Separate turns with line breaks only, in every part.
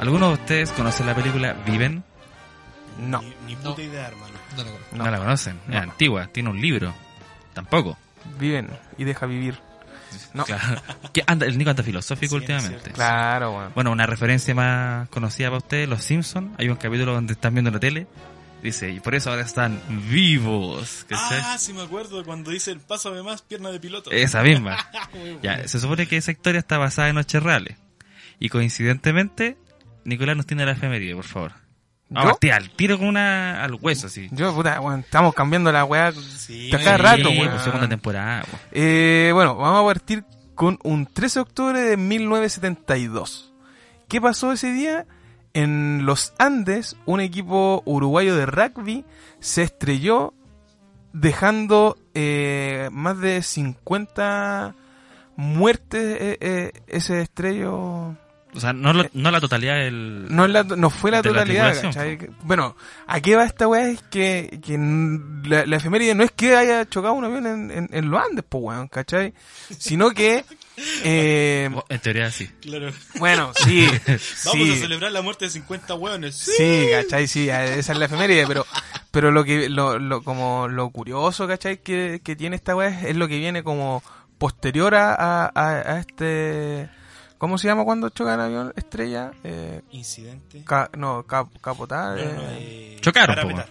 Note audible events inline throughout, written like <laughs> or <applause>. ¿Alguno de ustedes conoce la película Viven?
No.
Ni, ni puta idea, hermano.
No lo conozco.
No, la conocen. Es
No.
antigua, tiene un libro. Tampoco.
Viven y deja vivir. No.
Claro. ¿Qué anda, el Nico anda filosófico
Sí, es
últimamente.
cierto.
Claro, weón.
Bueno, una referencia más conocida para ustedes, Los Simpsons. Hay un capítulo donde están viendo la tele. Dice, y por eso ahora están vivos. ¿cachai?
Ah, sí me acuerdo cuando dice el pásame más, pierna de piloto.
Esa misma. ya, se supone que esa historia está basada en hechos reales. Y coincidentemente, Nicolás nos tiene la efeméride, por favor. Vamos
¿Yo?
a partir al tiro con una al hueso, sí.
Yo, puta, weón, estamos cambiando la weá.
Sí,
Te acá
Sí,
rato,
pues,
weón.
segunda temporada. weón.
Eh, bueno, vamos a partir con un 13 de octubre de 1972. ¿Qué pasó ese día? En los Andes, un equipo uruguayo de rugby se estrelló dejando eh, más de 50 muertes eh, eh, ese estrello.
O sea, no, lo- no la totalidad del...
Eh, No, es la- no fue la
De la
totalidad,
tripulación,
¿cachai? Bueno, ¿a qué va esta weá? Es que, que n- la, la efeméride no es que haya chocado un avión en, en, en los Andes, po, weón, ¿cachai? Sino
<laughs>
que... eh,
Oh, En teoría sí.
claro. <laughs>
bueno, sí,
Vamos a
sí,
celebrar la muerte de 50 hueones. Sí.
sí, ¿cachai? Sí, a- esa es la efeméride, pero pero lo que lo, lo- como lo curioso, ¿cachai? Que, que tiene esta weá es, es lo que viene como posterior a, a, a- a este... ¿Cómo se llama cuando chocan avión estrella? Eh,
Incidente.
ca- no, cap, capotada.
No, no,
eh.
eh,
Chocaron, po,
parapetar.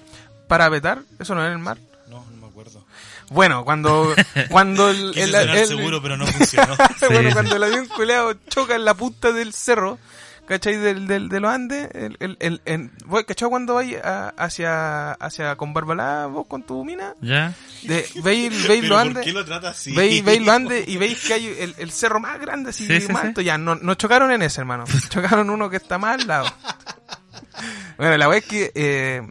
parapetar, eso no era en el mar.
No, no me acuerdo.
Bueno,
<laughs>
cuando cuando el,
Quise
el-
sonar
el-
seguro, pero
<laughs>
no funcionó.
bueno,
Sí.
cuando el avión culeado choca en la punta del cerro, ¿cachai? Del, del, de los Andes, el, el, el, en- vos, ¿cachai? Cuando vais a- hacia, hacia con Barbalá, vos con tu mina,
¿Ya?
de, veis, veis los
pero ¿Por qué
Andes,
lo trata así? <laughs>
veis, veis los Andes y veis que hay el, el cerro más grande, así,
Sí, sí,
más
sí.
alto, ya, no, no chocaron en ese, hermano, chocaron uno que está más al lado. Bueno, la verdad es que, eh,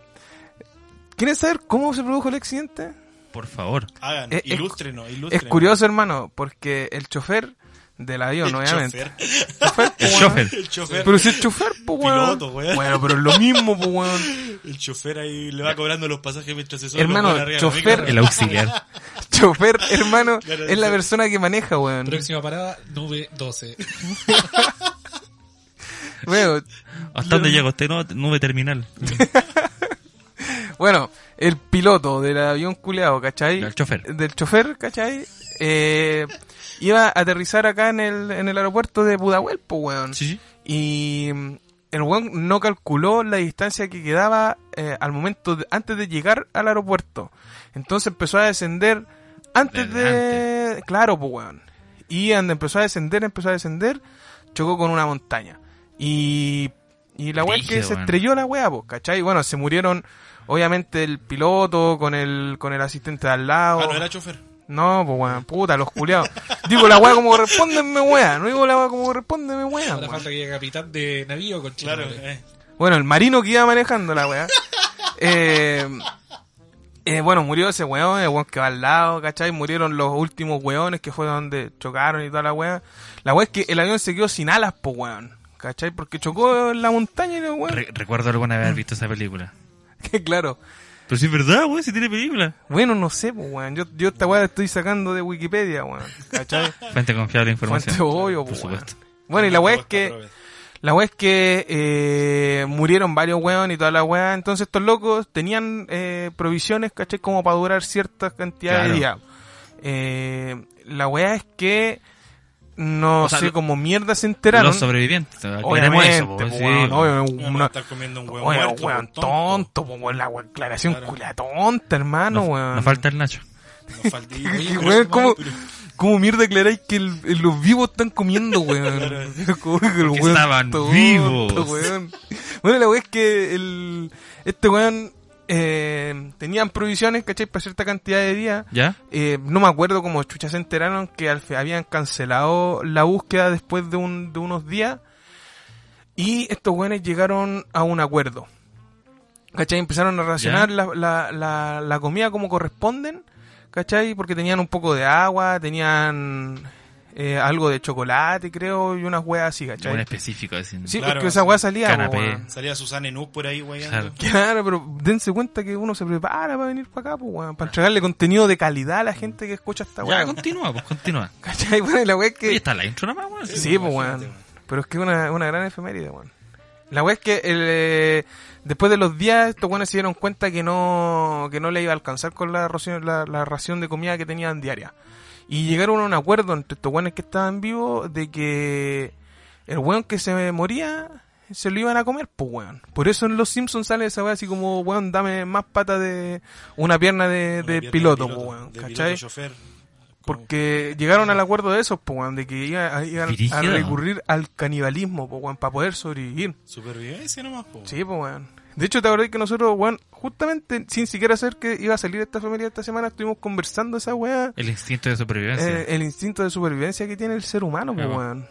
¿quieren saber cómo se produjo el accidente?
Por
<laughs>
favor.
Hagan,
Es- es-
ilústrenos, ilústrenos.
Es curioso, hermano, porque el chofer del avión,
El
obviamente.
chofer. <laughs>
Chofer, po,
El
weón.
chofer.
El chofer.
Pero si es chofer, pues, weón.
Piloto, weón.
Bueno, pero es lo mismo, pues, weón.
El chofer ahí le va cobrando los pasajes mientras se sube.
Hermano,
los hueones arriba de la
chofer-
micro. Ah,
El auxiliar.
Chofer, hermano,
Claro,
es la
sí.
persona que maneja, weón.
Próxima parada, nube 12.
Weón,
¿Hasta dónde llega usted? No, nube terminal.
Bueno, el piloto del avión culeado, ¿cachai?
Del
<laughs>
chofer.
Del chofer, ¿cachai? Eh, iba a aterrizar acá en el, en el aeropuerto de Pudahuel, pues, weón.
Sí, sí.
Y mm, el weón no calculó la distancia que quedaba eh, al momento de- antes de llegar al aeropuerto. Entonces empezó a descender antes
Desde
de... Claro, pues weón. Y cuando empezó a descender, empezó a descender, chocó con una montaña. Y, y la weá es que
Brígido,
se
weón.
estrelló la weá, pues, ¿cachai? Bueno, se murieron obviamente el piloto con el, con el asistente de al lado.
Ah, no era chofer.
No, pues weón, puta, los culiados. digo la weá como correspondenme, weá. No digo la weá como correspondenme, weá.
Ahora
weón.
falta que llegue capitán de navío con
Claro,
Chile.
eh.
Bueno, el marino que iba manejando la weá. Eh, eh, bueno, murió ese weón, el weón que va al lado, ¿cachai? Murieron los últimos weones que fue donde chocaron y toda la weá. La weá es que el avión se quedó sin alas, po weón. ¿Cachai? Porque chocó en la montaña y el weón.
Re- recuerdo alguna vez haber visto esa película.
<laughs> Que claro.
Pero sí es verdad, güey, si tiene película.
Bueno, no sé, po weón. Yo, yo esta weá la estoy sacando de Wikipedia, weón. ¿Cachai?
Fuente confiable de información.
Fuente obvio, po
Por
weón.
supuesto.
Bueno, y la weá es
Está
que...
probé.
La weá es que eh, murieron varios weón y toda la weá. Entonces estos locos tenían eh, provisiones, ¿cachai? Como para durar ciertas cantidades
Claro.
de días. Eh, la weá es que no
O sea,
sé,
lo-
como mierda se enteraron.
Los sobrevivientes. Queremos
obviamente,
eso, po,
po,
Pues sí.
weón, obvio,
No,
una-
estar comiendo un huevo
oye,
muerto.
weón,
un
tonto, po, weón, la weá, aclaración
Claro.
culia tonta, hermano,
Nos-
weón.
Nos falta el Nacho.
No
<laughs>
falta- y-
Y,
pero-
weón, ¿cómo-
pero-
¿Cómo mierda aclaráis que el- el- los vivos
<laughs>
están comiendo, weón? Como que el
Porque
weón
estaban
tonto,
vivos.
weón. Bueno, la weá es que el, este weón eh, tenían provisiones, ¿cachai? Para cierta cantidad de días.
¿Ya?
Eh, no me acuerdo cómo chucha se enteraron que al fi- habían cancelado la búsqueda después de, un, de unos días. Y estos güeyes llegaron a un acuerdo. ¿Cachai? Empezaron a racionar la, la- la- la comida como corresponden. ¿Cachai? Porque tenían un poco de agua, tenían eh, algo de chocolate, creo, y unas weas así,
Un
¿cachai?
específico, así.
Sí,
Claro,
porque esa wea salía. po,
canapé.
weón.
Salía Susana Enú por ahí,
Claro.
guayando.
Claro, pero dense cuenta que uno se prepara para venir para acá, pues, weón, para entregarle contenido de calidad a la gente que escucha esta
Ya,
weá.
continúa, pues continúa.
¿Cachai? <laughs> Bueno, y la weá es
Oye,
que.
está la intro nomás, weón.
Sí, pues, weón.
Imagínate, weón.
Pero es que es una, una gran efeméride, weón. La weá es que el, eh, después de los días, estos weones se dieron cuenta que no, que no le iba a alcanzar con la ración, la, la ración de comida que tenían diaria. Y llegaron a un acuerdo entre estos weones que estaban vivos de que el weón que se moría se lo iban a comer, pues weón. Por eso en Los Simpsons sale esa weá así como, weón, dame más pata de una pierna de,
Una
de
pierna
piloto,
de
pues weón.
de
¿Cachai?
piloto, chofer.
Porque llegaron al acuerdo de esos, po, weón, de que iba- a- iban a,
Brígido.
recurrir al canibalismo, po, weón, para poder sobrevivir.
Supervivencia nomás, pues. po.
Sí, po, weón. De hecho, te acordás que nosotros, weón, justamente sin siquiera saber que iba a salir esta familia esta semana, estuvimos conversando esa weá.
El instinto de supervivencia.
eh, el instinto de supervivencia que tiene el ser humano, po,
Ah, va.
weón.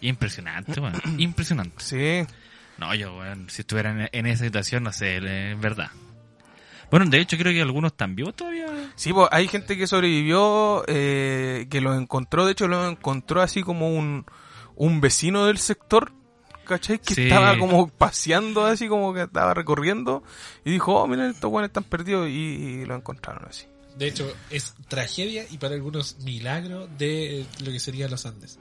Impresionante, weón.
<clears throat>
Impresionante.
Sí.
No, yo, weón, si estuviera en, en esa situación, no sé, es verdad. Bueno, de hecho, creo que algunos están vivos todavía.
Sí, po, hay gente que sobrevivió, eh, que los encontró, de hecho, los encontró así como un, un vecino del sector, ¿cachai? Que
Sí.
estaba como paseando, así como que estaba recorriendo, y dijo, oh, miren, estos buenos están perdidos, y, y lo encontraron así. <laughs>
De hecho, es tragedia y para algunos milagro de eh, lo que serían los Andes.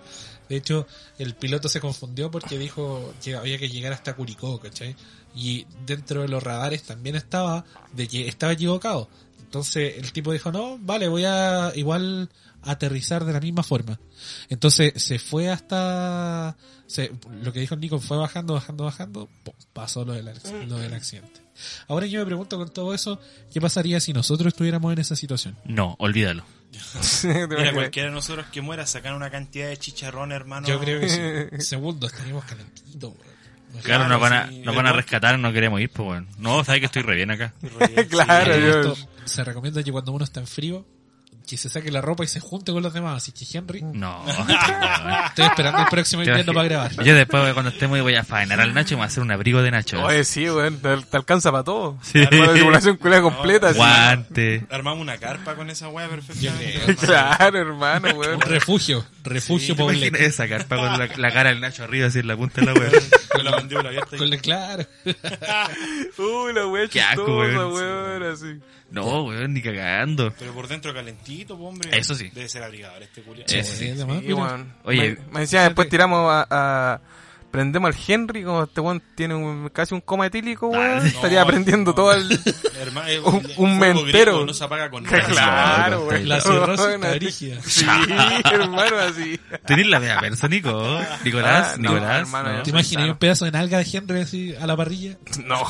De hecho, el piloto se confundió porque dijo que había que llegar hasta Curicó, ¿cachai? Y dentro de los radares también estaba de que estaba equivocado. Entonces el tipo dijo, no, vale, voy a igual aterrizar de la misma forma. Entonces se fue hasta... se- lo que dijo Nico fue bajando, bajando, bajando. pum, pasó lo del, ac- lo del accidente. Ahora yo me pregunto con todo eso, ¿qué pasaría si nosotros estuviéramos en esa situación?
No, olvídalo.
Te
Mira,
imaginas.
cualquiera de nosotros que muera sacan una cantidad de chicharrón, hermano.
Yo creo que
<laughs>
sí. Segundos, teníamos calentito, weón.
Claro,
Claro,
nos van a,
sí.
nos van a rescatar, no queremos ir, pues, weón. No, sabes que estoy re bien acá.
<laughs> Claro,
Por
yo-
supuesto, Se recomienda que cuando uno está en frío, que se saque la ropa y se junte con los demás. Así que Henry,
No. <laughs> weón.
estoy esperando el próximo
Te
invierno
imagi-
para grabar.
Yo después, weón, cuando estemos, voy a faenar al Nacho y me voy a hacer un abrigo de Nacho.
Oye, sí, weón, te, te alcanza para todo.
Sí.
Para la tripulación culia completa, sí. <laughs>
Guante.
Armamos una carpa con esa weá
Yo
perfectamente.
creo.
Claro, hermano,
<laughs>
weón.
Un refugio, refugio
¿Te
poblete.
imaginas esa carpa con la, la cara del Nacho arriba, así en la punta de la
<laughs>
weón?
Con la mandíbula abierta. y-
Con la- claro.
Uy, la weá
Qué asco,
chistosa,
weón.
weón, así.
No, weón, ni cagando.
Pero por dentro calentito, po, hombre.
Eso sí.
Debe ser abrigador este culiao.
Sí, Eso sí.
Eh, además,
Sí,
mira,
weón.
Oye.
Me- me decían, después tiramos a, a- Prendemos al Henry, como este weón tiene un- casi un coma etílico,
Ah,
weón.
no,
Estaría aprendiendo
no.
todo
<laughs>
el.
Hermano, es
Un- un
eh, fuego
mentero.
griego, No se apaga
<laughs>
con nada. <laughs>
claro,
no,
weón.
la cirrosis
Weón,
está rígida.
<laughs> Sí, hermano, así.
Tenés la media persa, Nico. Nicolás,
Ah, no,
Nicolás.
hermano,
¿no?
¿Te imaginas
Claro.
un pedazo de nalga de Henry así a la parrilla?
<laughs> No.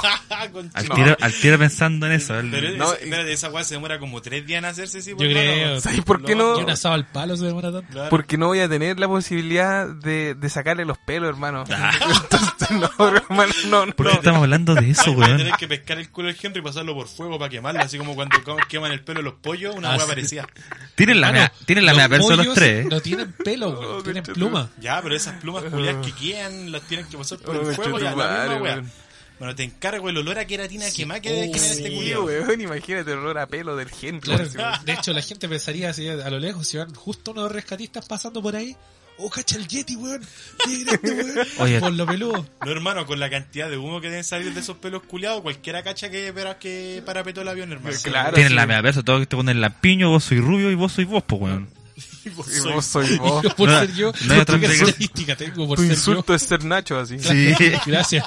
Con-
Al,
No.
tiro, al tiro pensando en eso. el-
Pero es-
No,
espérate, esa weá se demora como tres días en hacerse, sí, pues,
Yo creo.
¿Sabes por qué no?
Y un asado al palo se demora tanto.
Porque no voy a tener la posibilidad de, de sacarle los pelos, hermano.
Ah.
<laughs> Entonces, no, hermano, no. no.
¿Por qué estamos hablando de eso,
Voy a
weón?
tener que pescar el culo del Henry y pasarlo por fuego para quemarlo, así como cuando co- queman el pelo los pollos, una
Ah,
hueá
sí.
parecida.
Tienen la media, tienen la media persa los
pollos
tres. ¿eh?
No tienen pelo, weón, tienen pluma.
Ya, pero esas plumas culiadas que quedan las tienen que pasar por
Oh,
el fuego ya, la
chetumare,
misma weá.
weón.
Bueno, te encargo el olor a queratina quemada que debe
Oh,
generar este
sí,
Sí,
culiao.
weón, imagínate el olor a pelo del Henry.
Claro,
así,
pues. de hecho la gente pensaría así a lo lejos, si van justo unos rescatistas pasando por ahí, oh cacha el Yeti weón, qué grande weón,
Oye.
por lo peludo,
No, hermano, con la cantidad de humo que deben salir de esos pelos culiados, cualquiera cacha que, pero que parapetó el avión,
Ah,
hermano.
Claro.
Tienen
sí.
la media persa, todos que te ponen la piño, vos soy rubio y vos soy vos, pues, weón.
Y vos
Y
soy-
vos soy vos.
Yo por
No,
ser yo,
no hay otra
¿qué
entrega.
estadística tengo <laughs> por
Tu
ser <laughs>
insulto es ser Nacho, así.
yo?
Sí.
Gracias.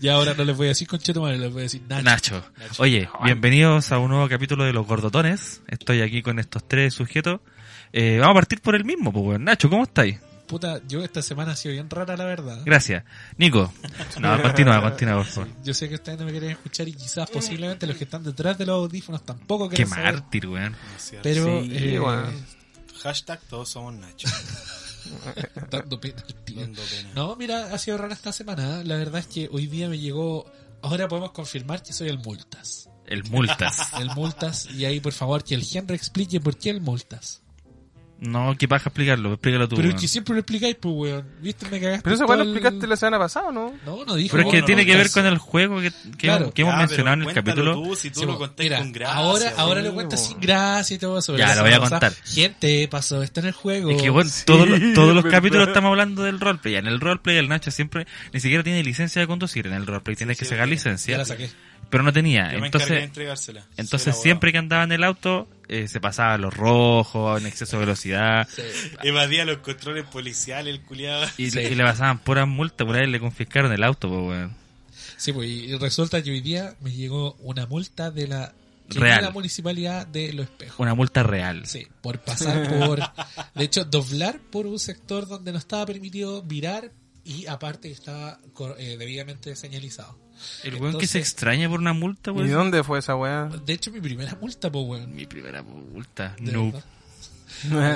Y ahora no les voy a decir conchetumare, les voy a decir nada.
Nacho. Oye, bienvenidos a un nuevo capítulo de Los Gordotones. Estoy aquí con estos tres sujetos. Eh, vamos a partir por el mismo, pues, weón. Nacho, ¿cómo estáis?
Puta, yo esta semana ha sido bien rara la verdad.
Gracias.
<laughs>
Nico. No, continúa, continúa, por favor.
Yo sé que ustedes no me quieren escuchar y quizás posiblemente los que están detrás de los audífonos tampoco
Qué
quieren saber.
mártir, weón.
Pero
Sí,
eh,
weón.
Hashtag todos somos Nacho.
dando pena al tío.
Dando pena.
No, mira, ha sido rara esta semana. ¿eh? La verdad es que hoy día me llegó Ahora podemos confirmar que soy el multas.
El multas.
El multas. y ahí, por favor, que el Henry explique por qué el multas.
No, que paja explicarlo, explícalo tú.
Pero
weón.
es que siempre lo explicáis, pues, weón. Viste, me cagaste.
Pero eso igual lo
todo el-
explicaste la semana pasada, ¿no?
No, no dije.
Pero es que
weón,
tiene que ver
multas.
con el juego que, que-
Claro. Ah,
que hemos
Ya, pero
mencionado en el
cuéntalo
capítulo.
Tú, si tú
Sí,
lo
po.
contáis
Mira,
con gracia.
ahora, ahora
weón.
lo cuentas sin gracia y todo eso. pero
Ya,
la
lo voy a
semana pasada,
contar.
Gente, pasó esto en el juego.
Es que, weón, todos, los- todos los
verdad.
capítulos estamos hablando del roleplay. En el roleplay el Nacho siempre ni siquiera tiene licencia de conducir. En el roleplay tienes que
sí, lo
sacar
tiene.
Ya
licencia.
la saqué.
Pero no tenía.
Yo me encargué de
Entonces,
entregársela.
entonces
Soy la
siempre que andaba en el auto eh, se pasaba a los rojos, en exceso de velocidad.
abogada. <laughs> Evadía los controles policiales, el culiado. <laughs>
Y,
Sí.
le, y le pasaban puras multas. Por ahí le confiscaron el auto, po, weón.
Sí, pues, y resulta que hoy día me llegó una multa de la
Real.
de la municipalidad de Los Espejos.
Una multa real.
Sí, por pasar por. De hecho, doblar por un sector donde no estaba permitido virar y aparte que estaba cor- eh, debidamente señalizado.
El weón que se
Entonces-
extraña por una multa,
pues,
¿Y
weón.
dónde fue esa weá?
De hecho, mi primera multa, pues,
<laughs>
weón.
Mi primera multa.
de
No.
verdad.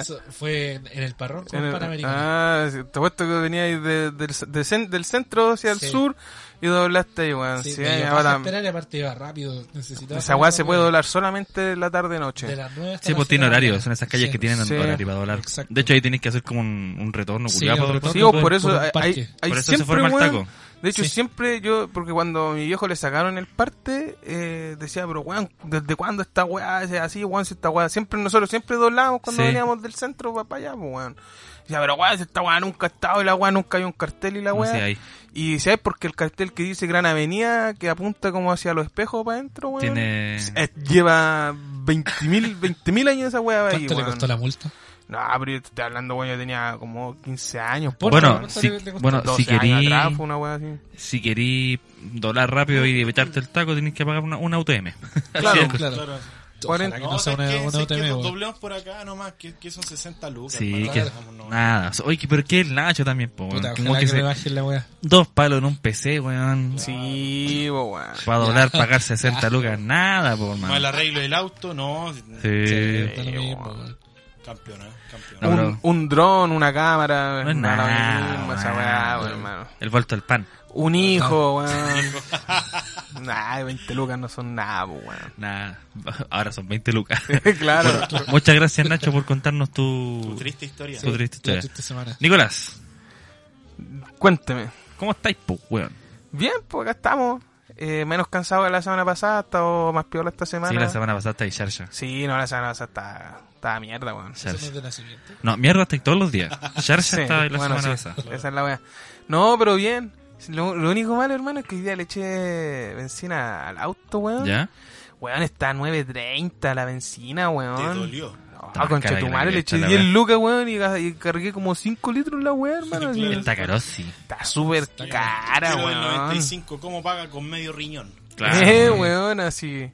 Eso fue en, en el parrón con
En el-
Panamericana.
ah, sí, te apuesto que veníais de- del, de cen- del centro hacia el
Sí.
sur y doblaste ahí, weón.
Sí,
Sí,
me dio paja
ahora,
esperar y aparte iba rápido. Necesitaba
esa weá
salir
se
rápido.
puede doblar solamente la tarde-noche.
De las nueve hasta
Sí,
las
pues tiene
siete de la
horario,
mañana.
son esas calles
Sí. pues.
que tienen
Sí.
horario para doblar.
Exacto.
De hecho, ahí tenés que hacer como un, un retorno
Sí,
culiao
un
para
retorno.
Pues Sí,
doblar.
o
por-
por eso
por un
hay,
parque.
hay- hay
Por eso se
siempre,
forma el
weón,
taco.
De hecho,
Sí.
siempre yo, porque cuando a mi viejo le sacaron el parte, eh, decía, pero weón, ¿desde cuándo esta weá es así, weón? Si esta weá, siempre nosotros siempre doblábamos cuando
Sí.
veníamos del centro para allá, pues weón. Decía, pero weón, si esta weá nunca ha estado y la weá nunca hay un cartel y la
No
weá.
sé, ahí.
Y ¿sabes? Porque el cartel que dice Gran Avenida, que apunta como hacia los espejos para adentro, weón.
Tiene-
eh, lleva 20.000 20.000 años esa weá ahí,
¿Cuánto le
weón.
costó la multa?
No, pero yo te estoy hablando, weón, yo tenía como 15 años, por
Bueno,
¿cuánto
si,
le- le costó?
bueno
12
si
años
querí,
atrás, pues. fue una weá así.
si querí doblar rápido y echarte el taco, tenés que pagar una, una UTM.
Claro,
Así es.
Claro.
Claro.
pues. Ojalá que no sea
¿sabes
una,
qué?
una
¿Sabes qué?
UTM,
Los
weón.
Doblemos por acá nomás, que, que son 60 lucas.
<laughs> Sí,
hermano.
que...
Vámonos.
Nada. Oye, que- pero que el Nacho también, po, weón.
Puta,
Como
ojalá
que
que
se-
me bajen la weá.
Dos palos en un PC, weón.
Sí, po, weón.
Para doblar, pagar 60 lucas. Nada, po, hermano.
Más el arreglo del auto, no.
Sí.
Da lo mismo, weón.
Campeón, ¿eh? campeón.
No,
un,
bro.
un dron, una cámara,
No es
una
nada,
misma esa
weón.
weá, weón, hermano.
El vuelto al pan.
Un
<laughs>
hijo, weón. nah, 20 lucas no son nada, po,
<laughs>
weón.
Nada. Ahora son 20 lucas. <laughs>
claro.
Muchas gracias, Nacho, por contarnos tu,
Uh.
Tu triste historia.
tu triste
La
historia.
triste semana.
Nicolás,
Cuénteme.
¿cómo estáis, po, weón?
Bien, pues acá estamos. Eh, menos cansado que la semana pasada, ha estado más piola esta semana.
Sí, la semana pasada estáis charcha.
Sí, no, la semana pasada está, está mierda, weón.
Eso no
Charcha.
es de nacimiento.
No, mierda, estáis todos los
<laughs>
días. Charcha
Sí,
está la
bueno,
semana
sí,
pasada.
Esa es la weá. No, pero bien. Lo, lo único malo, hermano, es que hoy día le eché benzina al auto, weón.
¿Ya?
Weón, está a 9.30 la benzina,
Te
weón.
dolió.
Ah, concha
Cara
tu
de la
madre, le
derecha,
eché
la
10
weá.
lucas, weón, y, ga- y cargué como 5 litros la weá, hermano. así.
Claro.
Está caro, sí.
Está súper cara,
Kilo del
weón.
95, ¿cómo paga con medio riñón?
Eh,
Claro.
weón, así.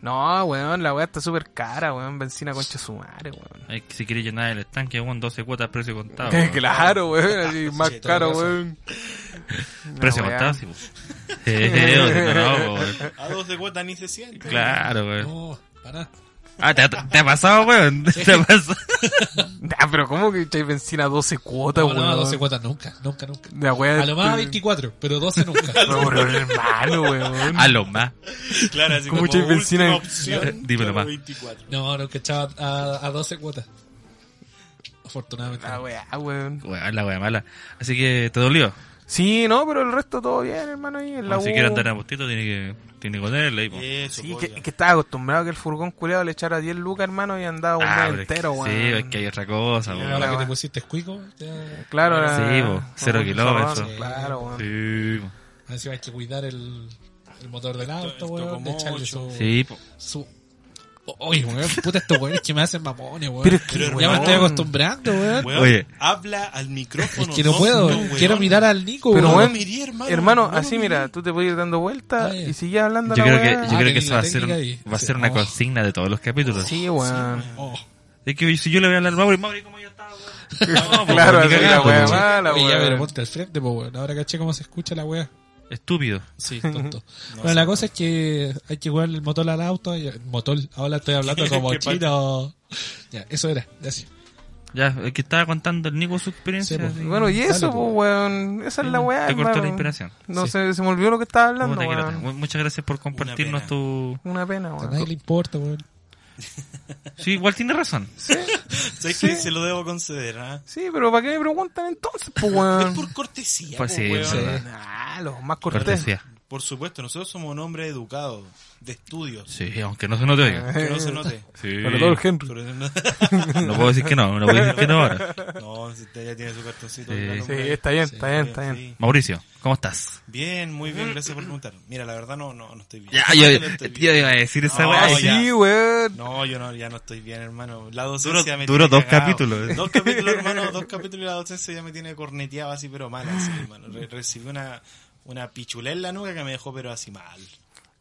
No, weón, la weá está súper cara, weón. Benzina concha su madre, weón.
Ay, Si quieres llenar el estanque, weón, 12 cuotas, precio contado.
<laughs>
weón.
claro, weón, así, más
Sí, todo
caro,
eso.
weón.
Precio
La weá.
contado, sí,
<laughs>
po. <laughs> Eh, weón, no, weón.
A dos de cuota ni se siente.
Claro, weón.
No, para.
Ah, ¿te ha, te ha pasado, weón? <laughs> ¿Te ha pasado?
Ah, pero ¿cómo que echáis benzina a 12 cuotas,
No,
weón?
no, a 12 cuotas nunca, nunca, nunca.
La weá.
A lo más
te-
24, pero 12 nunca.
Pero, pero, hermano,
<laughs>
weón.
A Ah, lo más.
<laughs> Claro, así
Como
como
mucha benzina.
última
<laughs>
opción.
Dímelo más.
claro, 24.
No, no cachaba a, a 12 cuotas. Afortunadamente.
La weá, weón.
Weón, la wea mala. Así que, ¿te dolió?
Sí, no, pero el resto todo bien, hermano, ahí en la
Bueno, si
U.
quiere andar a postito, tiene que, tiene que ponerle ahí, po.
Eso,
Sí,
po,
que,
ya.
que estaba acostumbrado a que el furgón culeado le echara 10 lucas, hermano, y andaba un
Ah,
mes
pero es que-
entero,
Sí,
weón.
es que hay otra cosa,
Ahora
weón.
la
que
weá.
te pusiste cuico, ya.
Claro, era-
Sí, po, cero
un
kilómetros.
zorrón, Claro, weón.
Sí, po.
A ver si hay que cuidar el, el motor del auto,
esto
weón.
como
De echarle
ocho.
su.
Sí, po.
su... O- Oye, weón, puta estos weones que me hacen mamones, weón.
Pero es que,
ya
weón.
me estoy acostumbrando, weón.
Weón,
Oye.
habla al micrófono.
Es que no puedo,
weón.
quiero mirar al Nico,
Pero,
weón.
weón,
No miré, hermano.
Hermano,
no lo
así
miré.
mira, tú te puedes ir dando vueltas
Ah, ya.
y sigues hablando
Yo
la
creo que,
weá.
yo creo que
tenés
eso
la
va a ser,
técnica ahí.
va a ser
Sí.
una
Oh.
consigna de todos los capítulos.
Sí, weón.
Oh.
Es que si yo le voy a hablar al Mauri, Mauri, ¿cómo yo estaba, weón? No, pues, po,
Claro,
ni
así la
cagando,
weá
po.
mala,
Oye, ya me lo
weón.
ponte al frente, pues, weón. Ahora caché cómo se escucha la weá.
Estúpido.
<laughs>
Sí, tonto. bueno, la cosa es que hay que jugar el motor
<laughs>
al auto. y- motor, ahora estoy hablando como
Qué
chino. Ya, eso era, gracias.
Ya, el que estaba contando el Nico su experiencia.
Sí, pues.
así.
Bueno, y
Dale,
eso,
po.
pues, weón. Esa es la
Te
weá,
cortó la
hermano.
inspiración.
No
Sí.
sé, se me olvidó lo que estaba hablando,
Puta que lata.
weón.
Mu- Muchas gracias por compartirnos
pena.
tu...
Una pena,
A
weón.
nadie le importa, weón.
Sí, igual tiene razón.
¿Sabes
Sí.
que se lo debo conceder? ¿ah?
Sí, pero ¿para qué me preguntan entonces, pues,
Es
<laughs>
weón?
por cortesía.
Pues
po,
sí,
weón.
sí.
Ah, los más cortés.
Cortesía.
Por supuesto, nosotros somos un hombre educado, de estudios.
Sí, aunque no se note
<laughs>
oiga.
Que no se note.
Sí.
Para todo el Henry.
Sobre- no, <laughs>
No puedo decir que no, no puedo decir que no ahora.
si usted ya tiene su cartoncito.
Sí.
ya lo
Sí,
puede-
está bien,
Sí,
está bien, está bien.
sí.
Mauricio, ¿cómo estás?
Bien, muy bien, gracias por preguntar. Mira, la verdad no, no, no estoy bien.
Ya,
No,
yo,
<laughs> no estoy
yo
bien.
iba a decir esa
No,
weá.
ya.
Sí.
Ah, Sí, weón.
No, yo no, ya no estoy bien, hermano. La
Duró-
docencia me
duró
tiene
dos
cagado.
capítulos.
Dos capítulos, hermano, dos capítulos y la docencia ya me tiene corneteado así, pero mal, así, hermano. Re- recibí una, una pichulé en la nuca que me dejó, pero así mal.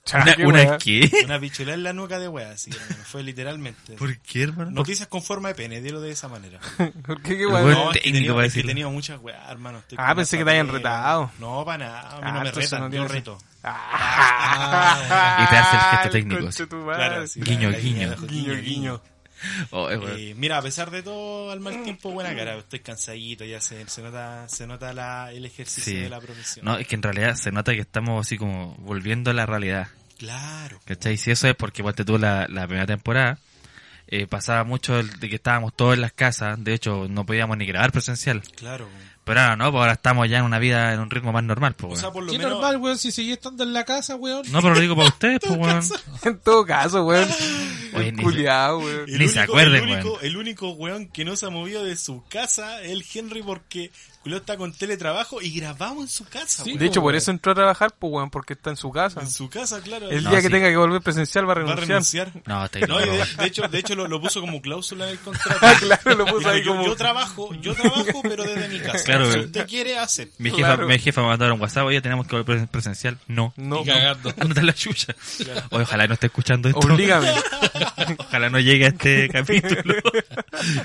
Cha,
¿Una,
<laughs> qué
una
weá.
qué?
Una pichulé en la nuca de wea, así, hermano. Fue literalmente.
¿Por qué, hermano?
Noticias con forma de pene, dilo de esa manera.
<laughs> ¿Por <laughs> qué, qué
El
weón?
weón-
No, es que he
técnico
tenido,
para
es que he
decirlo.
tenido muchas weas, hermano. Estoy
Ah,
con
pensé
la
que te habían
familia.
retado.
No, para nada. A mí
Ah,
no me
entonces
retan,
no
yo
tiene-
reto.
Ah,
Y te hace el gesto
el
técnico,
conche
sí.
tu madre.
Claro, sí, la-
Guiño,
la línea
guiño.
de los
Guiño, guiño.
Oh, eh, weón.
Eh, mira, a pesar de todo, al mal tiempo, buena cara. Estoy cansadito, ya se, se nota, se nota la, el ejercicio
Sí.
de la profesión.
No, es que en realidad se nota que estamos así como volviendo a la realidad.
Claro.
¿Cachai? Si eso es porque ponte tú la, la primera temporada, eh, pasaba mucho el- de que estábamos todos en las casas, de hecho no podíamos ni grabar presencial.
Claro.
Pero ahora no, pues ahora estamos ya en una vida, en un ritmo más normal, pues
O sea,
weón.
por lo
Qué
menos.
normal, weón, si seguís estando en la
<laughs>
casa, weón.
No, pero lo digo para ustedes, pues weón.
<laughs> En todo
<laughs>
caso, weón.
Oye, ni-
Culeado, weón.
Ni se acuerden,
el único,
weón.
el único weón que no se ha movido de su casa es el Henry porque Julio está con teletrabajo y grabamos en su casa,
Sí.
weón.
De hecho, por
weón.
eso entró a trabajar, pues, weón, porque está en su casa.
En su casa, claro.
El
No,
día que
sí.
tenga que volver presencial va a
va a
renunciar. <laughs>
renunciar.
No, estáis
<laughs> No, y
locos,
de,
weón.
de hecho, de hecho lo, lo puso como cláusula en el contrato.
Ah, claro, lo <laughs> puso
Dijo,
ahí
yo,
como...
yo trabajo, yo trabajo, pero desde mi casa.
Claro,
si
weón.
usted quiere, hacer.
<laughs>
Mi jefa,
Claro.
mi jefa me mandaron un WhatsApp, oye, tenemos que volver presen- presencial. No.
No,
<laughs>
Y cagando.
¿Dónde está la chucha? Oye, ojalá no esté escuchando esto.
Oblígame.
<laughs> Ojalá no llegue a este capítulo.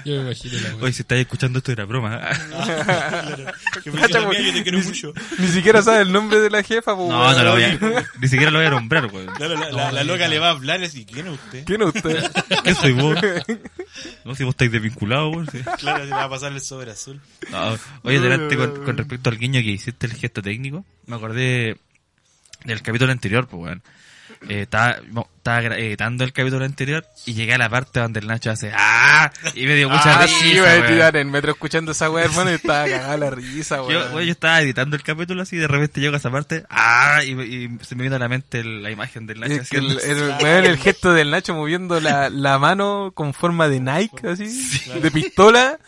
Yo me imagino la weón.
Oye, si estáis escuchando esto era broma.
Que me diga, "Mira, yo te quiero
ni,
mucho.
ni siquiera sabe el nombre de la jefa,
<laughs>
pues,
No,
weón.
no lo voy a... Ni siquiera lo voy a nombrar, weón.
Claro, la, la- la loca le va a hablar y así, ¿quién es
<laughs>
usted?
¿Quién es
<laughs>
usted?
¿Qué soy vos? No, si vos estáis desvinculados, weón. sí.
Claro, le va a pasar el sobre azul.
No, oye, delante, con, con respecto al guiño que hiciste, el gesto técnico, me acordé del capítulo anterior, pues, weón. Eh, estaba, mo- estaba gra- eh, editando el capítulo anterior y llegué a la parte donde el Nacho hace ¡Ah! Y me dio mucha
ah,
risa,
sí, iba a
weón.
tirar en metro escuchando esa weá, hermano, y estaba cagada la risa,
Yo,
weón.
güey, yo estaba editando el capítulo así y de repente llego a esa parte ¡Ah! Y, me- y se me vino a la mente el- la imagen del Nacho
Es que
haciendo
el, el- weón, el gesto del Nacho moviendo la, la mano con forma de Nike, así, de pistola,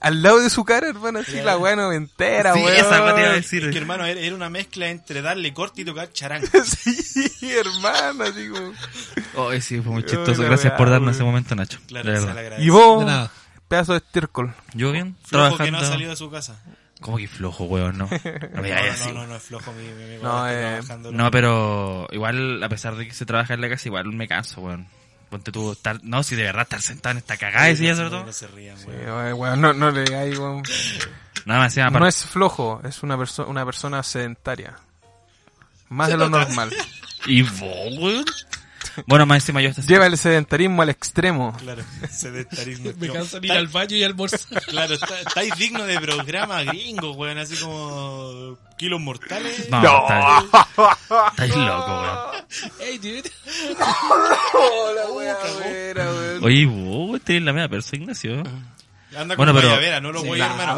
al lado de su cara, hermano, así, la weá noventera,
Sí,
weón.
esa weá te iba a
Es
decir.
que hermano, era era una mezcla entre darle corte y
<laughs>
tocar charango.
<laughs> Sí, hermano, así como...
Ay, sí, fue muy
Ay,
chistoso.
la
Gracias
weá,
por darnos
weón.
ese momento, Nacho.
Claro,
de
se le
verdad.
agradece.
Y vos,
De nada.
pedazo de estiércol.
Yo bien,
Flojo que
trabajando.
no ha salido de su casa.
Como que flojo, weón,
<laughs>
no. No me
No,
hagas
no,
así.
no, no, no es flojo mi, mi amigo.
No,
está
eh,
trabajando,
No, pero igual, a pesar de que se trabaja en la casa, igual me canso, weón. Ponte tú, estar, no, si de verdad estar sentado en esta cagada y
Sí,
sí, sobre
no,
todo.
No se rían,
Eh,
güey.
weón, no, no le digáis, weón.
Nada más, encima,
No
aparte-
es flojo, es una, perso- una persona sedentaria. Más de lo normal.
¿Y vos, weón? Bueno, más encima yo esta
Lleva el sedentarismo al extremo.
Claro, <laughs> sedentarismo.
<laughs>
<laughs>
Me
No,
cansan ir
está-
al baño
<laughs>
y almorzar.
Claro, está- estáis digno de programa gringo, weón, así como kilos mortales.
No,
No.
Estáis, estáis loco, weón.
Ey, dude.
Hola, weón.
Oye, ¿y vos, weón, tenés la media persa, Ignacio. No,
Anda con
Bueno, pero-
guayabera, no lo voy hermano. Anda, con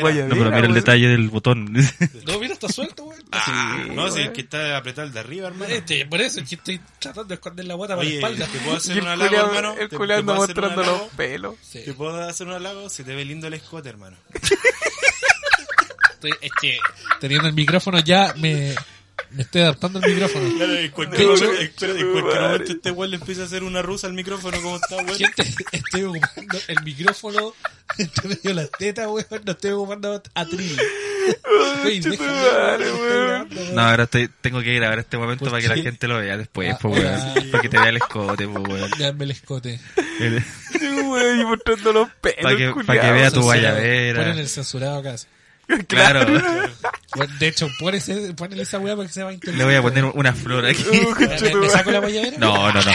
guayabera.
pero mira el detalle del botón. <laughs>
No, mira, está suelto, weón.
No, sí, es que está apretado el de arriba, hermano.
Este, por eso es que estoy tratando de esconder la guata para la
Oye,
espalda.
¿te puedo
Y
hacer
el
un halago,
culiao-
hermano?
el
¿Te-
culiao
te
anda
puedo hacer un
mostrando los
halago?
pelos.
Sí.
¿Te puedo hacer un halago? Se te ve lindo el escote, hermano.
Estoy- es que teniendo el micrófono ya me, me estoy adaptando al micrófono.
Claro, en cualquier
De hecho,
momento, espera, en cualquier
madre.
momento este weón le empieza a hacer una rusa al micrófono como está, weón.
Gente, estoy ocupando el micrófono <laughs> entre medio de las tetas, weón. No estoy ocupando atril. Wey,
chuta
déjame,
madre,
estoy
weón.
grabando, weón.
No, ahora estoy, tengo que grabar este momento
¿Por
para que la
qué?
gente lo vea después,
Ah,
pues,
ah,
weón. Para que te vea el escote, pues,
<laughs>
weón.
Dame el escote.
El-
Sí, weón, y mostrando los pelos.
Pa' que- pa'
culiao.
que vea tu-
Censurado.
guayabera.
Ponen el censurado acá. así.
Claro,
Bueno, de hecho, pon ese- ponle esa weá para que se va a
le voy a poner una flor aquí.
<laughs> Uh, conche
¿Me,
tu
me
madre.
saco la guayabera?
No, no, no.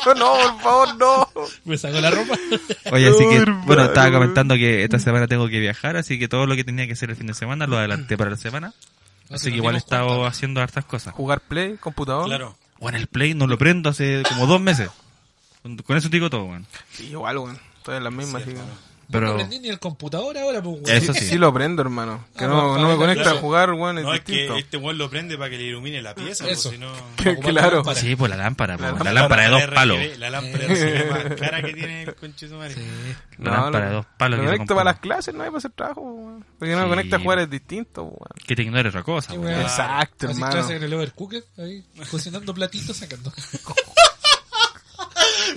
No, no, por favor, no.
Me sacó la ropa. <laughs>
Oye, así que, bueno,
Hermano.
estaba comentando que esta semana tengo que viajar, así que todo lo que tenía que hacer el fin de semana lo adelanté para la semana. Así que igual he estado haciendo hartas cosas.
Jugar play, computador.
Claro.
Bueno, el Play no lo prendo hace como dos meses. Con con eso te digo todo, weón.
Sí, igual, weón. Estoy en las mismas, así que-
No
Pero,
aprendí ni el computador ahora, pues, weón.
Eso
Sí lo prendo, hermano. Que
Ah,
no,
bueno,
no me
claro.
conecta a jugar, weón, es
No, es
distinto.
que este weón lo prende para que le ilumine la pieza, pues,
Eso.
si no...
Que-
Ocupar la
claro.
lámpara.
sí, pues la lámpara, po, la,
lámpara
lámpara de dos
RGB,
palos.
La lámpara de más cara que tiene el conchetumare.
La
No,
lámpara
lo-
de dos palos.
Lo
que se
conecto para las
compró.
clases, no hay para hacer trabajo, weón. Porque no me
Sí,
conecta a jugar,
weón.
es distinto, weón.
Que te ignore otra cosa,
Qué
po,
weá.
weón.
Exacto,
Así
hermano.
clase en el overcooker, ahí, cocinando platitos, sacando. <laughs>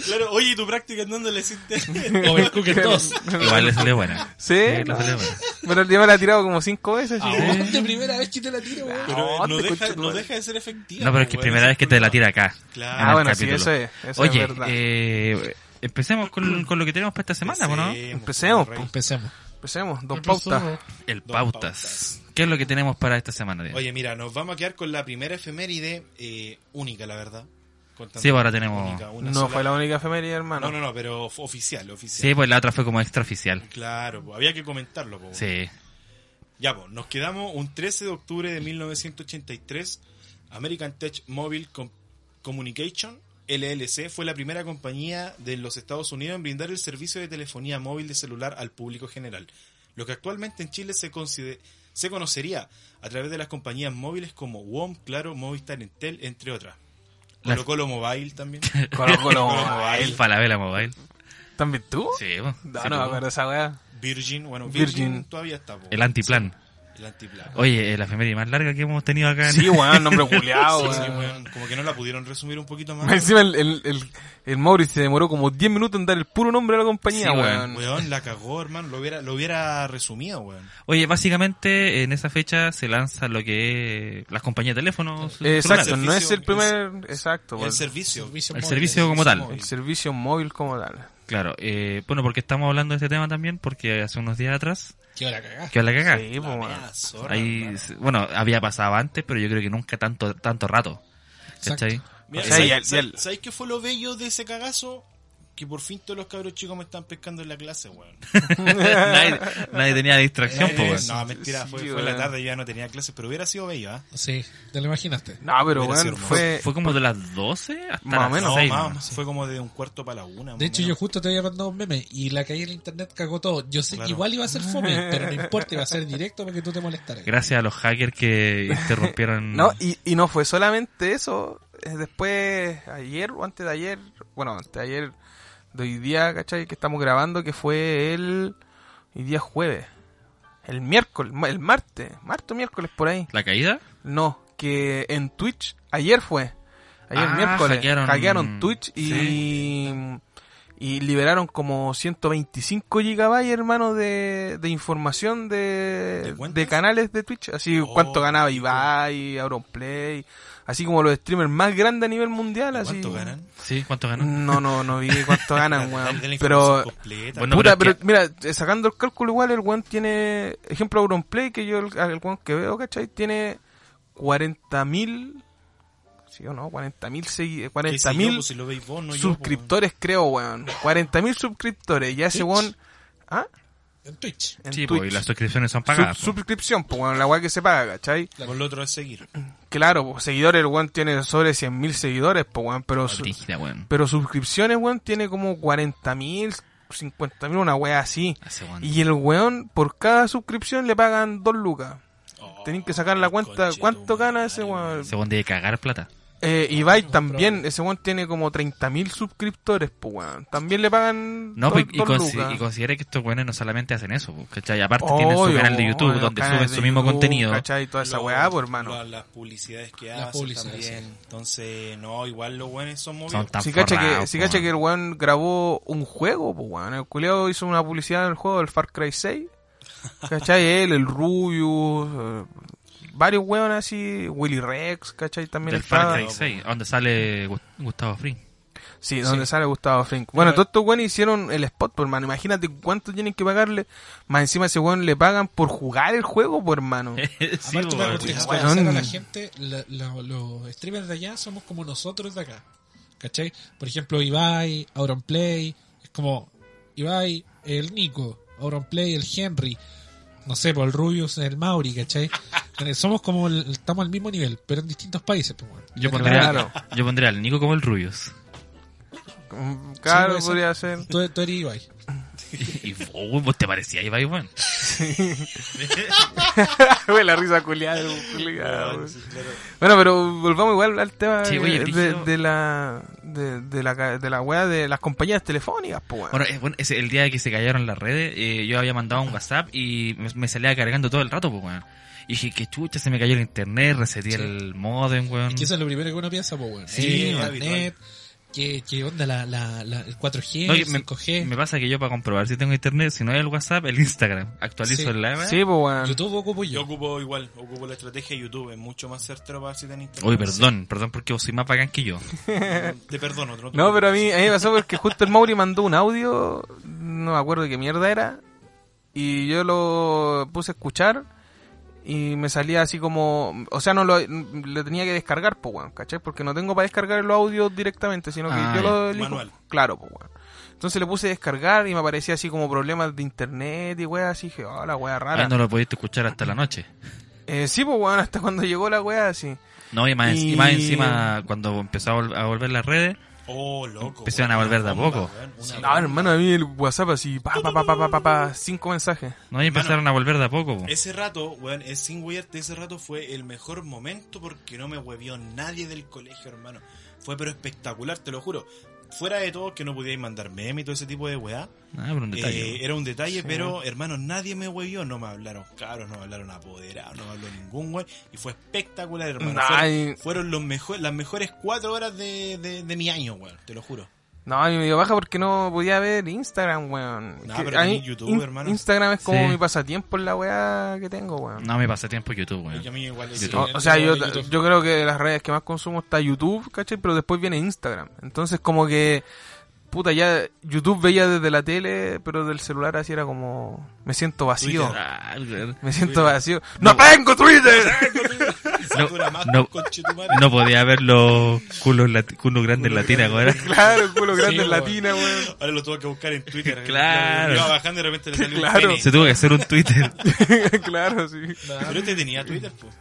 Claro, oye, ¿y tu práctica en dónde le
<laughs>
hiciste?
overcooker 2.
Igual le salió buena.
Sí,
le salió buena.
Pero yo me la he tirado como cinco veces.
Ah,
sí.
weón, <laughs> de primera vez que te la tiro, weón.
Pero
No,
eh, no,
te
deja,
conche-
no deja de ser efectiva.
No, pero
pues
es que
weón,
primera
ese
vez que
es
te la
el problema.
tira acá.
Claro.
en
Ah,
el
bueno, sí,
capítulo.
eso es- eso es
Oye,
verdad.
eh, empecemos
<clears throat>
con, con lo que tenemos para esta semana, ¿o ¿no?
Empecemos,
Empecemos,
Ah,
rey.
pues.
Empecemos.
Empecemos, dos pautas.
El
Dos
Pautas. ¿Qué es lo que tenemos para esta semana? Diego?
Oye, mira, nos vamos a quedar con la primera efeméride eh, única, la verdad. Con tanto-
Sí, pues, ahora tenemos-
una
No
sola.
fue la única efeméride, hermano.
No, no, no, pero f- oficial, oficial.
Sí, pues la otra fue como extraoficial.
Claro, pues, había que comentarlo.
Uh,
pues.
Sí.
Ya, pues, nos quedamos un 13 de octubre de 1983. American Tech Mobile Com- Communication, LLC, fue la primera compañía de los Estados Unidos en brindar el servicio de telefonía móvil de celular al público general. Lo que actualmente en Chile se, consider- se conocería a través de las compañías móviles como WOM, Claro, Movistar, Entel, entre otras.
La-
Colo Colo Mobile
<laughs>
también.
Colo Colo
<laughs>
El
Mobile.
Falabella Mobile.
¿También tú?
Sí, pues.
No,
Sí,
no me
pues.
acuerdo de
<laughs>
esa weá.
Virgin, bueno, Virgin,
Virgin.
todavía está. po.
El antiplan.
El antiplan.
Oye, eh, la efeméride más larga que hemos tenido acá. en-
Sí, weón, nombre
Sí,
culiado,
sí,
weón.
weón, como que no la pudieron resumir un poquito
<laughs>
Más
más.
Encima el, el, el, el Maurice se demoró como 10 minutos en dar el puro nombre a la compañía,
Sí,
weón.
Weón, la cagó, hermano. Lo hubiera, lo hubiera resumido, weón.
<laughs> Oye, básicamente en esa fecha se lanza lo que es las compañías de teléfonos.
Eh, Exacto,
celulares.
no es el
servicio-
primer... Exacto,
El
weón.
servicio.
El servicio como tal.
El servicio móvil como tal.
Claro, eh, bueno, porque estamos hablando de este tema también, porque hace unos días atrás,
Qué hora cagás.
que la cagá.
Sí, pues, weón.
Ah, zorra,
Ahí,
hermano.
se- bueno, había pasado antes, pero yo creo que nunca tanto tanto rato.
<laughs>
Exacto.
¿Cachai?
Mira,
O sea, y el-
¿sabes,
y
sabes-
el-
sabes qué fue lo bello de ese cagazo? Que por fin todos los cabros chicos me están pescando en la clase, weón.
<laughs>
nadie, nadie tenía distracción,
Eh,
po, weón.
no, mentira,
pues, Sí,
fue,
sí,
fue la
weón.
tarde, yo ya no tenía clase, pero hubiera sido bello, ¿ah?
Sí, te lo imaginaste.
No, pero
Hubiera sido
weón, fue...
Fue como de las 12 hasta
Más o
las
menos.
No,
6.
más,
¿no?
fue como de un cuarto para la una. más
De
o
hecho, yo
menos.
justo te había mandado un meme y la caída en internet cagó todo. Yo sé
Claro.
que igual iba a ser fome, pero no importa, iba a ser directo para que tú te molestaras.
Gracias a los hackers que interrumpieron.
<laughs> No, y, y no fue solamente eso. eh, Después, ayer o antes de ayer, bueno, antes de ayer, de hoy día, ¿cachai? Que estamos grabando, que fue el. Hoy día es jueves. El miércoles, ma- el martes, martes o miércoles por ahí.
¿La caída?
No, que en Twitch, ayer fue. Ayer
Ah,
miércoles.
hackearon-
Hackearon, Twitch y. Y liberaron como 125 gigabytes, hermano, de, de información
¿De
de,
cuentas?
de canales de Twitch. Así,
Oh,
cuánto ganaba
qué
Ibai, Auronplay, así como los streamers más grandes a nivel mundial. Así.
¿Cuánto ganan?
Sí, ¿cuánto ganó?
No, no, no vi
<laughs>
cuánto ganan, weón.
Dale la información
Pero
completa.
Bueno,
Puta,
pero
pero,
es
mira, eh, sacando el cálculo igual, el weón tiene, ejemplo, Auronplay, que yo el, el weón que veo, ¿cachai? Tiene 40.000, ¿sí o no? 40.000 segui-
¿Qué sé yo,
40.000
pues, si lo veis vos, no yo, pues,
suscriptores, creo, weón. 40.000 suscriptores, ya ese
Twitch.
weón... ¿Ah?
En Twitch.
En
Sí, po,
Twitch.
y las suscripciones son
Sub-
pagadas. po.
suscripción, pues, weón, la weá que se paga, ¿cachai?
weón. Por lo otro es seguir.
Claro, pues, seguidores, el weón tiene sobre 100.000 seguidores, pues, weón, pero... su-
Brígida, weón.
Pero suscripciones, weón, tiene como 40.000, 50.000, una weá así.
Ese weón.
Y el weón, por cada suscripción le pagan dos lucas. Tienen que sacar la cuenta.
Oh, conche
¿Cuánto
tu
gana
madre,
ese weón?
Ese weón debe cagar plata.
Eh, Ibai también. Ese weón tiene como 30.000 suscriptores, pues weón. También le pagan
No,
dos,
pues, y,
dos
consi-
lucas.
y considera que estos weones no solamente hacen eso, po, ¿cachai? Aparte tienen su
Obvio,
canal de YouTube
weón,
donde
canales
suben
de
su mismo
YouTube,
contenido.
¿Cachai? Toda esa
Lo-
weá, pues hermano.
la- las publicidades que
Las
hacen
publicidades,
también.
sí.
Entonces, no, igual los buenos son movidos.
Son tan
Si cacha, que,
forrados,
si
po,
cacha
weón.
que el weón grabó un juego, pues weón. El culiao hizo una publicidad del juego del Far Cry 6. ¿Cachai? Él, el Rubius, eh, varios weones así, Willy Rex, ¿cachai? También
Del
estaba.
Far Cry 6, donde sale Gu- Gustavo Free.
Sí, donde sale Gustavo Frink. Bueno, todos estos weones hicieron el spot, por hermano. Imagínate cuánto tienen que pagarle. Más encima ese weón le pagan por jugar el juego,
<laughs>
por hermano.
<laughs> sí,
Aparte, para
weón.
contextualizar a la
weón.
gente, la- la- los streamers de allá somos como nosotros de acá. ¿Cachai? Por ejemplo, Ibai, Auronplay, es como Ibai, el Nico, Auronplay, el Henry, no sé, por el Rubius, el Mauri, ¿cachai? Eh, Somos como, el- estamos al mismo nivel, pero en distintos países. Pues, bueno.
Yo
¿Cachai?
pondría,
Claro.
yo pondría al Nico como el
<laughs>
Rubius.
Mm, Claro,
Sí,
podría
<laughs>
ser.
Tú, tú eres Ibai.
Y, y vos, vos te parecía Ibai, weón.
Güey, la risa <laughs> culiada. culiada, güey. Bueno, pero volvamos igual al tema
Sí,
eh,
oye,
de,
brígido.
de la de, de la ca- de la weá de las compañías telefónicas, pues. weón.
Bueno, es, bueno, ese- el día que se callaron las redes, eh, yo había mandado un WhatsApp y me, me salía cargando todo el rato, pues, weón. Y dije, que chucha, se me cayó el internet, reseté
Sí.
el modem, weón.
Es que eso es lo primero que uno piensa, pues, bueno.
Sí,
Eh,
habitual.
internet, ¿qué, qué onda la, la, la- el 4G,
No, que
el
me,
5G?
me pasa que yo para comprobar si tengo internet, si no hay el WhatsApp, el Instagram. Actualizo
Sí.
el live.
sí, pues, weón.
YouTube ocupo
Yo
yo.
ocupo igual, ocupo la estrategia de YouTube, es mucho más certero para si tenés internet.
Uy, perdón, perdón porque vos sois más bacán que yo.
Te perdono, no, te
No, pero a mí, eh.
preocupes.
a mí me pasó porque justo el Mauri mandó un audio, no me acuerdo qué mierda era, y yo lo puse a escuchar y me salía así como, o sea, no lo, lo tenía que descargar, pues, weón, ¿cachai? Porque no tengo para descargar los audios directamente, sino que
Ah,
yo lo elijo.
manual.
Claro, pues, weón. Entonces le puse descargar y me aparecía así como problemas de internet y weá, así dije, oh, la weá rara.
Ahí Ah, no lo pudiste escuchar hasta la noche.
Eh, sí, pues, weón, hasta cuando llegó la weá, así.
No, y más, y...
Y-
más encima, cuando empezó a, vol- a volver las redes,
Oh, loco.
Empezaron
weón,
a volver
una
de a
bomba,
poco.
weón, una
No,
bomba.
hermano, a mí el WhatsApp así, pa, pa, pa, pa, pa, pa, pa, cinco mensajes.
no, y empezaron a volver de a poco, po.
Ese rato, weón, es sin weyarte, ese rato fue el mejor momento porque no me huevió nadie del colegio, hermano. Fue pero espectacular, te lo juro. Fuera de todo que no podíais mandar meme y todo ese tipo de weá.
Ah, pero un detalle.
eh,
po.
era un detalle, pero hermano, nadie me huevió. No me hablaron caros, no me hablaron apoderados, no me habló ningún wey. Y fue espectacular, hermano.
Ay.
Fueron, fueron los mejo- las mejores cuatro horas de, de- de mi año, weón, te lo juro.
No, a mí me dio baja porque no podía ver Instagram, weón.
No,
Que
pero
a mí
tenés YouTube, hermano.
Instagram es como
Sí.
mi pasatiempo en la weá que tengo, weón.
No, me pasé tiempo YouTube, weón.
Y a mí igual es-
O,
YouTube.
o sea, yo,
YouTube.
yo creo que de las redes que más consumo está YouTube, ¿cachai? Pero después viene Instagram. Entonces como que, puta, ya YouTube veía desde la tele, pero del celular así era como, me siento vacío.
Twitter.
Ah, weón.
Me siento vacío. ¡No tengo Twitter!
Satura más,
no.
conchetumare.
No podía ver los culos, lati- culos grandes latinas, weón.
claro, culo grande en
weón.
latina, weón.
Ahora lo tuve que buscar en Twitter.
Claro.
Iba bajando y de repente le salió
Claro.
un pene.
Se tuvo que hacer un Twitter.
<laughs> claro, sí.
Pero te tenía Twitter, pues.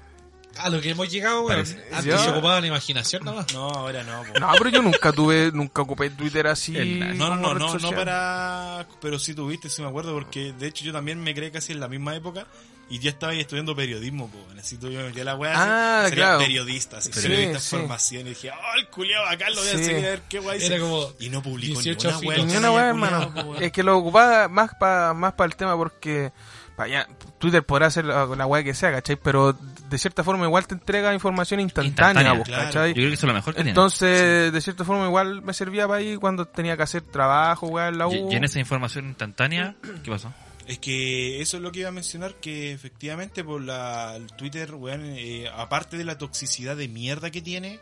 A lo que hemos llegado, weón.
Parece-
Antes
Yo-
se ocupaba la imaginación nomás.
No, ahora no, po.
No, pero yo nunca tuve, nunca ocupé Twitter así.
El-
No, no,
como
no,
red
no, no
social.
para... Pero sí tuviste, sí me acuerdo, porque de hecho yo también me creé casi en la misma época y ya estaba ahí estudiando periodismo, po. Necesito yo me metí a la weá.
Ah,
así, sería
claro.
periodista, así,
Sí,
periodista en
sí.
formación. Y dije, oh, el culiao acá lo voy a
Sí.
seguir a ver qué guay.
Era como
Y no publicó
18
ninguna weá.
filos.
Ni
Entonces,
una
sí,
weá,
culiao,
hermano.
po, weón.
Es que lo ocupaba más para más pa el tema porque pa allá, Twitter podrá hacer la, la weá que sea, ¿cachai? Pero de cierta forma igual te entrega información instantánea,
Instantánea,
vos,
<laughs>
claro.
Yo
¿cachai?
creo que eso es lo mejor que tiene.
Entonces, de cierta forma igual me servía para ahí cuando tenía que hacer trabajo, weá, en la U.
Y y en esa información instantánea, ¿qué pasó?
Es que eso es lo que iba a mencionar, que efectivamente por la el Twitter, weón, eh, aparte de la toxicidad de mierda que tiene,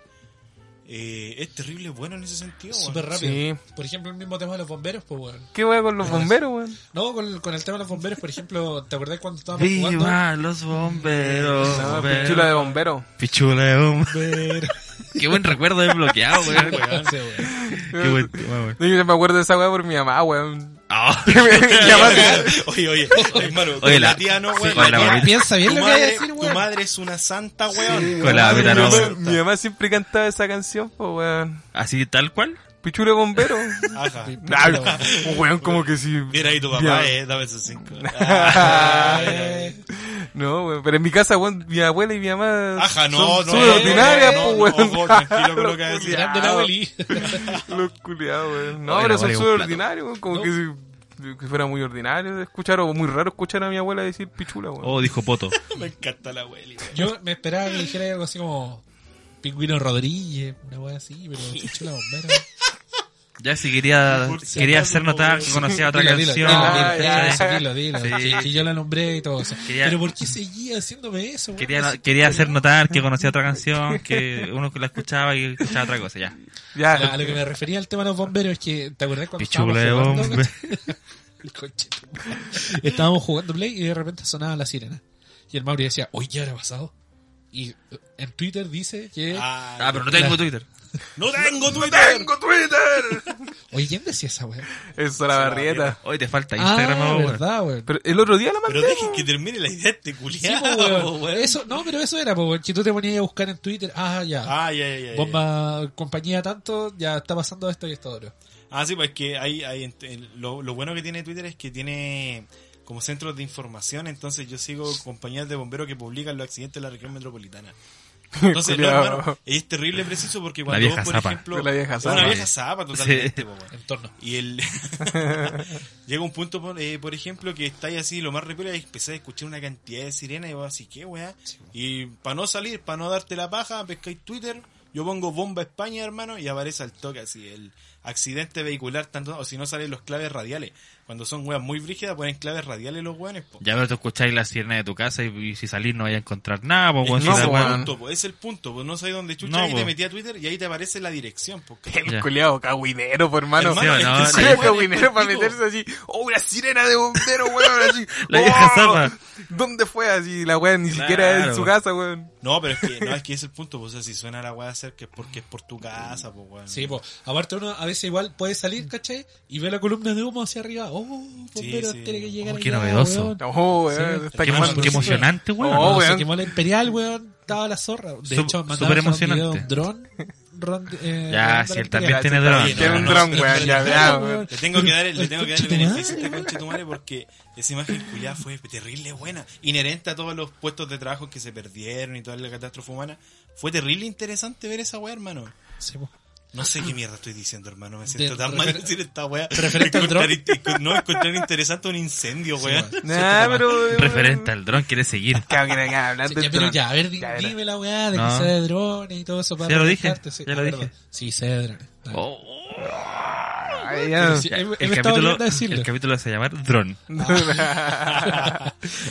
eh, es terrible bueno en ese sentido, weón.
Súper rápido.
Sí.
Por ejemplo, el mismo tema de los bomberos, pues, weón.
¿Qué weá con los bomberos, weón?
No, con, con el tema de los bomberos, por ejemplo, ¿te acordás cuando estábamos jugando?
¡Viva los bomberos!
No,
bomberos.
pichula Ah, de bomberos.
Pichula de
<laughs>
bomberos.
Bombero.
Qué buen recuerdo desbloqueado, weón.
Sí, weón.
Qué buen tema, weón.
Yo me acuerdo de esa weá por mi mamá, weón.
Ah.
<laughs>
Mi mamá se-
Oye, oye, hermano,
Oye,
con
la-
la tía no,
sí,
weón.
oye, la
tía-
mamita.
<laughs> Piensa bien
tu
lo que voy a
madre-
decir,
Tu
weón.
madre es una santa, weón.
Con la mamita
mi,
no,
mamá,
weón.
mi mamá siempre cantaba esa canción, pues, weón.
Así tal cual.
Pichula de
<laughs>
bombero.
Ajá. <laughs>
Claro, un weón como que si...
Mira ahí tu
Ya.
papá, eh, dame esos
<laughs>
cinco.
Eh,
No, weón, pero en mi casa, weón, mi abuela y mi mamá
Ajá, no,
son
no.
súper
no,
ordinarias,
no,
pues,
no,
weón.
ojo, tranquilo con lo que
Los
decís.
Grande la
culiados,
abueli.
<laughs> Los culiados, weón. No,
Oye, la abuela
pero son
es un
súper
plato.
ordinarios, weón, como
No.
que si que fuera muy ordinario de escuchar o muy raro escuchar a mi abuela decir pichula, weón.
Oh, dijo Poto.
Me encanta la abueli. weón.
Yo me esperaba que dijera algo así como Pingüino Rodríguez, una weá así, pero pichula bombero.
Ya si quería,
Por
quería
si
hacer
acaso,
notar
weón.
que conocía otra
Dilo, dilo,
canción.
dilo,
Ah,
dilo,
ya.
eso, dilo, dilo.
Sí.
Sí, yo la nombré y todo eso.
Quería-
Pero ¿por qué seguía haciéndome eso, weón?
Quería,
Así-
quería hacer notar que conocía otra canción, que uno que la escuchaba y escuchaba otra cosa, ya.
Ya,
No, a lo que me refería al tema de los bomberos es que, ¿te acordás cuando
Pichula de
estábamos jugando?
bomberos.
<laughs> El coche de tu madre. estábamos jugando Play y de repente sonaba la sirena. Y el Mauri decía, hoy ¿qué habrá pasado? Y eh, en Twitter dice que...
Ah,
Ah, pero no tengo
Claro.
Twitter.
¡No tengo
¡No
Twitter!
tengo Twitter! <laughs>
Oye, ¿quién decía esa weá?
es la barrieta.
Hoy te falta Instagram,
Ah,
weón.
verdad, weón.
Pero el otro día la mandé.
Pero dejen que termine la idea de este
Sí,
culiado,
po, weón.
po, weón.
Eso, no, pero eso era, po, weón. Si tú te ponías a buscar en Twitter, ah, ya.
Ah, eh. ya, ya, ya, ya.
Bomba, compañía tanto, ya está pasando esto y esto otro.
Ah, sí, pues que hay, hay ent- el- lo, lo bueno que tiene Twitter es que tiene como centros de información, entonces yo sigo compañías de bomberos que publican los accidentes de la región metropolitana.
<laughs>
Entonces, no,
Culeado.
hermano, es terrible preciso porque
La
cuando
vieja
vos, por
zapa.
ejemplo...
La vieja
es
zapa.
Una vieja zapa, totalmente, po, weón.
En torno.
Y el... <laughs> Llega un punto, por, eh, por ejemplo, que estáis así, lo más repela y empezás a escuchar una cantidad de sirenas y vos así, ¿qué weá? Y para no salir, para no darte la paja, pescáis Twitter, yo pongo bomba España, hermano, y aparece al toque así, el accidente vehicular, tanto, o si no salen los claves radiales. Cuando son weas muy brígidas, ponen claves radiales los weones, po.
Ya, pero tú escucháis la sirena de tu casa y, y si salís no vais a encontrar nada, po,
Es
weón.
que
si la
no,
ese
weá-
es el
weón.
punto, po, ese es el punto, po, no sabes dónde chucha
No,
y
po.
te metí a Twitter y ahí te aparece la dirección, po, ¿cachai?
<laughs> El culiao cagüinero, pues, hermano.
Hermano, Sí, no,
El
sí,
<laughs> culiao
ese weón es
cagüinero para
pico.
meterse así. Oh, una sirena de bombero, weón. Así.
La vieja
oh,
zapa.
¿Dónde fue así? La weón ni siquiera en
Claro.
su casa, weón.
No, pero es que, no, es que ese es el punto, po, o sea, si suena la wea cerca es porque es por tu casa, po, weón.
Sí, pues. po. Aparte uno a veces igual puede salir, ¿cachai? Y ve la columna de humo hacia arriba. Oh, bombero,
sí.
tiene que llegar
Oh, qué
allá,
novedoso.
weón.
Oh, weón.
Sí.
está
Qué, emo-
quemando,
qué
quemando.
sí, weón.
emocionante, weón.
Oh,
No, se
weón.
quemó la imperial, weón. Estaba la zorra. De
Sup-
hecho, mandaba
súper
un video de
emocionante.
un dron. ron- eh,
Ya,
rodando
sí,
la
él
imperial.
también
<laughs>
tiene
está
dron.
bien,
Tiene
no,
un
no,
dron,
sí,
weón.
pero
Ya,
el
ya,
dron,
weón.
weón.
Le tengo que dar, le tengo que dar el
Conchetumare,
beneficio a esta
weón.
conchetumare porque esa imagen culiada fue terrible buena, inherente a todos los puestos de trabajo que se perdieron y toda la catástrofe humana. Fue terrible interesante ver esa weá, hermano.
Sí, po.
No sé qué mierda estoy diciendo, hermano. Me siento
De-
tan mal
refer-
decir esta weá.
referente al
Encontrar
dron.
inte- No, encontrar interesante un incendio,
Sí,
weá.
weón.
Nah, pero. eh,
Referente al dron, quiere seguir.
Cabrón, que acá hablando
Sí,
del
ya, pero
dron.
ya, a ver, di-
Ya, era.
dime la weá de
No.
que sé de drones y todo eso. para
Ya lo dije,
relajarte, sí.
ya lo
Ah,
dije.
perdón. Sí, sé de
<laughs>
drones. Está bien.
Oh, oh.
Ay, ya. <laughs>
Sí,
Ya,
he- he
el,
estado
capítulo,
volviendo a decirlo.
el capítulo se llama Dron. <laughs>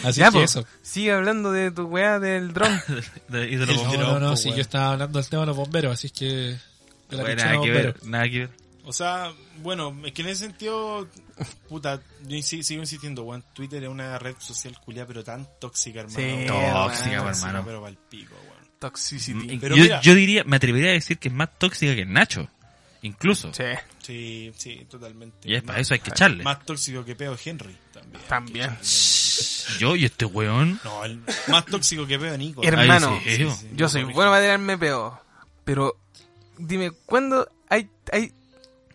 Así
Ya,
que
pues,
eso.
sigue hablando de tu weá del dron.
De- y de los
El
No,
bomberos.
dron,
no, no,
pues,
si
weón.
yo estaba hablando del tema de los bomberos, así es que... de la
Bueno,
pichona
nada que ver,
bomberos.
nada que ver.
O sea, bueno, es que en ese sentido, puta, yo insi- sigo insistiendo, weón. Twitter es una red social culiada, pero tan tóxica, hermano.
Sí,
Weón.
Tóxica,
Tóxica,
hermano.
Pero pa'l pico, weón.
Toxicity.
Pero
Eh, yo,
mira.
yo diría, me atrevería a decir que es más tóxica que Nacho. Incluso.
Sí,
Sí, sí, totalmente.
Y es
Más-
para eso hay que echarle.
Más tóxico que Peo Henry también.
también.
Yo y este weón.
No, el más tóxico que Peo Nico.
Hermano.
Ay, sí, yo.
sí.
Yo soy bueno para tirarme peo, pero dime, ¿cuándo hay, hay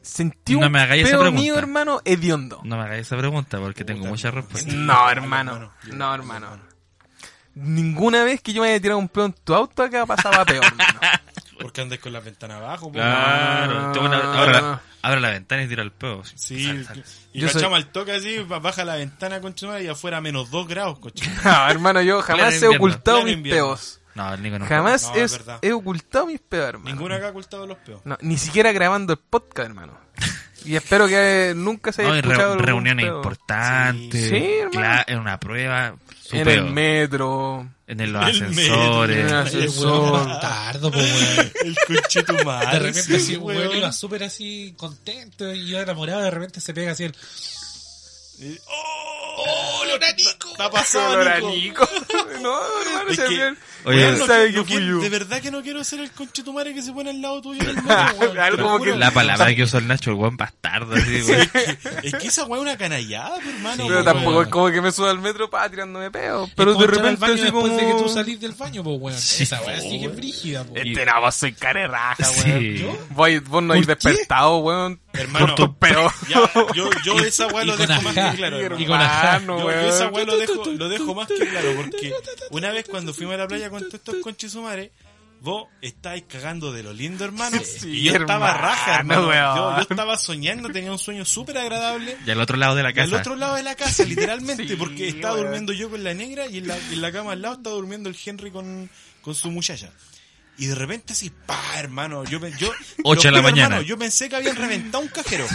sentí
No
un
me hagáis esa
peo
pregunta.
mío, hermano, hediondo?
No me hagas esa pregunta porque tengo
Puta,
muchas
no.
respuestas.
No, hermano, no, hermano. Ninguna vez que yo me haya tirado un peo en tu auto acá pasaba peo, hermano.
Porque andas con la ventana abajo, po.
Claro.
No,
Tengo una-
no,
abre,
no, no.
la, abre la ventana y tira el peo.
Sí,
Sal, sal.
y
Yo soy-
cachamos al toque así, ba- baja la ventana, conchetumare, y afuera menos 2 grados, coche.
No, hermano, yo jamás he
invierno.
ocultado
Pleno
mis
invierno.
peos.
No, el Nico no.
Jamás
No,
he-
es verdad.
he ocultado mis peos, hermano.
Ninguno acá ha ocultado los peos.
No, ni siquiera grabando el podcast, hermano. Y espero que nunca se haya
No, en
escuchado algún
reuniones
peo.
importantes.
Sí, hermano.
cla- en una prueba. su
En
peo.
el metro.
En el- los
El
ascensores.
metro.
Oye,
Asesor.
Eh, weón, bastardo, po,
<laughs>
weón.
El coche tu madre.
De repente así,
sí,
un weón iba súper así contento y yo enamorado, de repente se pega así el...
Y- ¡Oh! Está pasado,
Solo era
Nico.
Nico. <laughs> No, hermano,
Es
se
que-
vio el-
Oye,
Él
no
sabe
quiero- no
que fui
quiero-
yo.
De verdad que no quiero ser el conche tu madre que se pone al lado tuyo. en el metro, weón,
<laughs>
te
Algo
lo
como
juro.
que-
La palabra que usó el Nacho, el weón bastardo. Así, weón.
Es que esa weá es una canallada, pues, hermano.
Pero
weón.
tampoco es como que me subo al metro para tirándome peo.
y
Pero de
como entrar al
repente
baño
así
después
como...
de que tú salís del baño, po, weón.
Sí,
Esa weá sí que es
weón.
brígida, pues. po.
Este no, vos soy cara de raja, weón.
Sí.
Vos, vos no
¿Por
habéis
qué?
despertado, weón.
Hermano,
por tu peo.
Ya, yo, yo esa weá
Y
lo
con
dejo más
ajá.
<laughs>
que claro. hermano.
Y con ajá.
Hermano,
Yo, yo esa
Ah, weón.
weá lo dejo, lo dejo más que claro, porque una vez cuando fuimos a la playa con todos estos conches su madre, vos estáis cagando de lo lindo, hermano.
Sí,
y yo estaba
hermano,
raja, hermano.
weón.
Yo, yo estaba soñando, tenía un sueño súper agradable.
Y al otro lado de la
Al
casa.
otro lado de la casa, literalmente,
Sí,
porque estaba
weón.
durmiendo yo con la negra y en la, en la cama al lado estaba durmiendo el Henry con, con su muchacha. Y de repente así, pa, hermano, yo, pe- yo,
Ocho
yo
de la
juro, hermano,
mañana.
yo pensé que habían reventado un cajero.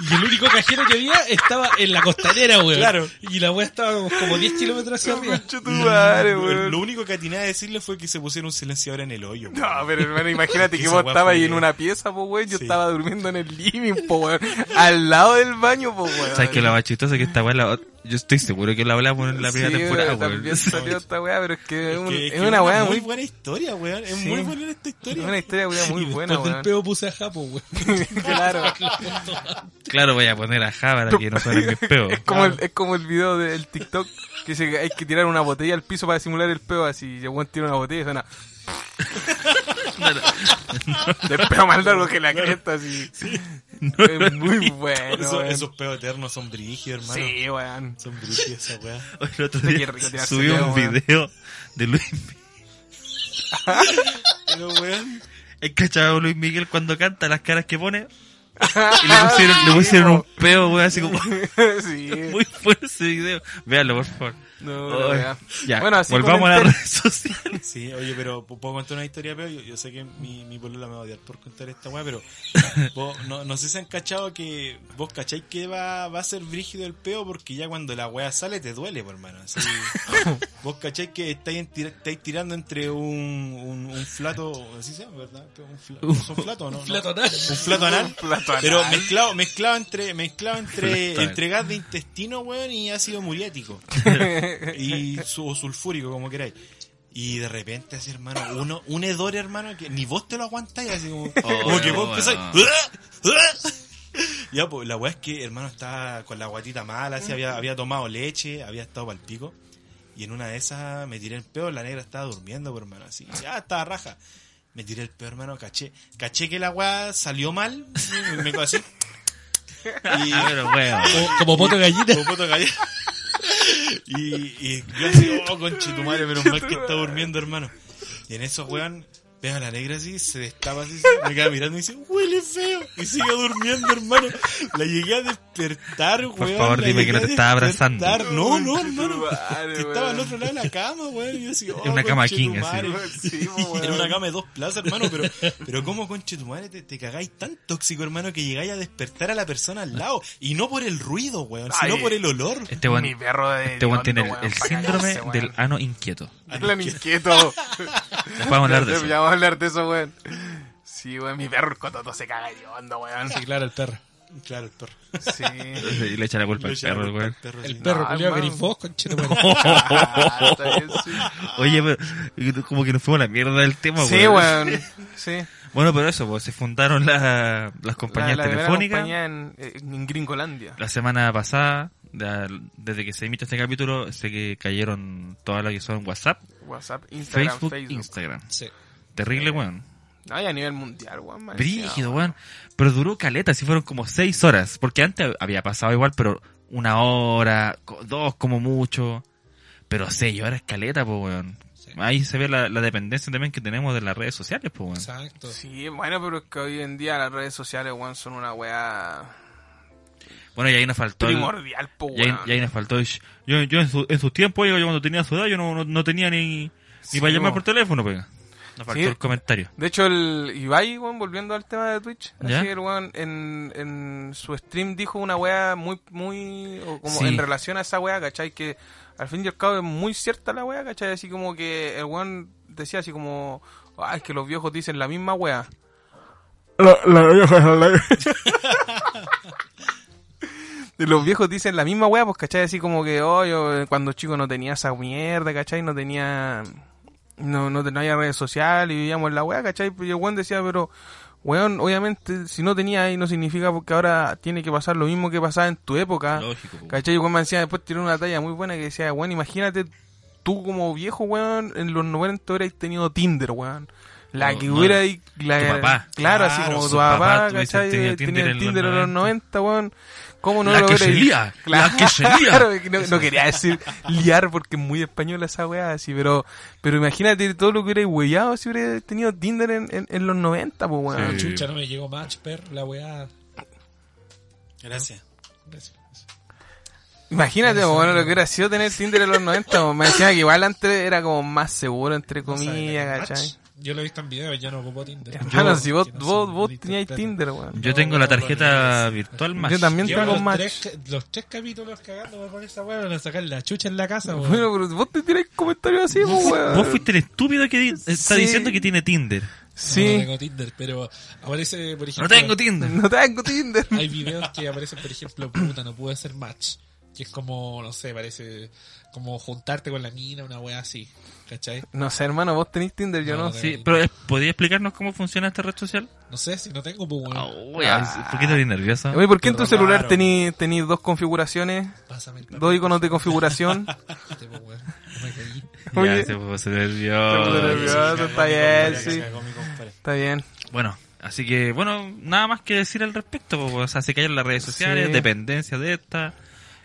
Y el único cajero que había estaba en la costanera, weón.
Claro.
Y la weá estaba como 10 kilómetros hacia arriba.
Concha tu madre,
Lo,
weón.
lo único que atiné a decirle fue que se pusieron un silenciador en el hoyo.
No, pero hermano, imagínate que
Esa
vos
weá
estabas
fue-
ahí en una pieza, po, weón. Yo
Sí.
estaba durmiendo en el living, po, weón. Al lado del baño, po, weón.
¿Sabes que lo más chistoso es que esta weá la, Yo estoy seguro que lo hablamos en la primera
Sí,
temporada,
weón, también
weón.
salió esta weá, pero es que es,
Es
un-
que-
es
que
una weá
muy
muy,
buena historia, weón. Es
Sí.
muy buena esta
es
historia.
una historia weá muy
y
buena,
después del
weón.
peo puse a Japo, weón.
<laughs>
<laughs>
Claro.
<laughs> Claro, voy a poner a Java para que no suene mi peo.
Es como, el, es como el video del TikTok que dice que hay que tirar una botella al piso para simular el peo. Así, y el weón tira una botella y
<laughs>
suena. De peo más largo que la cresta, así. es muy bueno.
Eso-
weón.
esos peos eternos son brígidos, hermano.
sí, weón.
Son brígidos esa weá.
<laughs> El otro
Qué
día
rico tirarse
subí
peo,
un
weón.
video de Luis Miguel.
Pero weón,
¿Has cachado a Luis Miguel cuando canta las caras que
<laughs>
pone? Y le pusieron, le pusieron un peo, weón, así como
<laughs> sí.
<laughs> muy fuerte ese video. Véanlo, por favor.
No,
Ay,
la weá.
ya,
Bueno, así
volvamos a las
comentar-
redes sociales.
sí, oye, pero ¿pu- ¿puedo contar una historia, peo? Yo, yo sé que mi, mi polola me va a odiar por contar esta weá, pero vos- no, no sé si han cachado que vos cacháis que va, va a ser brígido el peo porque ya cuando la weá sale te duele, pues, hermano.
<laughs>
Así, vos cacháis que estáis, en tira- estáis tirando entre un, un, un flato, así se llama, ¿verdad? Un flato, ¿Son flato o no?
Plato
No.
anal.
Un flato anal.
Plato anal.
Pero mezclado, mezclado entre, mezclado entre,
Flotante.
entre gas de intestino, weón, y ácido muriático. y su, o sulfúrico, como queráis. Y de repente, así, hermano, uno, un hedor, hermano, que ni vos te lo aguantáis, así como, como que vos
bueno.
empezáis. "Uah, uah". Ya, pues la weá es que, hermano, estaba con la guatita mala, así, había, había tomado leche, había estado pa'l pico. Y en una de esas me tiré el peo, la negra estaba durmiendo, pues, hermano, así, ya estaba raja. Me tiré el peo, hermano, caché. Caché que la weá salió mal, me, me quedé así.
<laughs>
Y,
Ah, pero weón.
Como- Como poto gallina.
como poto gallego. Y, y yo así, oh, conche tu madre, menos mal que está durmiendo, hermano. Y en eso, weón, pega la negra así, se destapa así, se- me queda mirando y dice, huele feo. Y sigue durmiendo, hermano. La llegué a despertar, weón.
Por favor,
la
dime
llegué
que no te
a
estaba
despertar.
abrazando.
No, no, hermano.
Madre,
Que estaba al
weón.
otro lado de la cama, weón. Y yo así, oh,
En una cama
conche tu
king, así.
madre.
<laughs>
<laughs>
Sí, weón.
Era una cama de dos plazas, hermano, pero, pero ¿cómo, conche tu madre, te, te cagáis tan tóxico, hermano, que llegáis a despertar a la persona al lado? Y no por el ruido, weón, sino
Ay.
por el olor.
Este weón
Mi perro de.
este weón
hediondo,
tiene el,
weón,
el
pa'
síndrome
cagarse,
del
weón.
ano inquieto.
Plan inquieto.
Después vamos a hablar de eso.
<laughs> Ya vamos a hablar de eso, weón. Sí, weón, mi perro el cototo se caga hediondo, weón.
Sí, claro, el perro.
Claro, el perro.
Sí.
Y le echa la culpa
Lo
al
echaron
perro, el
por
weón.
perro, sí.
El perro,
No,
culiao,
hermano.
querís vos, conchero,
<laughs>
Ah, está bien, sí.
Oye, pero como que nos fuimos a la mierda del tema,
Sí, weón. Sí.
Bueno, pero eso, pues se fundaron la- las compañías
la, la primera
telefónicas
compañía en, eh, en Gringolandia.
la semana pasada. da- desde que se emite este capítulo, sé que cayeron todas las que son WhatsApp,
WhatsApp, Instagram,
Facebook,
Facebook.
Instagram.
Sí.
Terrible, weón.
Ay, a nivel mundial, weón. man.
Brígido, weón. Pero duró caleta, si fueron como seis horas. Porque antes había pasado igual, pero una hora, co- dos como mucho. Pero seis horas caleta, pues, weón.
Sí.
Ahí se ve la, la dependencia también que tenemos de las redes sociales, pues, weón.
Exacto.
Sí, bueno, pero es que hoy en día las redes sociales, weón, son una weá
Bueno, y ahí nos faltó. el-
primordial, po,
y, ahí,
weón.
y ahí nos faltó. el- Yo, yo en, su, en sus tiempos, yo cuando tenía su edad, yo no, no, no tenía ni,
Sí,
ni para llamar
weón.
por teléfono, pega. Nos faltó
Sí.
el comentario.
De hecho, el Ibai, weón, volviendo al tema de Twitch,
¿Ya?
así el weón en, en su stream dijo una weá muy, muy, o como
Sí.
en relación a esa weá, ¿cachai? Que al fin y al cabo es muy cierta la weá, ¿cachai? Así como que el weón decía así como, ah, es que los viejos dicen la misma weá. La, vieja <laughs> Los viejos dicen la misma weá, pues, ¿cachai? Así como que, oh, yo eh, cuando chico no tenía esa mierda, ¿cachai? No tenía no, no, te- no había redes sociales y vivíamos en la weá, ¿cachai? Pues, Y el weón decía, pero, weón, obviamente, si no tenía ahí no significa porque ahora tiene que pasar lo mismo que pasaba en tu época.
Lógico, po.
¿Cachai? Y el weón me decía, después tiró una talla muy buena que decía, weón, imagínate tú como viejo, weón, en los 90 hubierais tenido Tinder, weón. La
No,
que
no,
hubiera ahí, la,
tu papá.
claro, así
Claro,
como tu
su
papá,
papá tuviese
¿cachai?
tenido
Tenía
Tinder en
Tinder,
los
en los 90, weón. ¿Cómo no
La
lo
que
hubiera
se lía, la que se lía.
<laughs> Claro, que no, no quería decir liar porque es muy española esa weá, así, pero, pero imagínate todo lo que hubiera huellado si hubiera tenido Tinder en, en, en los 90, pues weón.
Sí.
Ah, Chucha, no me llegó match, perro, la weá.
Gracias.
Gracias, gracias.
Imagínate, pues, bueno, lo que hubiera sido tener Tinder en los 90, pues, me decían que igual antes era como más seguro, entre comillas, ¿cachai?
Yo lo he visto en video y yo no ocupo Tinder.
Hermano, si vos,
Que no
vos,
sé,
vos
no
teníais
interpreto.
Tinder, weón.
Yo tengo la tarjeta virtual más.
Yo también
Llevo
tengo
los,
match.
tres, ca- los tres capítulos cagando con esa weá, van a sacar la chucha en la casa, weón.
Bueno, pero vos te tiráis comentarios así, pues, weón.
Vos fuiste el estúpido que di- está
Sí.
diciendo que tiene Tinder.
No, no
Sí,
tengo Tinder, pero aparece, por ejemplo.
No tengo Tinder.
no tengo Tinder.
Hay videos que aparecen, por ejemplo, puta, no pude hacer match. Que es como, no sé, parece como juntarte con la mina, una wea así. ¿Cachai?
No sé, hermano, vos tenés Tinder, yo no.
No,
Sí, pero eh, ¿podía explicarnos cómo funciona esta red social?
No sé si no tengo, pues
Ah,
weón.
un poquito de nervioso.
Oye, ¿por qué en
Qué
tu
raro.
celular tenís tenís dos configuraciones?
Pásame el papel,
Dos iconos de configuración.
pues, weón. No me caí.
Ya,
Oye.
se puso
puso
nervioso.
nervioso. Ah, está bien, sí. Está bien.
Bueno, así que, bueno, nada más que decir al respecto. po, O sea, se cayeron las redes sociales,
Sí.
dependencia de esta.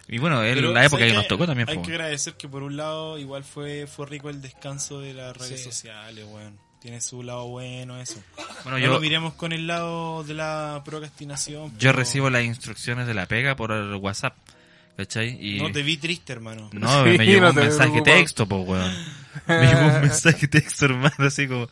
Y bueno, es
Pero,
la época
¿sabes
que nos
qué?
tocó también. pues.
Hay
po.
que agradecer que por un lado igual fue, fue rico el descanso de las redes
Sí.
sociales, weón. Tiene su lado bueno eso.
Bueno,
no lo
yo,
miremos con el lado de la procrastinación.
yo
pero
recibo las instrucciones de la pega por el WhatsApp. ¿Cachai? Y...
No te vi triste, hermano.
<laughs> No,
Sí,
me llegó
no
un
te
mensaje
preocupes.
texto, po, weón. Me llegó <laughs> un mensaje texto, hermano, así como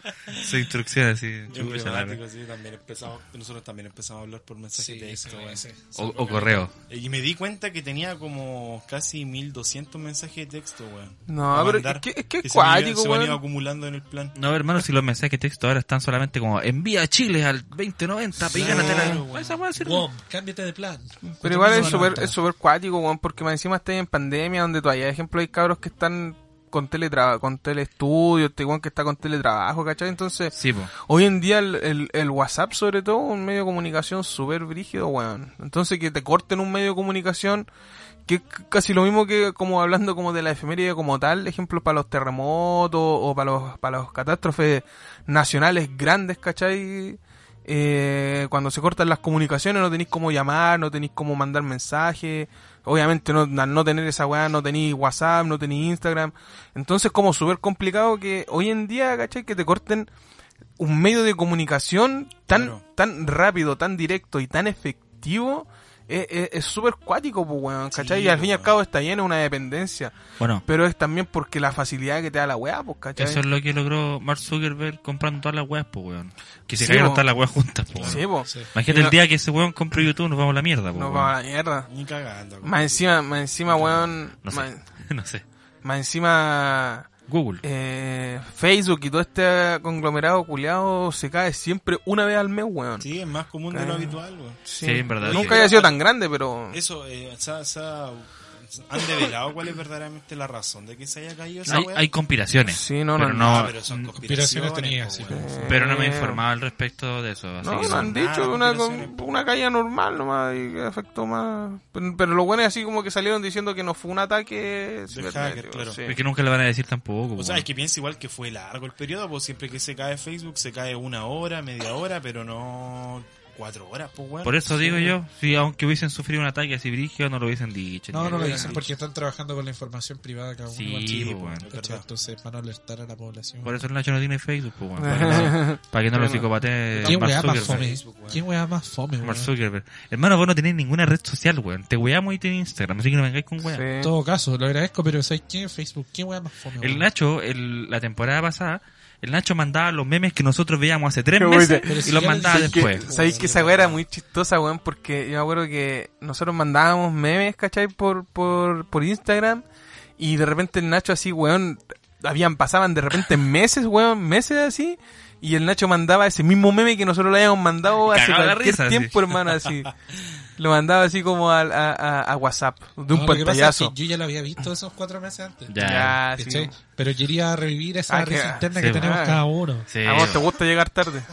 su instrucción, así.
Yo
chucha,
problemático,
la-
sí, también empezamos, nosotros también empezamos a hablar por mensaje
Sí,
de texto,
esa wea,
weón.
sí.
O, o correo.
Y me di cuenta que tenía como casi 1200 mensajes de texto, weón.
No,
Pa'
pero
mandar.
es que- es que es
se me iban-
cuático,
Se me han
weón.
ido acumulando en el plan.
No, hermano, si los mensajes de texto ahora están solamente como envía a Chile al 2090,
Sí,
pega la
claro,
tela.
weón.
Esa weá sirve.
Wom, cámbiate de plan.
Pero igual es súper es súper cuático, weón, porque más encima estáis en pandemia, donde todavía, por ejemplo, hay cabros que están con teletrabajo, con telestudio, este weón que está con teletrabajo, ¿cachai? Entonces,
Sí, po.
hoy en día el, el- el WhatsApp, sobre todo, un medio de comunicación súper brígido, weón. Entonces, que te corten un medio de comunicación, que es c- casi lo mismo que como hablando como de la efeméride como tal, ejemplo, para los terremotos o para los, para los catástrofes nacionales grandes, ¿cachai? Eh, cuando se cortan las comunicaciones no tenéis cómo llamar, no tenéis cómo mandar mensajes, obviamente no, al no tener esa weá, no tenéis WhatsApp, no tenéis Instagram, entonces como súper complicado que hoy en día, ¿cachai? Que te corten un medio de comunicación tan,
Claro.
tan rápido, tan directo y tan efectivo, es- es es súper cuático, pues, weón, ¿cachai?
Sí,
y al fin y al
weón.
cabo está lleno de una dependencia,
Bueno,
pero es también porque la facilidad que te da la weá, pues, ¿cachai?
eso es lo que logró Mark Zuckerberg comprando todas las weas, po, weón. Que se
Sí,
cayeron
po.
todas las weas juntas, po, weón.
Sí, pues.
Sí.
Imagínate
No-
el día que ese weón compre YouTube, nos vamos a la mierda, po,
No
weón.
va a la mierda.
Ni cagando.
Más encima, más encima, weón.
No
más,
sé. <laughs> no sé.
más encima,
Google.
eh, Facebook y todo este conglomerado culiado se cae siempre una vez al mes, weón.
Sí, es más común de lo habitual, weón.
Sí.
Sí, en verdad,
Nunca
sí.
haya sido tan grande, pero.
Eso, eh, sa- sa- han develado cuál es verdaderamente la razón de que se haya caído esa
hay,
weá.
hay conspiraciones.
Sí, no, no,
pero
no.
no,
Ah, pero
Mm,
son
Conspiraciones
conspiraciones.
tenía,
po,
sí.
weón.
pero no me he informado al respecto de eso. Así
No,
que
no han
nada,
dicho una,
conspiraciones, po.
una caída normal nomás y que afectó más. Pero, pero lo bueno es así como que salieron diciendo que no fue un ataque. cibernético,
claro.
sí.
Es que nunca le van a decir tampoco.
O
po,
sea, es
weón.
que piensa igual que fue largo el periodo, pues siempre que se cae Facebook se cae una hora, media hora, pero no cuatro horas, pues weón.
Por eso
Sí,
digo
weón.
yo, si aunque hubiesen sufrido un ataque así brigio, no lo hubiesen dicho.
No,
ni
no lo
nada.
dicen porque están trabajando con la información privada cada uno.
Sí,
¿cachai?
po,
Sí, po,
weón.
es
pues, ¿Cachai?
verdad.
Entonces, para no alertar a la población.
Por eso el Nacho no tiene Facebook, po, weón, para que
<laughs>
no- para que no lo
Sí, no.
psicopatee
¿Quién
Mark
weá más
Zuckerberg.
fome?
Facebook, weón.
¿Quién weá más fome, weón?
Mark Zuckerberg. Hermano, vos no tenés ninguna red social, weón. Te weamos y tenés Instagram, así que no vengáis con weón.
En
Sí.
todo caso, lo agradezco, pero ¿sabes qué? Facebook, ¿quién weá más fome,
El
weón?
Nacho, el- la temporada pasada, el Nacho mandaba los memes que nosotros veíamos hace tres
Qué
meses
buena.
y
si
los
ya lo
mandaba
dije-
después.
Pues,
Sabéis que esa weá era muy chistosa, weón, porque yo me acuerdo que nosotros mandábamos memes, ¿cachai? Por, por, por Instagram y de repente el Nacho así, weón, habían, pasaban de repente meses, weón, meses así, y el Nacho mandaba ese mismo meme que nosotros le habíamos mandado hace
Cagaba la
cualquier
risa,
tiempo,
<laughs>
hermano, así. Lo mandaba así como al- a, a, a WhatsApp, de un
No, lo que pasa es
pantallazo.
que yo ya lo había visto esos cuatro meses antes.
Ya.
Ya, sí.
¿cachai? Pero quería revivir esa
Ah,
risa
que-
interna
sí,
que tenemos
weón.
cada uno.
Sí,
A vos te
weón.
gusta llegar tarde.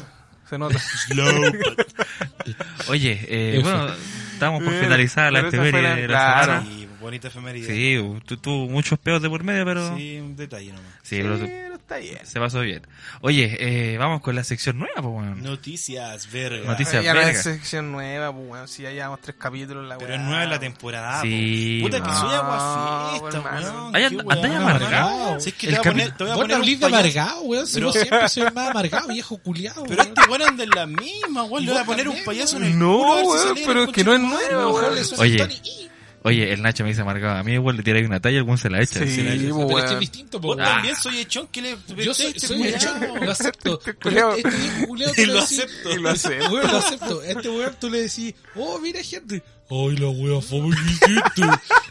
Se nota.
Slow, but-
Oye, eh,
Eso.
bueno, estamos por
Eh,
finalizar la
pero esa
efeméride
fue la-
de la
claro.
semana.
Sí, bonita efeméride. Sí.
Sí, tú tuvo muchos peos de por medio, pero... Sí,
un detalle nomás.
pero
Pero está bien.
se pasó bien. Oye, eh, vamos con la sección nueva, pues, weón.
Noticias, verga.
Noticias.
Ya no es
verga.
sección nueva, pues, weón. Si ya llevamos tres capítulos, la
Pero
weá.
es nueva la temporada.
Sí,
po. pues. Puta que
weón.
soy aguafista,
Ah, bueno,
weón.
Ay,
qué
and-
weón,
andáis
amargado.
Si es que
El
te voy a poner, te voy a
Vos no
poner
hablís
un
de
payaso.
amargado, weón. Si
Pero-
vos
<laughs>
siempre soy más amargado, viejo culiado,
Pero
weón.
este weón anda en la misma, weón. Le voy a poner un payaso en el
No,
culo a ver si
weón,
se alegra,
pero es que no es
conchetumare.
nueva,
Ojalá
weón.
le suene
Oye.
Tony E.
Oye, el Nacho me dice marcado. A mí igual le tira ahí una talla y el weón se la echa.
Sí,
Se la echa.
po,
Pero este es
weón.
distinto, po,
Vos
weón.
también soy echón que le...
ah. Yo soy,
este
soy
culiao. <laughs>
echado,
<laughs>
lo acepto.
Este
Pero
culiao.
este este viejo culiao,
Y
tú le
lo
decís-
acepto.
Y lo acepto.
este Weón, lo acepto. Este weón tú le decís, oh, mira gente, ¡Ay, la wea fome que hiciste!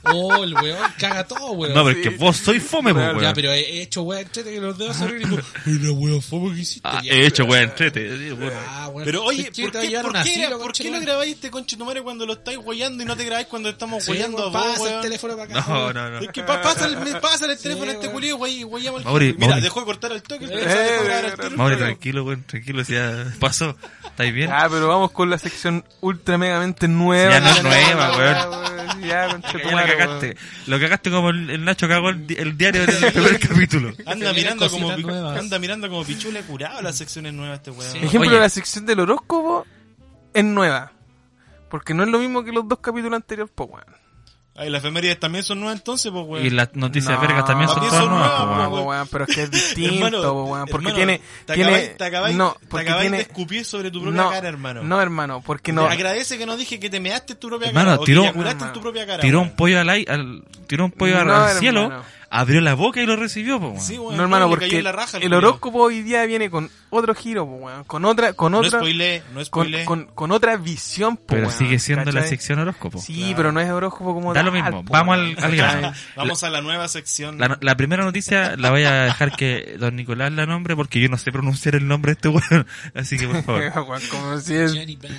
¡Oh, el weón caga todo, weón!
No, pero es que vos soy fome, po,
Ya,
weón.
pero he hecho wea entrete que los dedos se abren y digo, ¡Ay, la wea fome que hiciste!
Ah,
Ya,
he hecho, weón, entrete. Sí, weón.
Ah, weón.
Pero oye,
¿por qué
¿por
te va a
qué,
llevar
por
un
qué-
asilo,
por qué
conchetumare?
lo grabáis este conchetumare cuando lo estáis guayando y no te grabáis cuando estamos
Sí,
guayando a
weón,
vos,
pasa el
weón?
teléfono para acá.
No,
weón.
no, no.
Es que pa- pasa el, me pasa el teléfono a este
weón.
culio, güey, y guayamos al
Mauri,
jefe. Mira,
Mauri.
dejó de cortar el toque, el
Eh,
se dejó de grabar
eh,
al tiro,
Mauri,
weón.
tranquilo, weón, tranquilo, si ya pasó. ¿Estáis bien?
Ya, pero vamos con la sección ultra megamente nueva.
Ya no es
Ya,
nueva,
ya, weón. Ya,
Ya
conchetumare,
la cagaste.
weón.
Lo cagaste como el, el Nacho cagó el, di- el diario del primer capítulo.
Anda
Vienen
mirando,
cositas
como, pi-
nuevas.
anda mirando como pichule curado las secciones nuevas este weón.
Ejemplo,
Oye.
la sección del horóscopo es nueva. Porque no es lo mismo que los dos capítulos anteriores, pues, weón.
Ay, las efemérides también son nuevas entonces, pues weón.
Y las noticias
No,
vergas también son
también
todas
son
nuevas,
nuevas,
po, weón.
No, po, weón, pero es
<laughs>
que es distinto,
Hermano,
po, weón, porque
hermano,
tiene,
te
tiene,
acabáis, te acabáis,
no,
te
porque
acabáis
tiene,
de escupir sobre tu propia
no,
cara, hermano.
no, hermano, porque no,
Te agradece que nos dije que te measte en tu propia
Hermano,
cara. o que
tiró-
eyaculaste en
hermano,
tu propia cara.
Tiró un
weón.
pollo al, ai- al- tiró un pollo al-
No,
al
hermano.
cielo, abrió la boca y lo recibió, po, weón.
Sí, weón,
no, hermano,
le cayó
porque
en la raja al
el
culiao.
horóscopo hoy día viene con otro giro, po, weón, con otra, con
No
otra,
spoilé, no
con,
spoilé. <laughs>
con, con otra visión, po,
pero
weón,
sigue siendo la
¿cachai?
sección horóscopo.
Sí, pero no es horóscopo como
Da lo
tal,
mismo,
po,
vamos
weón,
al, al grano.
¿cachai?
Vamos a la nueva sección.
La, la primera noticia la voy a dejar que don Nicolás la nombre porque yo no sé pronunciar el nombre de este weón. <laughs> Así que por favor.
<laughs> Weón, como si es-
Johnny Bang.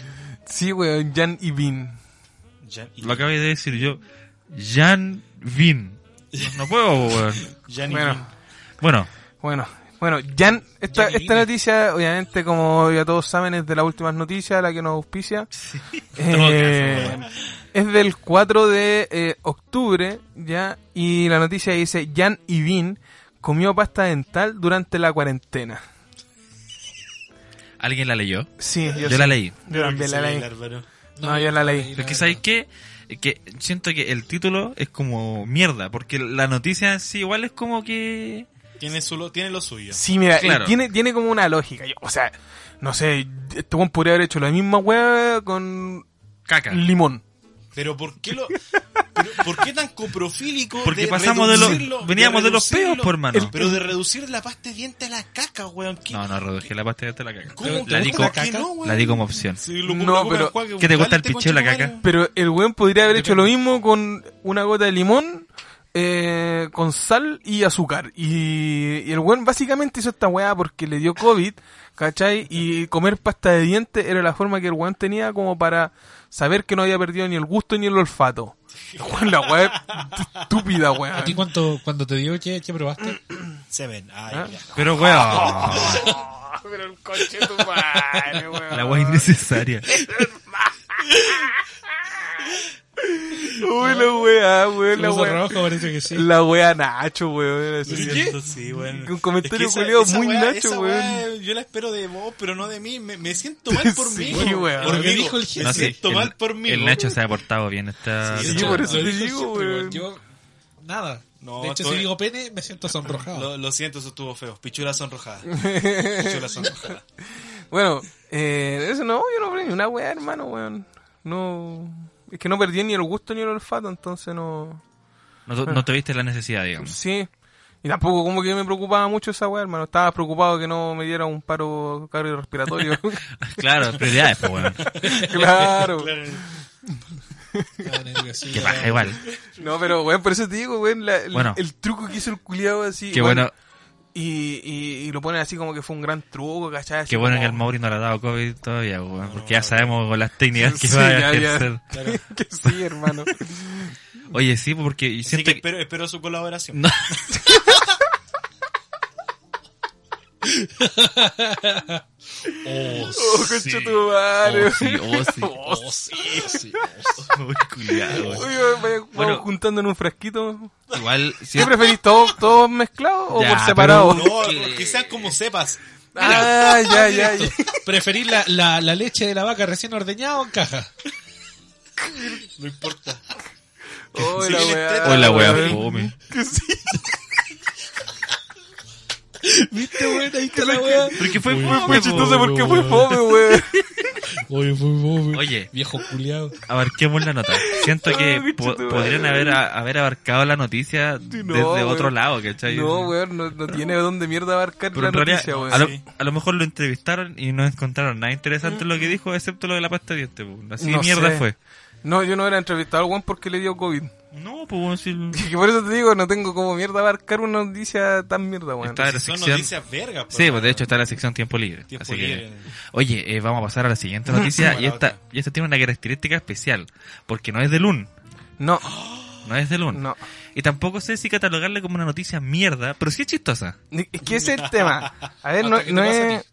sí, weón, Jan y Bin.
Jan-
Lo acabo de decir yo. Jan Vin. No, no puedo, po, weón.
Jan y Vin.
Bueno,
Bueno,
Bueno, bueno, Jan, esta,
Jan y
esta
Vin.
noticia, obviamente, como ya todos saben, es de las últimas noticias, la que
<laughs>
nos auspicia. Eh,
todo caso, weón.
es del 4 de eh, octubre, ya, y la noticia dice, Jan Ibin comió pasta dental durante la cuarentena.
¿alguien la leyó?
Sí, yo,
Yo
sí.
la leí.
Yo también la
Se
leí.
ve, Álvaro.
No, yo la leí.
Pero es que ¿sabes qué? Es Que siento que el título es como mierda, porque la noticia en sí igual es como que...
Tiene, su lo, tiene lo suyo.
Sí, mira,
Claro.
eh, tiene, tiene como una lógica. Yo, o sea, no sé, este weón podría haber hecho la misma hueá con
Caca.
limón.
Pero ¿por
<laughs>
qué lo.? pero ¿Por qué tan coprofílico?
Porque pasamos de
reducirlo-
los... Veníamos de, los
reducirlo-
peos, por mano.
Pero de reducir la pasta de diente a la caca, weón. ¿qué-
No, no, reduje la pasta de la caca.
¿Cómo
La
te
di,
gusta
como,
la caca? No, weón.
la di como opción.
Si lo-
No,
lo ocupas,
pero-
juega con
¿Qué te gusta el
caliente,
picheo de la
conchetumare.
caca?
Pero el weón podría haber hecho lo mismo con una gota de limón, eh, con sal y azúcar. Y, y el weón básicamente hizo esta weá porque le dio COVID, ¿cachai? Y comer pasta de dientes era la forma que el weón tenía como para saber que no había perdido ni el gusto ni el olfato. <laughs> Weón, la weá es estúpida,
¿A
weón.
ti cuánto, cuando te digo que, que probaste?
Seven. Ay,
¿Ah?
mira.
Pero, weón,
Pero el coche tu madre, weón.
la weá innecesaria.
Uy, la weá, weón, <laughs> la
Lo
weá.
rojo parece que sí.
La weá Nacho, weón.
Sí,
así.
cierto, sí, weón.
Un comentario
Es que esa-
culiao
esa
muy
weá-
nacho,
esa weá, Yo la espero de vos, pero no de mí. Me, me siento mal por
<laughs> Sí,
mí.
weón.
Por
Lo que
mí,
dijo el jefe.
Me
No, sí,
siento
el-
mal por mí.
El
weón.
Nacho se ha portado bien esta...
Sí,
esta-
yo por eso
Lo
te
digo
digo,
siempre,
weón.
weón. Yo, nada.
No,
de hecho,
todo
si
es-
digo pene, me siento sonrojado.
Lo, lo siento, eso estuvo feo.
<laughs>
Pichula sonrojada. Pichula sonrojada.
Bueno, eh, eso no, yo no perdí ni una weá, hermano, weón. No. Es que no perdí ni el gusto ni el olfato, entonces no.
No, no tuviste la necesidad, digamos.
Sí. Y tampoco como que me preocupaba mucho esa weá, hermano. Estaba preocupado que no me diera un paro
<laughs>
cardiorrespiratorio.
<laughs> Claro, prioridades, pues, weón.
<laughs> claro.
Estaba nerviosito.
Que baja igual.
No, pero weón, por eso te digo, weón, la- el-
Bueno.
el truco que hizo el culiado así.
Qué
weón,
bueno,
Y, y, y lo ponen así como que fue un gran truco, ¿cachai? Así
Qué bueno
como-
que al Mauri no le ha dado COVID todavía, weón, porque ya sabemos con las técnicas que
Sí,
va
ya,
a
ya.
ejercer.
<laughs> que
<laughs>
sí, hermano.
Oye, sí, porque
Así
siento
que
que...
espero, espero su colaboración.
No.
Oh,
Oh, concha tu madre.
Oh, sí, oh, sí.
oh, sí, sí.
<laughs> Uy, culiao, weón.
Uy, weón, vamos
Bueno.
juntando en un frasquito.
Igual, sí,
¿Qué preferís? ¿Todo, todo mezclado o
Ya,
por
pero
separado?
no-
No, que sean como sepas.
Ah, ya, ya, ya.
¿Preferís la, la, la leche de la vaca recién ordeñada o en caja?
No importa.
Hola,
Sí,
weá.
Hola, weón,
weón.
fome.
¿Viste, weón? Ahí está la weá.
Porque fue
Uy,
fome,
Fue
po.
chistoso porque fue fome, weón.
Oye, fue fome.
Oye.
Viejo culiado.
Abarquemos la nota. Siento
Ah,
que
qué
po-
chistoso,
podrían
madre.
haber, a- haber abarcado la noticia
Sí, no,
desde
weón.
otro lado, ¿cachai?
No, weón, no, no tiene dónde mierda abarcar
Pero
la
en realidad,
noticia,
a, lo,
weón.
Sí.
a lo mejor lo entrevistaron y no encontraron nada interesante en lo que dijo, excepto lo de la pasta de dientes. po. Así
No
mierda
sé.
fue.
No, yo no era entrevistado al weón porque le dio COVID. <laughs>
No, pues bueno, si el-
Y por eso te digo, no tengo como mierda abarcar una noticia tan mierda, weón.
está la
Son
sección.
noticias vergas. po,
Sí, pues de
weón.
hecho está la sección tiempo libre.
Tiempo
así que-
libre.
oye, eh, vamos a pasar a la siguiente
<laughs>
noticia y
Buena
esta,
otra.
y esta tiene una característica especial porque no es de LUN,
No,
no es de LUN.
no.
Y tampoco sé si catalogarla como una noticia mierda, pero sí es chistosa.
Es que ese es el tema.
<laughs>
A ver, no,
Hasta que te
no
pasa a
es...
ti.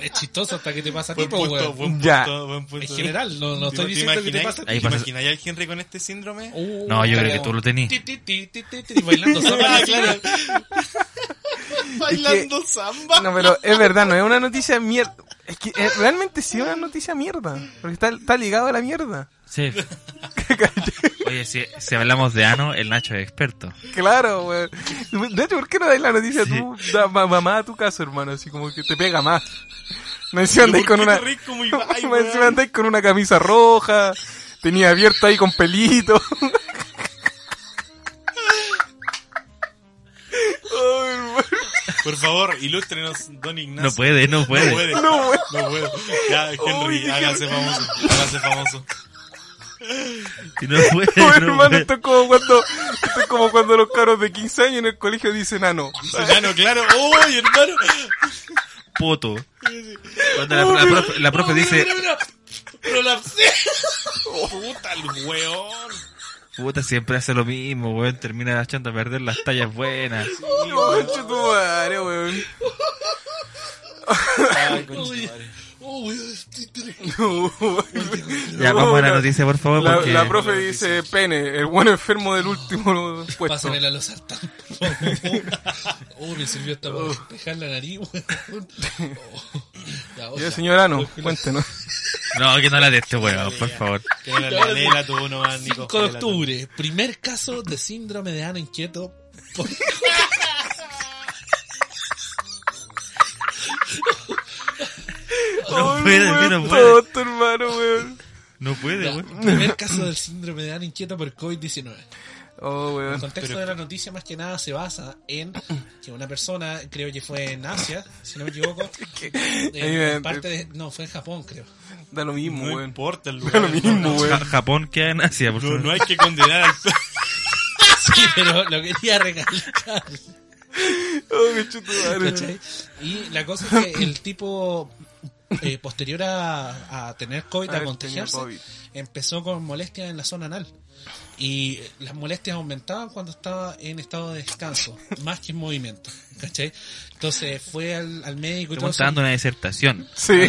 Es chistoso hasta que te pasa a ti,
Buen
po,
punto,
weón.
buen punto,
Ya.
buen punto.
En general, no, no
¿Te-
estoy
te
diciendo que te
imagináis-
pasa.
Ahí
¿Te
pasa-
imagináis al Henry con este
<laughs>
síndrome? <laughs>
Uh,
No, yo creo que
como-
tú lo tenías.
Ti, ti, ti, ti, ti, ti, bailando solo.
Ah,
<laughs>
claro. Bailando samba.
No, pero es verdad, no es una noticia mierda. Es que eh, realmente sí es una noticia mierda. Porque está, está ligado a la mierda.
<laughs>
Sí. Oye, si, si hablamos de ano, el Nacho es experto.
Claro, weón. De hecho, ¿por qué no dais la noticia
Sí.
tú, da- ma- mamá a tu caso, hermano? Así como que te
<laughs>
pega más. Me encima andáis con una... <laughs>
Rico, como Ibai,
Me encima
weón.
andáis con una camisa roja. Tenía abierto ahí con pelito. <laughs> Ay, hermano.
Por favor, ilústrenos, don Ignacio.
No puede, no
No
puede.
puede.
No puede.
No puede. Ya, Henry,
Uy,
hágase famoso. Hágase famoso.
<laughs> No
<laughs>
puede,
No,
no
hermano,
puede.
esto es como cuando, esto es como cuando los caros de 15 años en el colegio dicen "Ah, ano.
Ya no, claro. ¡Uy, hermano!
Poto. Cuando la, la profe, la profe dice,
¡Prolapsé! ¡Puta el weón!
puta, siempre hace lo mismo, weón. Termina echando a perder las tallas buenas.
Oh, chutumare, weón.
Ay, conchetumare.
Uy, ti, ti, ti.
No,
Ya, vamos a la noticia, por favor,
La,
porque...
la profe dice pene, el buen enfermo del último puesto.
Pásamela a los sartán, por favor. <laughs> Oh, me sirvió hasta para despejar la nariz, weón. Oh. Ya, o
Ya,
sea,
señor Ano, cuéntenos. <laughs>
No, que no la de este weón, por favor.
Que era la nena tú, no más, Nico.
5 de octubre, primer caso de síndrome de ano inquieto. por-
No puede,
weón,
no puede.
tonto, hermano, weón.
No puede, weón.
primer caso del síndrome de ano inquieto por COVID-19.
Oh,
El
weón.
contexto de la noticia más que nada se basa en que una persona, creo que fue en Asia, si no me equivoco, eh,
eh,
en parte de- no, fue en Japón, creo.
Da lo mismo,
No
weón.
importa el
Da lo
lugar.
mismo,
Ja-
weón.
Japón queda en Asia, por
No,
favor.
no hay que condenar al...
Sí, pero lo quería recalcar.
<laughs> Oh, qué chutumare.
¿cachai? Y la cosa es que el tipo, eh, posterior a, a tener COVID,
Ah,
a
él
contagiarse,
tenía COVID.
empezó con molestias en la zona anal. Y eh, las molestias aumentaban cuando estaba en estado de descanso, más que en movimiento. ¿cachai? Entonces fue al, al médico y todo
Estamos
eso,
dando una disertación.
Le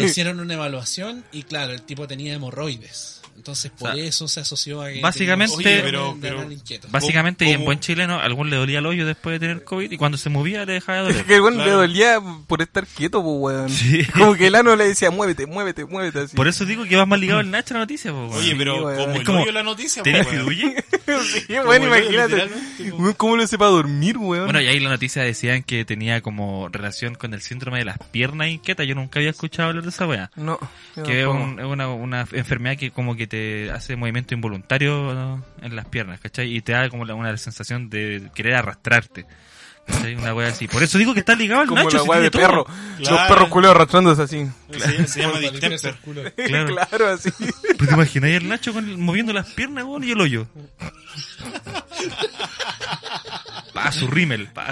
<laughs> Sí.
hicieron una evaluación y claro, el tipo tenía hemorroides. Entonces por
O sea,
eso se asoció a que
básicamente-
tenía
Oye, pero-
de
pero-
anal inquieto.
Básicamente, y en
¿Cómo?
buen chileno, algún le dolía el hoyo después de tener COVID y cuando se movía le dejaba de
Es
<laughs>
doler.
que el weón le
Claro.
dolía por estar quieto, pues, weón.
Sí.
<laughs> Como que el ano le decía, muévete, muévete, muévete, así.
Por eso digo que vas más ligado al Nacho a la noticia, po, weón.
Oye, pero
Sí, weón.
como
Es
el
como-
hoyo la noticia,
¿Tenía
po, weón.
fiduye?
<laughs> Sí,
Como
weón,
el hoyo,
imagínate.
literalmente, po.
Weón, ¿cómo lo hace para dormir, weón?
Bueno, y ahí la noticia decían que tenía como relación con el síndrome de las piernas inquietas. Yo nunca había escuchado hablar de esa weá.
No. yo
Que es,
tampoco.
un- es una, una enfermedad que como que te hace movimiento involuntario ¿no? en las piernas, ¿cachai? Y te da como la- una sensación de querer arrastrarte. ¿Cachai? Una weá así. Por eso digo que está ligado al
Como
Nacho.
la
si
weá de
tiene
perro.
todo.
Los
Claro.
perros culeos arrastrándose así.
Se, se llama
Para limpiarse
distemper.
el culo.
Claro.
<laughs> Claro, así.
¿Pero te imagináis el Nacho con, moviendo las piernas, weón, y el
<laughs>
hoyo? Pa, su rímel,
<laughs>
pa.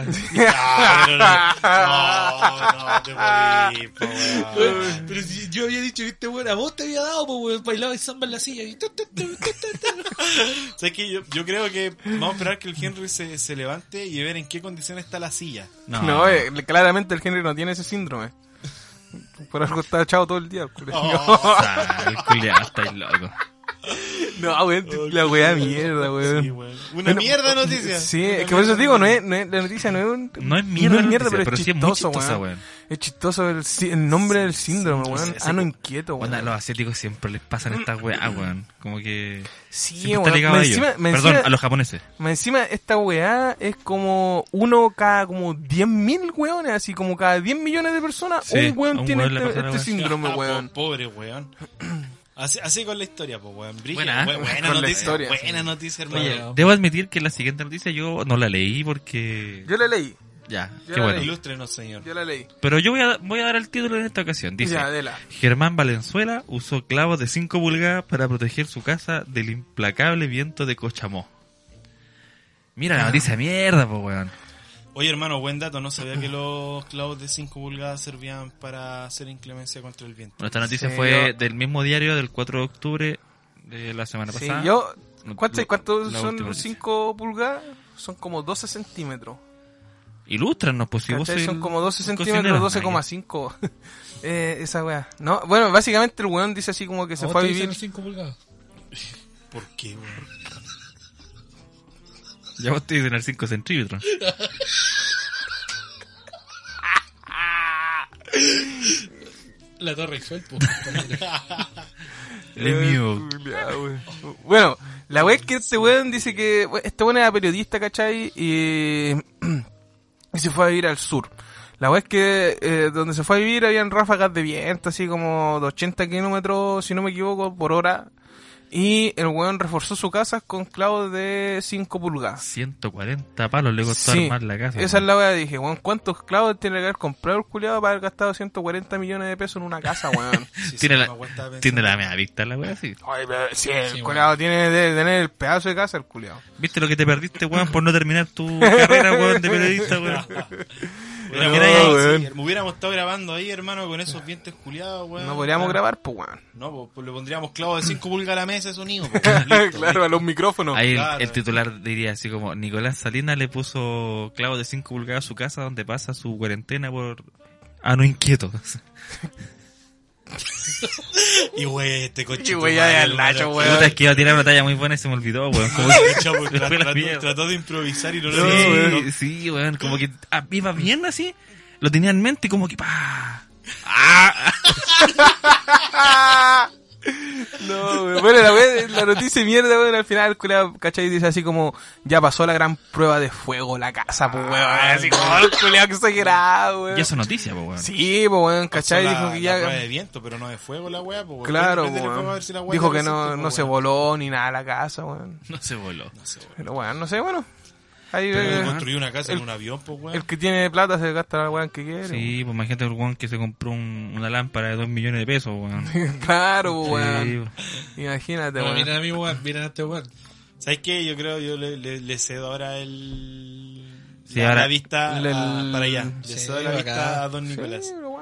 Ah, pero No, no, no te podí, po, weón.
Weón, Pero si yo había dicho, viste, bueno, a vos te había dado, pues weón, bailaba y samba en la silla. Y tu, tu, tu, tu, tu, tu.
<laughs> ¿Sabes qué? Yo, yo creo que vamos a esperar que el Henry se, se levante y ver en qué condición está
<laughs>
la silla.
No, eh, claramente el Henry no tiene ese síndrome. Por algo está echado todo el día. <laughs> el culo.
Oh.
Ah,
eh.
el culiao está ahí loco.
No, weón, la weá mierda, weón.
Oh, Sí, weón. Una mierda de noticia.
Sí,
Una
es que por eso
mierda
digo, no
noticia.
es, no es- la noticia no es un-
No es mierda la noticia,
pero,
pero
es
sí es muy
chistoso,
chistosa,
weón.
weón.
Es chistoso el, sí- el nombre del síndrome, weón.
sí, sí,
Ano
sí.
inquieto, weón.
Onda, los asiáticos siempre les pasan estas weas, weón. Como que.
Sí,
siempre está ligado a
weón. Mm. Me
ellos.
encima, me
Perdón,
encima-
a los japoneses.
Más encima, esta weá es como uno cada como 10.000 weones, así como cada 10 millones de personas,
Sí,
un
a
weón
un
tiene
weón le
este,
pasa la
este
weá.
síndrome,
<laughs> Ah, po-
weón.
Pobre weón. Así, así con la historia, pues weón. Brígido,
Buena, ¿eh?
weón. buena
con la
noticia.
historia.
Buena noticia, hermano.
Debo admitir que la siguiente noticia yo no la leí porque.
Yo la leí.
Ya,
Ya
qué
la
bueno.
leí.
Ilústrenos, señor.
Yo la leí.
Pero yo voy a, voy a dar el título en esta ocasión. Dice,
Ya, Adela.
Germán Valenzuela usó clavos de 5 pulgadas para proteger su casa del implacable viento de Cochamó. Mira
Ah.
la noticia de mierda, po, weón.
Oye, hermano, buen dato. No
<laughs>
sabía que los clavos de 5 pulgadas servían para hacer inclemencia contra el viento.
Bueno, esta noticia
Sí,
fue
yo-
del mismo diario del 4 de octubre de la semana
Sí,
pasada.
yo.
Lo-
¿Cuánto,
lo-
cuánto
la última
son
noticia.
5 púlgadas? Son como 12 centímetros.
Ilústranos, pues si vos
¿Cachai?
sois
Son
el
como 12
cocinero. Ah,
centímetros, 12,5. <laughs> eh, esa weá. No, bueno, básicamente el weón dice así como que
Oh,
se fue a vivir.
5 pulgadas.
¿Por qué, weón?
Ya vos te dicen el 5
<laughs>
centímetros.
La Torre Eiffel, po.
Lemieux.
Ya, weón. Eh, Bueno, la weá es que este weón dice que. Este weón era periodista, ¿cachai? Y. <clears throat> y se fue a vivir al sur. La weá es que eh, donde se fue a vivir habían ráfagas de viento, así como de 80 kilómetros, si no me equivoco, por hora. Y el weón reforzó su casa con clavos de 5 pulgadas.
140 palos le costó
Sí,
armar la casa.
Esa es
weón.
la weá, dije, weón, ¿cuántos clavos tiene que haber comprado el culiado para haber gastado 140 millones de pesos en una casa, weón?
Sí,
Tiene
sí,
la-
no aguantaba pensar.
Tiene la media vista la wea, sí.
Ay, pero sí, el
Sí,
culiado tiene de tener el pedazo de casa, el culiado.
¿Viste lo que te perdiste, weón, por no terminar tu
<laughs>
carrera, weón, de periodista, weón?
Hubiera-
No,
weón.
sí, hermano, hubiéramos estado grabando ahí, hermano, con esos dientes culiados, weón.
No podríamos grabar, pues, weón.
<laughs> No, pues, pues le pondríamos clavos de 5 pulgadas a la mesa, eso niño. pues, listo,
claro, a los micrófonos.
Ahí el-
Claro.
el, titular diría así como, Nicolás Salinas le puso clavo de 5 pulgadas a su casa donde pasa su cuarentena por... Ah, no inquieto.
listo. Y güey, este coche.
Y, güey, ya de al
este
Nacho, weón.
Puta, es que iba a tirar una talla muy buena y se me olvidó,
<laughs>
weón. Como- <laughs> Se fue la mierda.
pues, Trató, trató de improvisar y no lo
Sí,
logró.
sí, weón, como que ah, iba bien así, lo tenía en mente y como que pa. Ah,
Ah. No, weón. Bueno, la, weá- la noticia de mierda, weón, al final el culiado, ¿cachai? Dice así como, ya pasó la gran prueba de fuego la casa, pues, weón.
Ah,
Así como el culiado que exagerado, weón.
ya son noticias, po, weón.
Eh. Sí, pues, weón, ¿cachai?
La-
Dijo que
la
ya...
prueba de viento, pero no de fuego la weá, pues, weón.
Claro,
Prende el
weón.
fuego a ver si la weá
Dijo
te
que no,
resiste,
no
pues,
se
weón.
voló ni nada la casa, weón.
No se voló.
No sé, weón.
Pero bueno, no sé, bueno. Ahí
Pero
eh,
construyó una casa en un avión, pues, weón.
el que tiene plata se gasta la weón que quiere.
Sí, pues imagínate el weón que se compró un- una lámpara de 2 millones de pesos, weón.
weón. <laughs> claro, pues,
Sí,
weón.
weón.
Imagínate,
Pero
weón.
miren a mí, weón. Miren a este weón.
¿Sabes qué? Yo creo, yo le, le- le cedo ahora el...
Sí,
la,
ahora-
la vista
Le-
a- para allá. Le
Sí,
cedo la
bacán.
vista a Don
Sí,
Nicolás.
pero weón.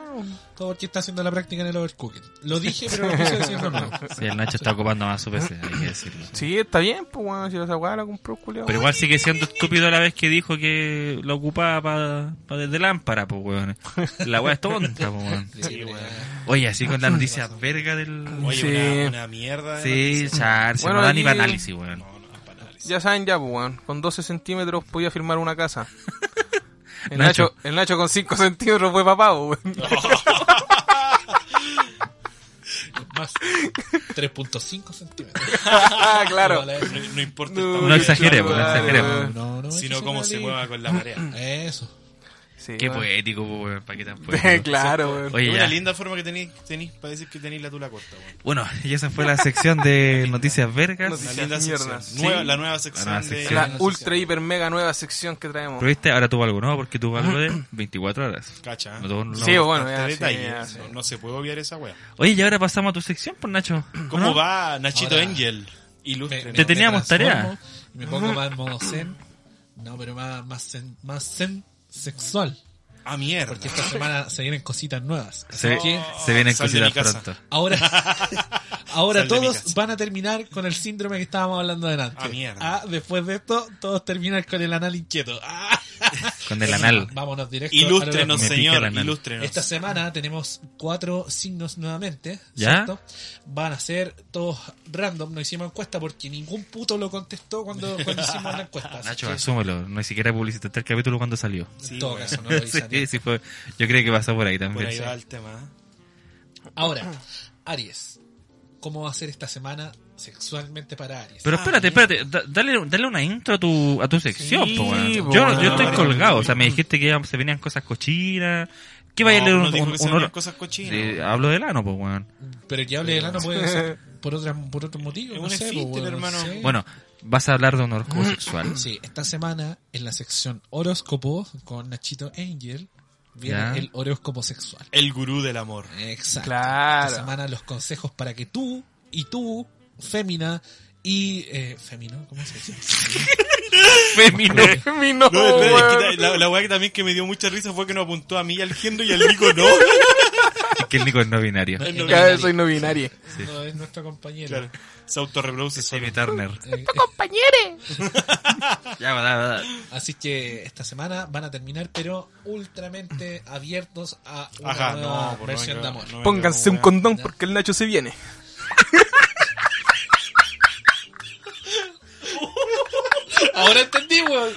Todo porque está haciendo la práctica en el overcooking. Lo dije, pero lo quise decir de nuevo.
Sí, el Nacho está ocupando más su PC, hay que decirlo.
Sí, está bien, pues weón. Si esa weá la compró, culiado.
Pero igual sigue siendo estúpido a la vez que dijo que lo ocupaba para desde lámpara, pues, weón. La weá es tonta, pues, weón.
Sí, weón.
Oye, así con la noticia verga del...
Oye,
Sí.
una, una mierda.
Sí, char, se
Bueno,
no da ni
aquí-
para análisis, weón.
Ya saben, ya, pues weón. Con 12 centímetros podía firmar una casa. El
Nacho.
Nacho, el Nacho con 5 centímetros fue papá, pues, weón.
Más 3.5 centímetros.
Ah, claro.
Vale.
No, no importa el
No,
tamaño,
No exageremos, no
claro,
exageremos.
weón.
No, no,
sino
eso
cómo
es
se
una
mueva con
<laughs>
la marea.
ley. Eso.
Sí,
Qué
weón.
poético, po, weón, pa' qué tan poético.
claro, weón.
Oye,
Es
ya.
una linda forma que tenéis, tenéis para decir que tenéis la tula corta, weón.
Bueno, y esa fue la sección
<laughs>
de noticias vergas.
Una
Noticias
linda
mierdas.
sección. Nueva-
Sí.
La nueva sección,
nueva
de-
sección.
La ultra, hiper, mega nueva sección que traemos.
Pero viste, ahora tuvo algo, ¿no? Porque tuvo algo
<clears throat>
de 24 horas.
Cacha. ¿eh?
No tuvo- no-
Sí, bueno,
Este
ya, sí,
detalle,
ya,
no-
sí.
No se puede obviar esa weá.
Oye, y ahora pasamos a tu sección, pues, Nacho.
¿Cómo
¿No?
va Nachito
Ahora-
Angel?
Me- me-
Ilustre.
Te teníamos
me transformo
tarea.
y me pongo más en modo zen. No, pero más, más zen, más zen sexual.
Ah, mierda.
Porque esta semana se vienen cositas nuevas.
Se,
Así que
se vienen
Sal de mi
cositas
casa.
pronto.
<laughs>
ahora, ahora
Sal de mi
todos
casa.
van a terminar con el síndrome que estábamos hablando delante.
Ah, mierda.
después de esto, todos terminan con el anal inquieto. Ah.
Con el anal.
<laughs> Vámonos directo. a lo
Ilústrenos,
Me pica
señor,
el anal.
ilústrenos.
Esta semana tenemos cuatro signos nuevamente,
¿Ya?
¿cierto? Van a ser todos random, no hicimos encuesta porque ningún puto lo contestó cuando, cuando hicimos la encuesta. así
Nacho,
que,
asúmelo. No siquiera publicitaste el capítulo cuando salió.
en todo
Sí,
caso, no
<laughs>
lo
Sí,
avisaría.
sí, fue. Yo creo que pasó por ahí
Por
también.
ahí va el tema.
Ahora, Aries. ¿Cómo va a ser esta semana sexualmente para Aries?
Pero
Ah,
espérate,
mira.
espérate, da- dale, dale una intro a tu, a tu sección,
Sí,
po, weón.
po,
yo,
weón.
yo estoy colgado, o sea, me dijiste que ya se venían cosas cochinas. ¿Qué vaya a leer
No,
un,
uno dijo
un-
que se
un
venían
oro-
cosas cochinas.
Sí, hablo del ano, po, weón.
<laughs>
Pero que hable de lano puede ser por, otra, por otro motivo.
Es
no
un
sé,
esfínter,
po, weón, no
hermano.
sé.
Bueno, vas a hablar de un horóscopo sexual.
Sí, esta semana en la sección horóscopo con Nachito Angel viene
Ya.
el horóscopo sexual.
El gurú del amor.
Exacto.
Claro.
Esta semana los consejos para que tú y tú, fémina y... Eh, ¿Femino? ¿Cómo
<laughs>
se dice?
Femino.
Femino,
No, no,
weón.
es que la, la weá que también que me dio mucha risa fue que nos apuntó a mí, al Gendo y al Nico, no.
Es que el Nico es no binario.
No,
Cada vez soy no binaria.
No, es nuestro compañero.
Claro, se autorreproduce
Sí,
solo.
mi Turner.
Eh,
<laughs> Ya, va, Este, va, va.
Así que esta semana van a terminar, pero ultramente abiertos a una
Ajá,
nueva
ah,
no, por
versión
no
de
venga-
amor.
no venga
Pónganse
con
un
weá.
condón porque el Nacho se viene.
Ahora entendí,
<laughs>
weón.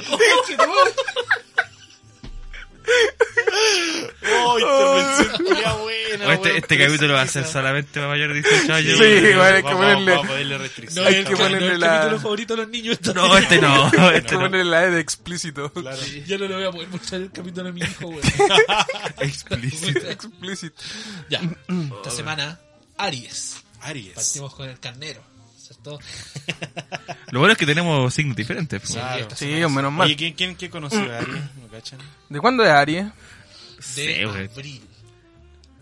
Oh,
<laughs>
intervención culiá buena,
O este,
weón,
este capítulo va a ser
precisa.
solamente para mayores de 18 años.
Sí,
weón.
bueno, hay que
Vamos-
ponerle-
Vamos a ponerle restricción.
No,
Hay
es
que
el,
ponerle
no, el
la-
capítulo favorito de los niños. esto
No, este no, este
Te
no.
pone la E de explícito.
Claro.
<laughs> Ya no lo voy a poder mostrar el capítulo de mi hijo, weón.
Explícito.
Explícito.
<laughs> Ya. Esta semana, Aries.
Aries.
Partimos con el carnero, ¿cierto?
Lo bueno es que tenemos signos diferentes. pues.
Claro.
Esta
Sí,
semana
menos
Oye,
mal.
¿quién, quién, quién conoció a Aries? ¿No cachan?
¿De cuándo es Aries?
es
Sí,
De
weón.
abril.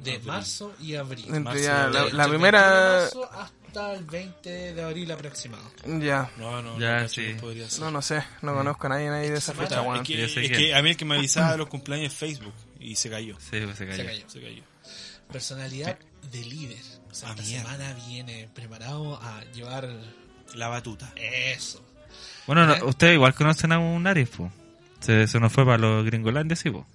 De marzo y abril.
Entre
Marzo,
ya, la,
Del
la
31 de
primera.
marzo hasta el 20 de abril aproximado.
Ya.
No, no,
Ya,
no cacho,
sí.
podría ser.
No, no sé. No conozco a nadie, nadie de esa fecha,
Mm. Puta,
weón.
es que,
Yo sé
es
quién.
que a mí el que me avisaba de los cumpleaños es Facebook y se cayó.
Sí, pues, se
Se
cayó.
cayó.
Se cayó.
Personalidad de líder. O sea,
Ah,
esta
mierda.
semana viene preparado a llevar
La batuta.
eso.
Bueno, no,
¿Eh?
ustedes igual conocen a un Aries, pues. Se, se nos fue para los gringolandes, sí, pues.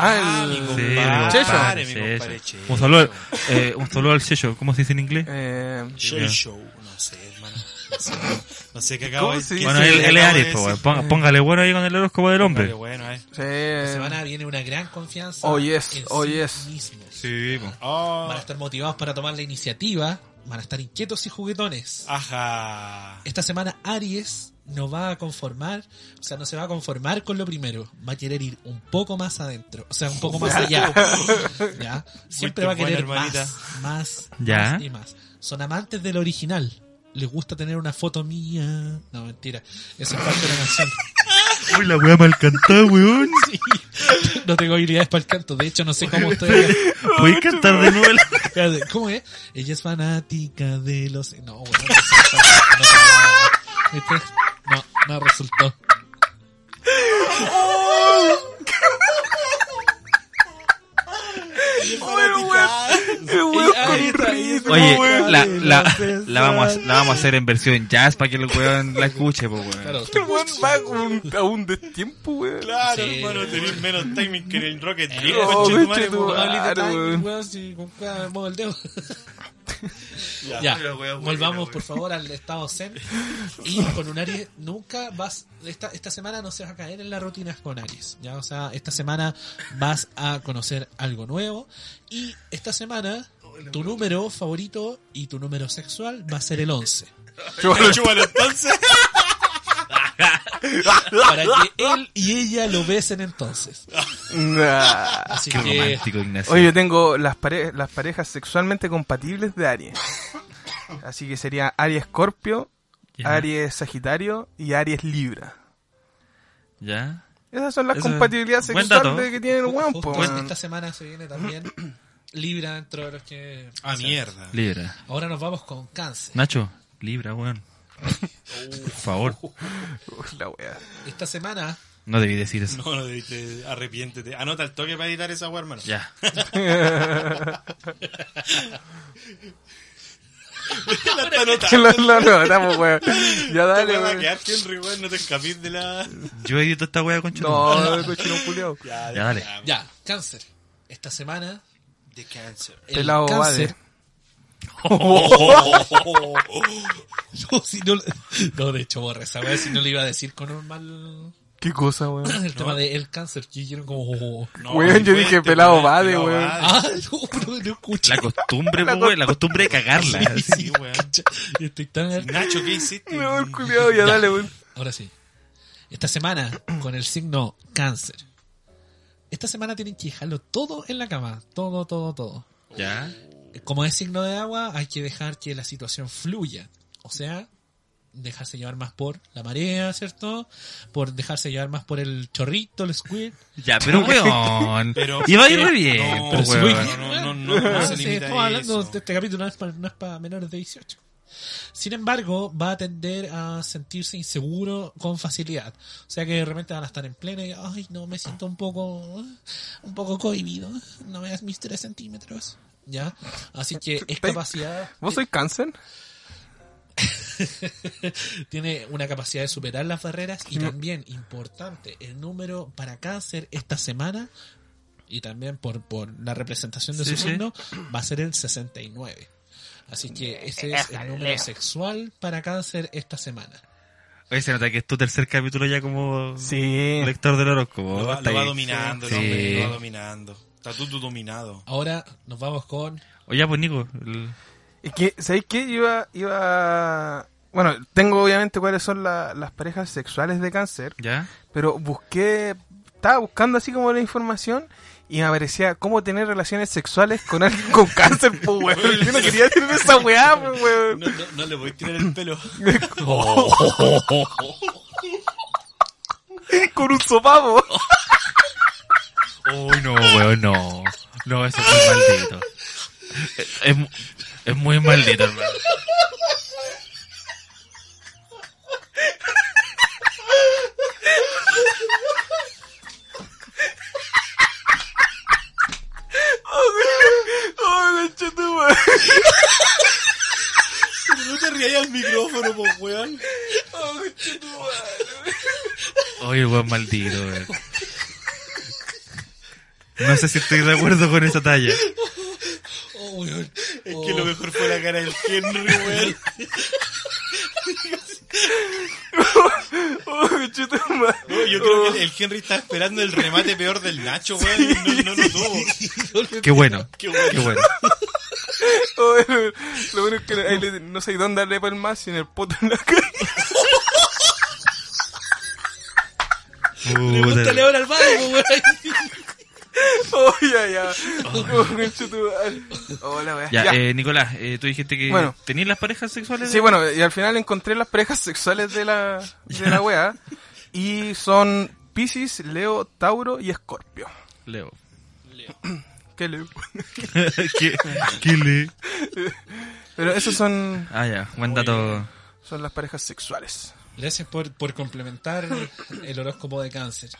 Ah,
mi
el.
Sí,
compadre,
Checho.
mi
Checho.
compadre Checho.
Un saludo, eh, un saludo al Checho. ¿Cómo se dice en inglés?
Eh,
Show
Ya.
show, no sé, hermano. No sé, no sé qué acabo
¿Cómo
de
se
qué
dice?
bueno,
se
él,
le
él es
acabo de
Aries, pues.
decir.
weón. Ponga- Póngale bueno ahí con el horóscopo del hombre.
Vale, bueno, eh.
Esta semana
sí.
viene una gran confianza
Oh, yes,
en
oh,
sí
yes.
mismos.
Sí, pues.
Oh,
Van a estar motivados para tomar la iniciativa, van a estar inquietos y juguetones.
ajá.
Esta semana Aries no va a conformar, o sea, no se va a conformar con lo primero, va a querer ir un poco más adentro, o sea, un poco más allá. ¿Ya? Siempre
Fuiste
va a querer
buena, hermanita.
más, más,
Ya.
más y más. Son amantes del original. Les gusta tener una foto mía. No, mentira. Eso es parte de la canción. <laughs>
Uy, la wea mal cantada, <laughs> weón.
No tengo habilidades para el canto. De hecho, no sé cómo ustedes...
¿Puedes cantar de <laughs> nuevo?
Espérate, ¿Cómo es? Ella es fanática de los... No, bueno, no, sé. no, no, no resultó.
Qué Ah, weón
ahí
con
está, ahí
ritmo,
está.
Oye,
weón.
la, la, la, vamos a, la vamos a hacer en versión jazz para que el weón la escuche, pues, weón.
Claro,
Este weón va a un- a un destiempo, weón.
Claro,
Sí.
hermano, tenés menos timing que en el Rocket League.
Oh,
conchetumare,
conchetumare.
po.
No hables de
Claro,
timing,
weón.
weón, si con cada modo
<laughs>
el dedo.
Ya.
ya,
Pero, weón, bueno,
volvamos
weón.
por favor al estado zen. Y con un Aries nunca vas. Esta, esta semana no se vas a caer en las rutinas con Aries. ¿ya? O sea, esta semana vas a conocer algo nuevo. Y esta semana tu número favorito y tu número sexual va a ser
<laughs>
el 11.
Chúpalo.
<laughs> Chúpalo entonces.
Para que él y ella lo besen entonces.
Nah.
Así
Ah, Qué
que.
romántico, Ignacio.
Oye, yo tengo las, pare- las parejas sexualmente compatibles de Aries. Así que sería Aries Escorpio,
Ya.
Aries Sagitario y Aries Libra.
¿Ya?
Esas son las
Eso es-
compatibilidades
buen
sexuales
dato.
de que tienen el weón,
Justo
po, weón.
esta semana se viene también
<clears throat>
Libra dentro de los que.
Ah, mierda.
Libra.
Ahora nos vamos con cáncer.
Nacho, Libra, weón. Por favor.
Uy, la wea.
Esta semana,
No debí decir eso.
<laughs> No, no, debiste, arrepiéntete. Anota el toque para editar esa weá, hermano.
Ya.
<laughs> La está
<laughs>
anotando.
Lo- lo- lo notamos, weón. Ya
Esta
dale,
weá va a
weón.
quedar Henry, weón, no te escapís de la...
Yo edito esta wea con
<laughs>
No, cochino culiao.
Ya,
Ya, dale.
ya, cáncer. Esta semana,
De cáncer.
el
Pelao
cáncer.
<laughs>
<laughs>
Bade.
No, si no, no, de hecho, borra esa wea, si no le iba a decir con un mal.
¿Qué cosa,
<laughs>
weón?
El tema del cáncer, que hicieron como.
<laughs>
No,
Weón, yo
fuerte,
dije pelado
weón,
Bade,
pelado
weón.
Bade.
Ah, no, no, no escuché.
La costumbre, po, weón. La costumbre de cagarla.
<laughs>
Sí, weón.
Cacha, Estoy tan harto.
Nacho, ¿qué hiciste?
No, el culiao, ya dale, weón.
Ahora sí. Esta semana, con el signo cáncer. Esta semana tienen que dejarlo todo en la cama. Todo, todo, todo.
Ya.
Como es signo de agua, hay que dejar que la situación fluya. O sea, dejarse llevar más por la marea, ¿cierto? Por dejarse llevar más por el chorrito, el squirt.
Ya, pero weón.
Pero-
Iba a ir re bien,
No,
po,
pero si voy-
weón.
no, no, no, no, no se
Sí,
limita
estamos
a
hablando
eso.
de este capítulo, no es, para, no es para menores de 18. Sin embargo, va a tender a sentirse inseguro con facilidad. O sea que de repente van a estar en plena y, ay, no, me siento un poco, un poco cohibido. No me das mis 3 centímetros. ¿Ya? Así que es capacidad.
¿Vos sois cáncer?
tiene una capacidad de superar las barreras
Mm.
y también, importante, el número para cáncer esta semana y también por, por la representación de
Sí,
su
sí.
signo va a ser el 69. Así que ese es el número sexual para cáncer esta semana.
Oye, se nota que es tu tercer capítulo ya como
Sí.
lector del horóscopo.
Lo va,
Está
lo va
ahí.
dominando, el
Sí.
hombre, lo va dominando. Está todo dominado.
Ahora nos
<laughs>
vamos con...
Oye, pues Nico, el-
Es que, ¿sabéis qué? Yo iba, iba... Bueno, tengo obviamente cuáles son la- las parejas sexuales de cáncer,
¿ya?
pero busqué... Estaba buscando así como la información y me aparecía cómo tener relaciones sexuales con alguien con cáncer, po,
<laughs>
weón. Yo no quería tener esa weá, po,
No,
weón.
no, no le voy a tirar el pelo.
<laughs> Con un sopapo.
Uy, no, weón, no. No, eso es muy maldito. Es- Es, mu- es muy maldito, hermano.
Oh, concha tu madre.
No te rías al micrófono, po, weón.
Oye, weón, maldito, weón. No sé si estoy de acuerdo con esa talla.
Oh, weón.
Es
Oh,
que lo mejor fue la cara del Henry, weón.
Oh, <laughs> concha tu madre.
No, yo
Oh.
creo que el Henry estaba esperando el remate peor del Nacho, weón. Y no, no lo
<laughs>
tuvo.
Qué bueno.
Qué bueno.
Qué bueno.
Oh, weón. lo bueno es que ahí le- no sé dónde darle para el más sin el poto en la cara. <laughs>
Puta.
Pregúntale ahora al barco, weón.
Oh, ya, ya. Oh, concha tu madre. Oh, la weá.
Ya,
Ya.
Eh, Nicolás, eh, tú dijiste que
Bueno.
tenías las parejas sexuales.
Sí, bueno, y al final encontré las parejas sexuales de la, de la wea. Y son Pisces, Leo, Tauro y Escorpio.
Leo.
¿Qué Leo?
¿Qué, qué le?
Pero esas son,
Ah, ya, buen dato.
son las parejas sexuales.
Gracias por, por complementar el horóscopo de cáncer.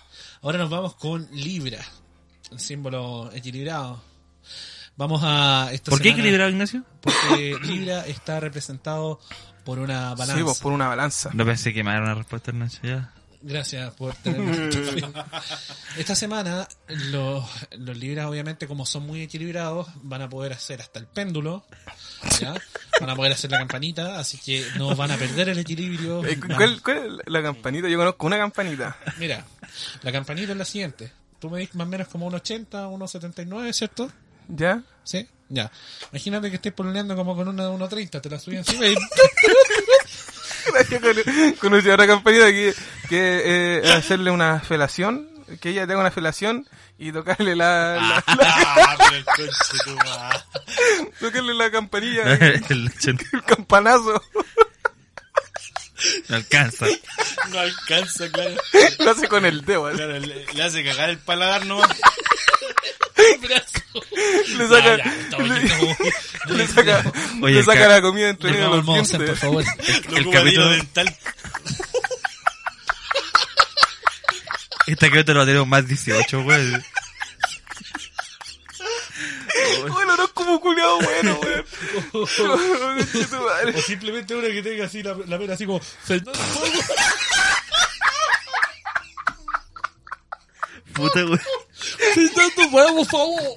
Ahora nos vamos con Libra, el símbolo equilibrado. Vamos a... esta
¿Por qué
semana-
equilibrado, Ignacio?
Porque <clears throat> Libra está representado por una balanza.
Sí, vos, por una balanza.
No pensé que me diera una respuesta, Ignacio. Ya.
Gracias por tenerme.
<laughs>
Esta semana los, los Libras obviamente como son muy equilibrados van a poder hacer hasta el péndulo, ¿ya? van a poder hacer la campanita, así que no van a perder el equilibrio.
<laughs> Eh,
Van-
¿Cuál, cuál es la- la campanita? Yo conozco una campanita.
Mira, la campanita es la siguiente. Tú me dices más o menos como un 80, un 79, ¿cierto?
¿Ya?
¿Sí? Ya. Imagínate que estés poloneando como con una de 1.30, te la subí encima y
Gracias, con- Conocí a una campanita que, que eh, hacerle una felación. Que ella tenga una felación y tocarle la, la-
Ah, pero el conche tu madre.
tocarle la campanilla, el
<laughs> El Nacho no-
campanazo.
no alcanza.
No alcanza, claro.
Lo hace con el dedo. ¿vale?
Claro, le, le hace cagar el paladar nomás.
el brazo.
Le saca,
Ya, ya, está
le-
bonito.
le saca,
Oye,
le saca
ca-
la comida entre medio de
Volvamos
los
al Monsen, por
dientes.
favor.
Lo
El
ocupa
capítulo,
hilo dental.
este capítulo lo tenemos más 18, güey.
Bueno, no es como culiado bueno, weón. Conche tu madre.
O simplemente una que tenga así la, la pena así como Fernando Fuego.
Puta, güey.
Fernando Fuego, por favor.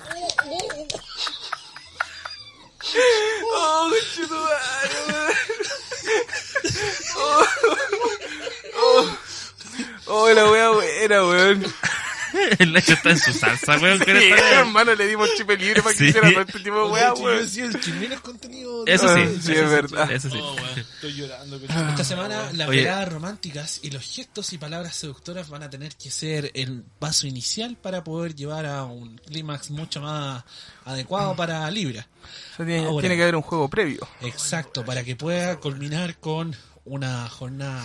Oh, conche tu madre, weón. Oh, oh, oh, la wea buena, weón.
El Nacho está en su salsa, güey. con
Sí,
esta weá.
hermano, le dimos chip libre para que
Sí.
hiciera todo este tipo de wea,
Yo
weón.
decía el que menos contenido.
Eso sí.
Ah, sí, es verdad.
Eso sí.
Oh,
No, weón, estoy llorando. conche.
Esta semana las
Oye.
miradas románticas y los gestos y palabras seductoras van a tener que ser el paso inicial para poder llevar a un clímax mucho más adecuado para Libra.
Eso tiene,
Ahora.
tiene que haber un juego previo.
Exacto, para que pueda culminar con una jornada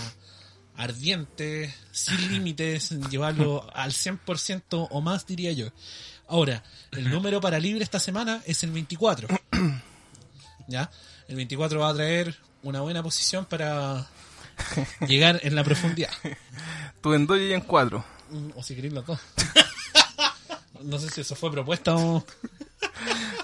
ardiente, sin límites, llevarlo al 100% o más, diría yo. Ahora, el número para libre esta semana es el 24. ¿Ya? El 24 va a traer una buena posición para llegar en la profundidad.
Tú en dos y yo en
<laughs>
cuatro.
Mm, O si queréis los dos. <laughs> No sé si eso fue propuesta o...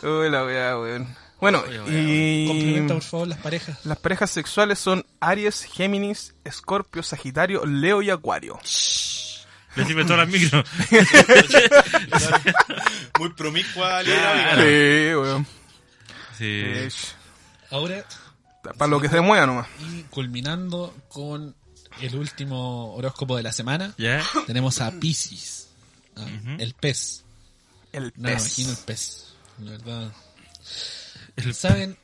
Uy, la weá, weón. Bueno,
Uy, la weá,
y...
Complementa, por favor, las parejas.
Las parejas sexuales son Aries, Géminis, Escorpio, Sagitario, Leo y Acuario.
Le sirve todas las micro.
Muy promiscua,
Claro.
Sí,
Leo.
weón.
Sí.
Eh,
Ahora,
Para lo que se mueva nomás.
y culminando con el último horóscopo de la semana,
¿Ya?
tenemos a Pisces. Ah, El pez.
El
No, me
pez.
imagino el pez. La verdad.
El-
¿Saben?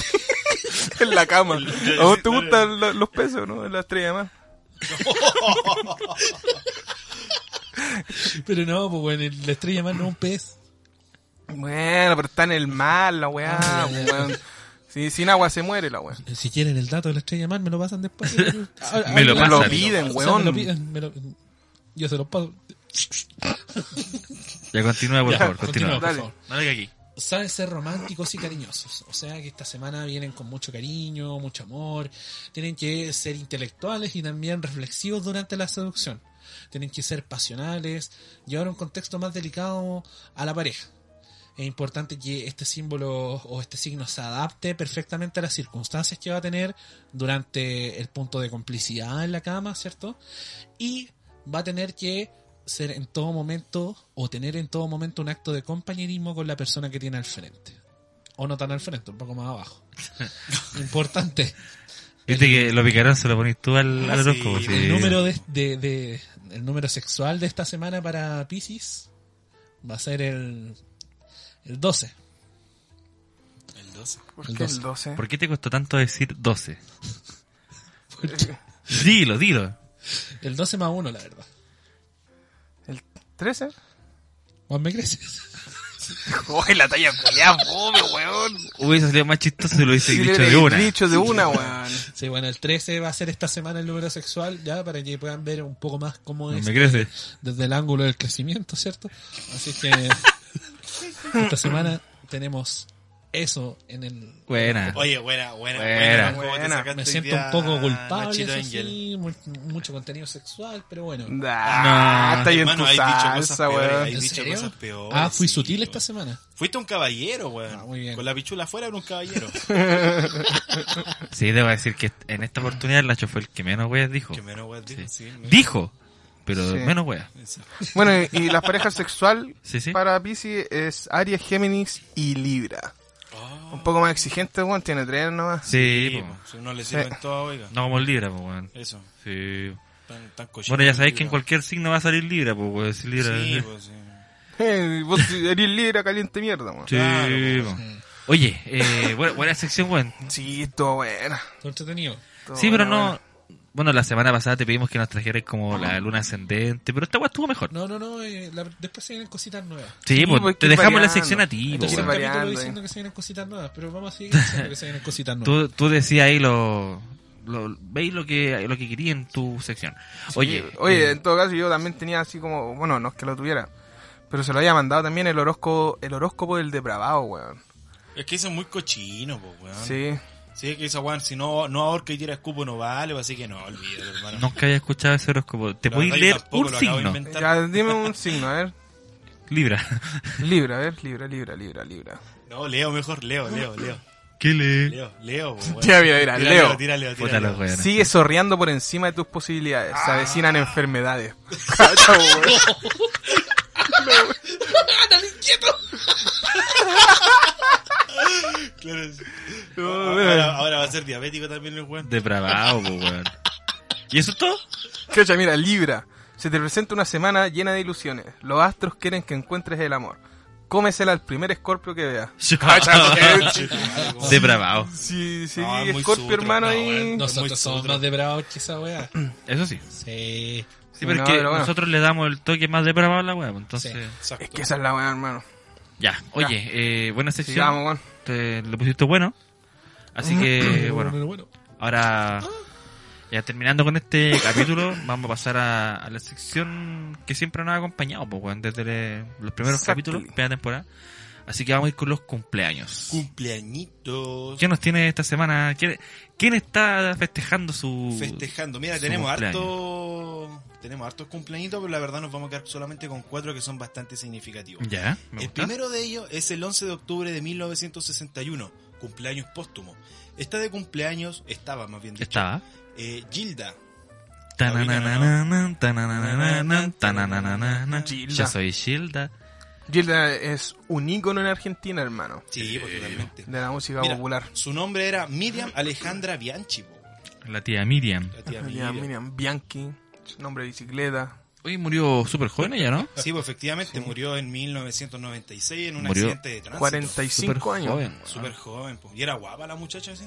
<laughs> en la cama. ¿A vos te gustan lo- los peces o no? La estrella de mar.
<laughs> Pero no, pues bueno, el- la estrella más no es un pez.
Bueno, pero está en el mar, la weá.
Ah, ya, ya.
weón. Si- sin agua se muere la weá.
Eh, Si quieren el dato de la estrella más, me lo pasan <laughs> después. Ahora-
Me lo
ahora-
Lo
Pásale.
piden,
o sea,
weón.
me lo piden, me lo- yo se los paso.
Ya continúa, por
Ya,
favor,
continúa,
continúa.
por
Dale.
favor.
Dale que aquí.
saben ser románticos y cariñosos. O sea que esta semana vienen con mucho cariño, mucho amor. Tienen que ser intelectuales y también reflexivos durante la seducción. Tienen que ser pasionales, llevar un contexto más delicado a la pareja. Es importante que este símbolo o este signo se adapte perfectamente a las circunstancias que va a tener durante el punto de complicidad en la cama, ¿cierto? y va a tener que ser en todo momento o tener en todo momento un acto de compañerismo con la persona que tiene al frente. O no tan al frente, un poco más
<laughs>
abajo. Importante.
Viste que lo picarón se lo ponís tú al, al
Ah, sí,
horóscopo. Sí,
El número, de, de- de- el número sexual de esta semana para Pisces va a ser el,
<laughs>
el 12.
El 12.
¿Por
El
qué el
12?
12?
¿Por qué te costó tanto decir 12? Dilo, dilo.
El 12 más 1, la verdad.
¿El
<laughs>
13?
Juan, me creces.
Uy, la talla culiá, pobre weón.
Hubiese salido más chistoso si lo hubiese
Sí,
dicho
le-
de una.
Dicho de una, weón.
Sí, bueno, el 13 va a ser esta semana el número sexual, ya, para que puedan ver un poco más cómo
No
es
me crece.
desde el ángulo del crecimiento, ¿cierto? Así que esta semana tenemos eso en el...
Buena.
Oye, buena, buena,
Buena.
buena. ¿Cómo te
Buena.
sacaste
Me
hoy
siento
día,
un poco culpable,
Nachito
eso
Ángel?
sí, mu- mucho contenido sexual, pero bueno.
Nah,
No,
está ahí en
hermano,
tu
hay dicho cosas
salsa,
peores,
weón.
hay-
¿En
dicho
serio?
cosas peores,
Ah, fui
sí,
sutil
weón.
esta semana.
Fuiste un caballero, weón.
Ah, muy bien.
Con la pichula afuera era
<laughs>
un caballero.
Sí, debo decir que en esta oportunidad Nacho fue el que menos weas dijo.
que menos, weón. dijo, sí, me-
Dijo, pero
Sí.
menos weas.
Exacto.
Bueno, y- y la pareja sexual
Sí, sí.
para Pisces es Aries, Géminis y Libra. Un poco más exigente, weón. Tiene tres nomás. <laughs>
Sí,
Oh, Sí,
po.
po, si no le sirven todo, oiga.
no como el Libra, pues, weón.
Eso.
Sí.
Tan, tan cochino
Bueno, ya
el
sabéis que en
libro.
cualquier signo va a salir Libra, pues, weón. Sí, Libra. <laughs>
Sí,
Sí,
pues, sí.
Eh, vos eres Libra, caliente mierda, weón.
claro,
po. Oye, eh, buena, buena sección, weón.
Sí, todo buena.
Todo entretenido.
<laughs> todo
Sí, pero
buena,
no.
buena.
Bueno, la semana pasada te pedimos que nos trajeras como la luna ascendente, pero esta weá estuvo mejor.
No, no, no, eh, la- después se vienen cositas nuevas.
Sí,
Sí,
pues,
pues,
te
que
dejamos la
variando.
sección a ti,
Entonces,
pues,
Entonces,
bueno.
un
weón.
capítulo
Variando,
diciendo que se vienen cositas nuevas, pero vamos a seguir diciendo que se vienen cositas
<laughs>
nuevas.
Tú, tú decías ahí lo, lo- veis lo que lo que quería en tu sección. Oye,
Oye,
eh,
en todo caso yo también tenía así como, bueno, no es que lo tuviera, pero se lo había mandado también el horóscopo, el horóscopo del depravado, weón.
Es que eso es muy cochino, po,
Ah.
weón. Sí.
Sí.
es que esa weón, si no, no ahorca y tira escupo no vale, pues, así que no, olvídalo, hermano.
nunca había escuchado ese horóscopo. Te
La
voy a
verdad, yo
leer
tampoco
un
lo acabo de
signo.
inventar.
Ya,
<laughs>
dime un signo, a ver.
Libra.
Libra, a ver, Libra, Libra, Libra, Libra.
No, Leo mejor, Leo, Leo, Leo.
¿Qué lee?
Leo, Leo, po, weón.
Ya, mira, mira,
Tira
Leo.
Tira Leo, tira
Puta los
Leo.
weones.
Sigue sorreando por encima de tus posibilidades. Se
Ah.
avecinan
<laughs>
enfermedades. Cacha, weón. <laughs>
Claro, sí. ahora, ahora va a ser diabético también el weón.
Depravado, po, weón. ¿Y eso es <laughs> todo?
Cacha, mira, Libra. Se te presenta una semana llena de ilusiones. Los astros quieren que encuentres el amor. Cómesela al primer escorpio que veas. Cacha, weón.
Depravado.
Si, si
No, es Ah, muy
Scorpio,
sutra.
hermano,
No,
ahí.
bueno,
Nosotros
muy
somos
sutra.
más depravados que
<clears throat>
esa weá.
Eso sí.
Sí.
Sí,
No,
pero es que
pero bueno.
nosotros le damos el toque más depravado a la weá, pues, entonces.
Sí.
Es que esa es la weá, hermano.
Ya, oye, eh, buena sección.
Sigamos, weón.
<clears throat>
Te- le pusiste bueno. Así que, bueno.
bueno.
Ahora, ya terminando con <laughs> este capítulo, vamos a pasar a, a la sección que siempre nos ha acompañado, pues, weón, desde le- los primeros
Exactly.
capítulos, primera temporada. Así que vamos a ir con los cumpleaños.
Cumpleañitos.
¿Qué nos tiene esta semana? ¿Quién, quién está festejando su...
Festejando. Mira,
su
tenemos
cumpleaños?
harto. Tenemos hartos cumpleañitos, pero la verdad nos vamos a quedar solamente con cuatro que son bastante significativos.
Ya, me
El
gusta.
primero de ellos es el 11 de octubre de 1961, cumpleaños póstumo. Está de cumpleaños, estaba más bien dicho,
Estaba.
eh, Gilda.
Tananananan, tananananan, tananananan.
Gilda.
Yo soy Shilda.
Gilda es un ícono en Argentina, hermano,
Eh,
Sí, pues, totalmente.
de la música
Mira,
popular.
Su nombre era Miriam Alejandra Bianchi, po,
La tía Miriam.
la
<laughs>
tía
Miriam,
Miriam.
Miriam Bianchi, su nombre de bicicleta.
Hoy murió súper joven ella, ¿no?
Sí, pues efectivamente murió en 1996 en un
Murió
accidente de tránsito.
45
Súper
años.
joven.
Súper joven, pues. Y era guapa la muchacha, sí.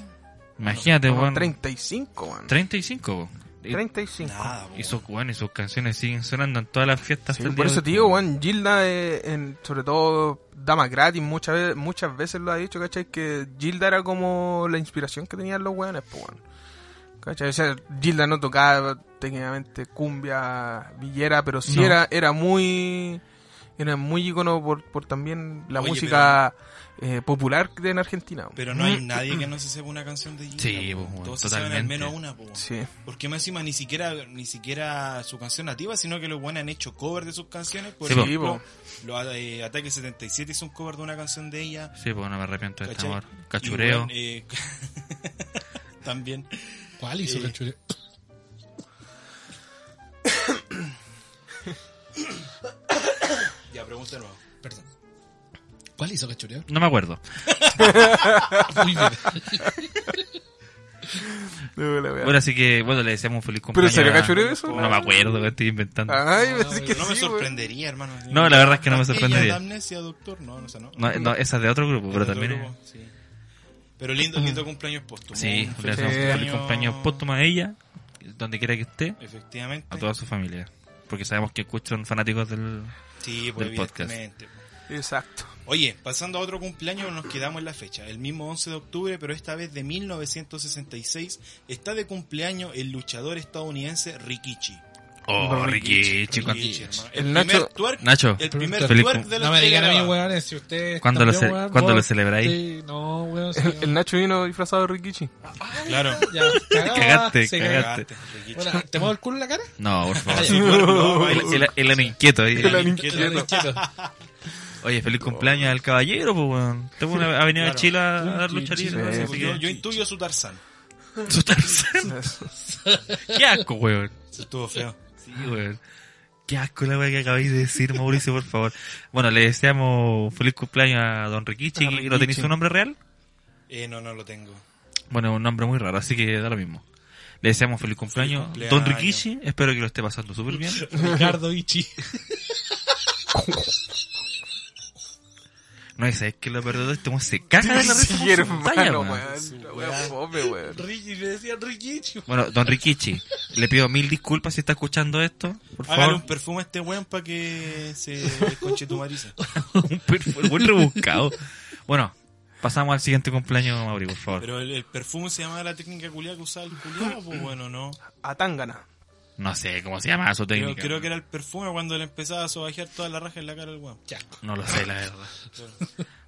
Imagínate,
No,
weón.
35, man.
35, weón. Y- Ah,
35.
Nada, po.
Y sus, weón, y sus canciones siguen sonando en todas las fiestas.
Sí,
hasta el
por
día
eso
de
te
hoy.
digo, weón, Gilda, eh, en- sobre todo Dama Gratis, muchas veces, muchas veces lo ha dicho, ¿cachai? Que Gilda era como la inspiración que tenían los weones, pues, weón. ¿Cachai? O sea, Gilda no tocaba técnicamente cumbia villera, pero sí
No.
era, era muy... Era muy icono por, por también la
Oye,
música eh, popular de en Argentina.
Pero
<clears throat>
no hay nadie que no se sepa una canción de Gilda.
Sí,
po.
pues, bueno,
Todos se saben al
totalmente.
menos una, po.
sí.
Porque más encima ni siquiera, ni siquiera su canción nativa, sino que los buenos han hecho cover de sus canciones. Por
Sí, po.
ejemplo, los eh, Ataque 77 hizo un cover de una canción de ella.
Sí, pues no me arrepiento de este
¿cachai?
amor.
Y,
Cachureo.
bueno, eh, <laughs> también.
¿Cuál hizo
Eh.
cachureo?
Ya, pregunta nueva.
Perdón. ¿Cuál hizo cachureo?
No me acuerdo.
Muy bien.
Bueno, así que, bueno, le deseamos un feliz
¿Pero
cumpleaños.
salió
a-
cachureo eso?
No me acuerdo, weón, estoy inventando.
Ay, pensé que
No me
sí, weón.
sorprendería, hermano.
No, la verdad es que no me sorprendería.
Pastilla de amnesia, doctor. No, no, o sea, no.
No, no, esa es de otro grupo, pero
Otro
también. es-
grupo, sí.
<clears throat>
Pero lindo, lindo cumpleaños póstumo.
Sí,
Un
le
feliz
hacemos
Sí.
un feliz cumpleaños póstumo a ella, donde quiera que esté,
Efectivamente.
a toda su familia. Porque sabemos que escuchan fanáticos del.
Sí, pues,
del podcast.
evidentemente.
Exacto.
Oye, pasando a otro cumpleaños, nos quedamos en la fecha, el mismo 11 de octubre, pero esta vez de 1966, está de cumpleaños el luchador estadounidense Rikichi.
Oh, Ricky, chico.
Rikichi, hermano.
El
El,
Nacho-
primer twerk,
Nacho,
el primer
Feliz
twerk
cum-
de la
No me digan a mí,
telegrama.
weón, si usted.
¿Cuándo lo ce- cuándo lo celebráis?
celebráis? no, weón. sí,
<laughs>
El, el Nacho vino disfrazado de Rikichi.
Claro.
Ya, cagaba,
Cagaste,
se
cagaste.
cagaba.
Cagaste, Rikichi. <laughs>
Bueno, ¿te muevo el culo en la cara?
no, por favor.
Ay,
<laughs>
No,
El-
<laughs>
El el ano inquieto ahí.
El ano
inquieto.
inquieto.
Inquieto.
<laughs>
Oye, feliz cumpleaños al caballero, pues, weón. Tengo una avenida de
Claro.
Chile a a dar lucha libre.
Sí,
así
Yo- yo,
que- <laughs>
intuyo su Tarzán.
Su Tarzán. Qué asco, weón.
Estuvo feo.
Sí, weón. Qué asco la weá que acabáis de decir, Mauricio, por favor. Bueno, le deseamos feliz cumpleaños a don Rikichi.
A
¿No tenéis
Rikichi.
su nombre real?
Eh, no, no lo tengo.
Bueno, es un nombre muy raro, así que da lo mismo. Le deseamos feliz cumpleaños.
Feliz
Don
cumpleaños.
Rikichi, espero que lo esté pasando súper
<laughs>
bien.
Ricardo Ichi.
No, y sabes que lo peor de todo, este weón se caga de la risa con
Sí,
su talla,
hermano,
weón.
weón. La wea fome, weón.
Ricky, le decían Rikichi.
Bueno, don Rikichi, le pido mil disculpas si está escuchando esto. Por
Hágale
favor, <laughs>
un perfume a este weón para que se <laughs> desconche tu mariza.
un perfume buen rebuscado. Bueno, pasamos al siguiente cumpleaños, Mauri, por favor.
Pero el, el perfume se llamaba la técnica culiada que usaba el culiado, pues bueno, no.
A Tangana.
No sé cómo se llama su
Creo,
técnica.
creo que era el perfume cuando le empezaba a sobajear toda la raja en la cara
<laughs>
al weón.
No lo sé, la
<laughs>
verdad.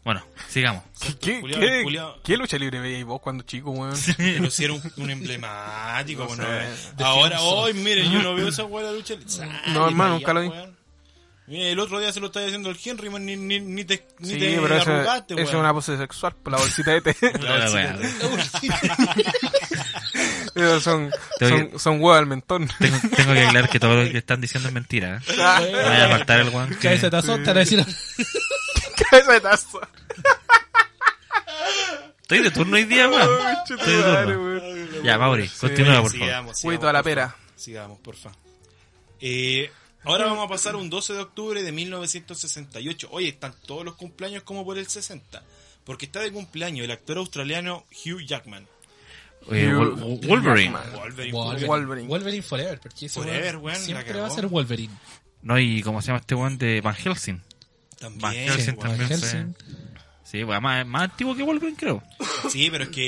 Bueno, sigamos.
¿Qué,
Culeado,
qué,
culeado.
qué lucha libre veíais vos cuando chico, weón?
Pero si era un, un emblemático,
No
bueno,
sé.
eh. Ahora, hoy, mire, yo
<laughs>
no veo esa weá de la lucha.
No, hermano, nunca lo vi.
Mire, el otro día se lo estaba diciendo el Henry, man, ni, ni, ni te, ni
Sí,
te
pero eso,
arrugaste,
eso es
weón.
una pose sexual por la bolsita de té.
<laughs>
La wea.
Esos son,
Te voy-
son, son huevos al mentón.
Tengo, tengo que aclarar que todo lo que están diciendo es mentira.
<laughs>
¿eh? No vaya a faltar el guan.
Cabeza
Que...
de tazón, te van a decir.
<laughs> Cabeza de taza.
Estoy de turno hoy día, weón.
Chuta
Estoy de
madre,
turno.
weón.
Ya, Mauri, continúa, por favor.
Sigamos,
Cuito a la
por
pera.
favor. Sigamos, porfa. Eh, ahora vamos a pasar un 12 de octubre de 1968. Oye, están todos los cumpleaños como por el 60. Porque está de cumpleaños el actor australiano Hugh Jackman.
Oye, Wol- Wol- Wolverine.
Wolverine.
Wolverine.
Wolverine. Wolverine Forever. Porque ese
Forever,
weón
weón, la
Siempre
cagó.
va a ser Wolverine.
No, y cómo se llama este guan de Van Helsing.
También. pues,
Van Helsing
weón.
también.
Van Helsing.
se- Sí, pues, además es más antiguo que Wolverine, creo.
Sí, pero es que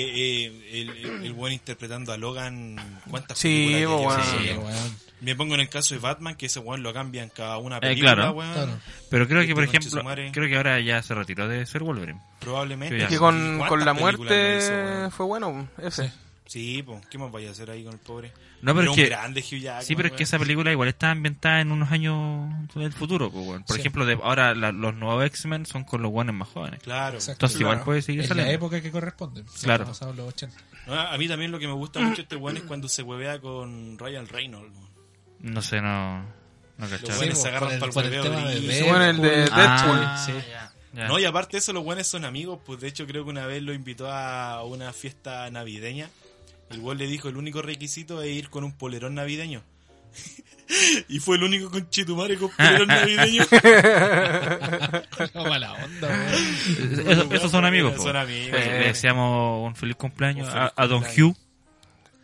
eh, el, el, el buen interpretando a Logan, ¿cuántas
Sí,
películas que
weón.
lleva?
Sí.
weón.
Me pongo en el caso de Batman, que ese weón lo cambian cada una
Eh,
película,
claro.
weón.
Claro.
Pero creo que, por
Este
ejemplo,
conchetumare.
creo que ahora ya se retiró de ser Wolverine.
Probablemente.
Sí,
Es que
ya.
con,
¿Cuántas
con la
películas
muerte
no hizo, weón?
fue bueno, ese.
Sí, pues, ¿qué más vaya a hacer ahí con el pobre?
No, pero
Era
es
un
que-
grande Hugh Jackman,
Sí, pero es que
weón.
esa película igual está ambientada en unos años del futuro. Pues, weón. Por
Sí.
ejemplo, de, ahora la- los nuevos X-Men son con los guanes más jóvenes.
Claro.
Exacto.
Entonces igual
Claro.
puede seguir
En
saliendo.
la época que corresponde.
Claro.
Pasados los 80.
No, a mí también lo que me gusta mucho este weón es cuando se huevea con Ryan Reynolds, weón.
No sé, no... No
Los
cachaba.
buenos
Sí,
se agarran
por el-
pa'l
por el
hueveo
tema de
brillo.
Deadpool.
Sí, bueno, el de
<laughs>
Deadpool.
Ah,
Sí.
ya, ya.
No, y aparte de eso, los buenos son amigos. Pues de hecho, creo que una vez lo invitó a una fiesta navideña. El weón le dijo: el único requisito es ir con un polerón navideño. <laughs> y fue el único con Chitumare con polerón navideño.
No, mala onda, weón.
Eso- <laughs> esos son amigos. po.
Son amigos.
Eh, <laughs> Le deseamos un feliz cumpleaños
Un
a,
feliz
a Don Hugh.
cumpleaños.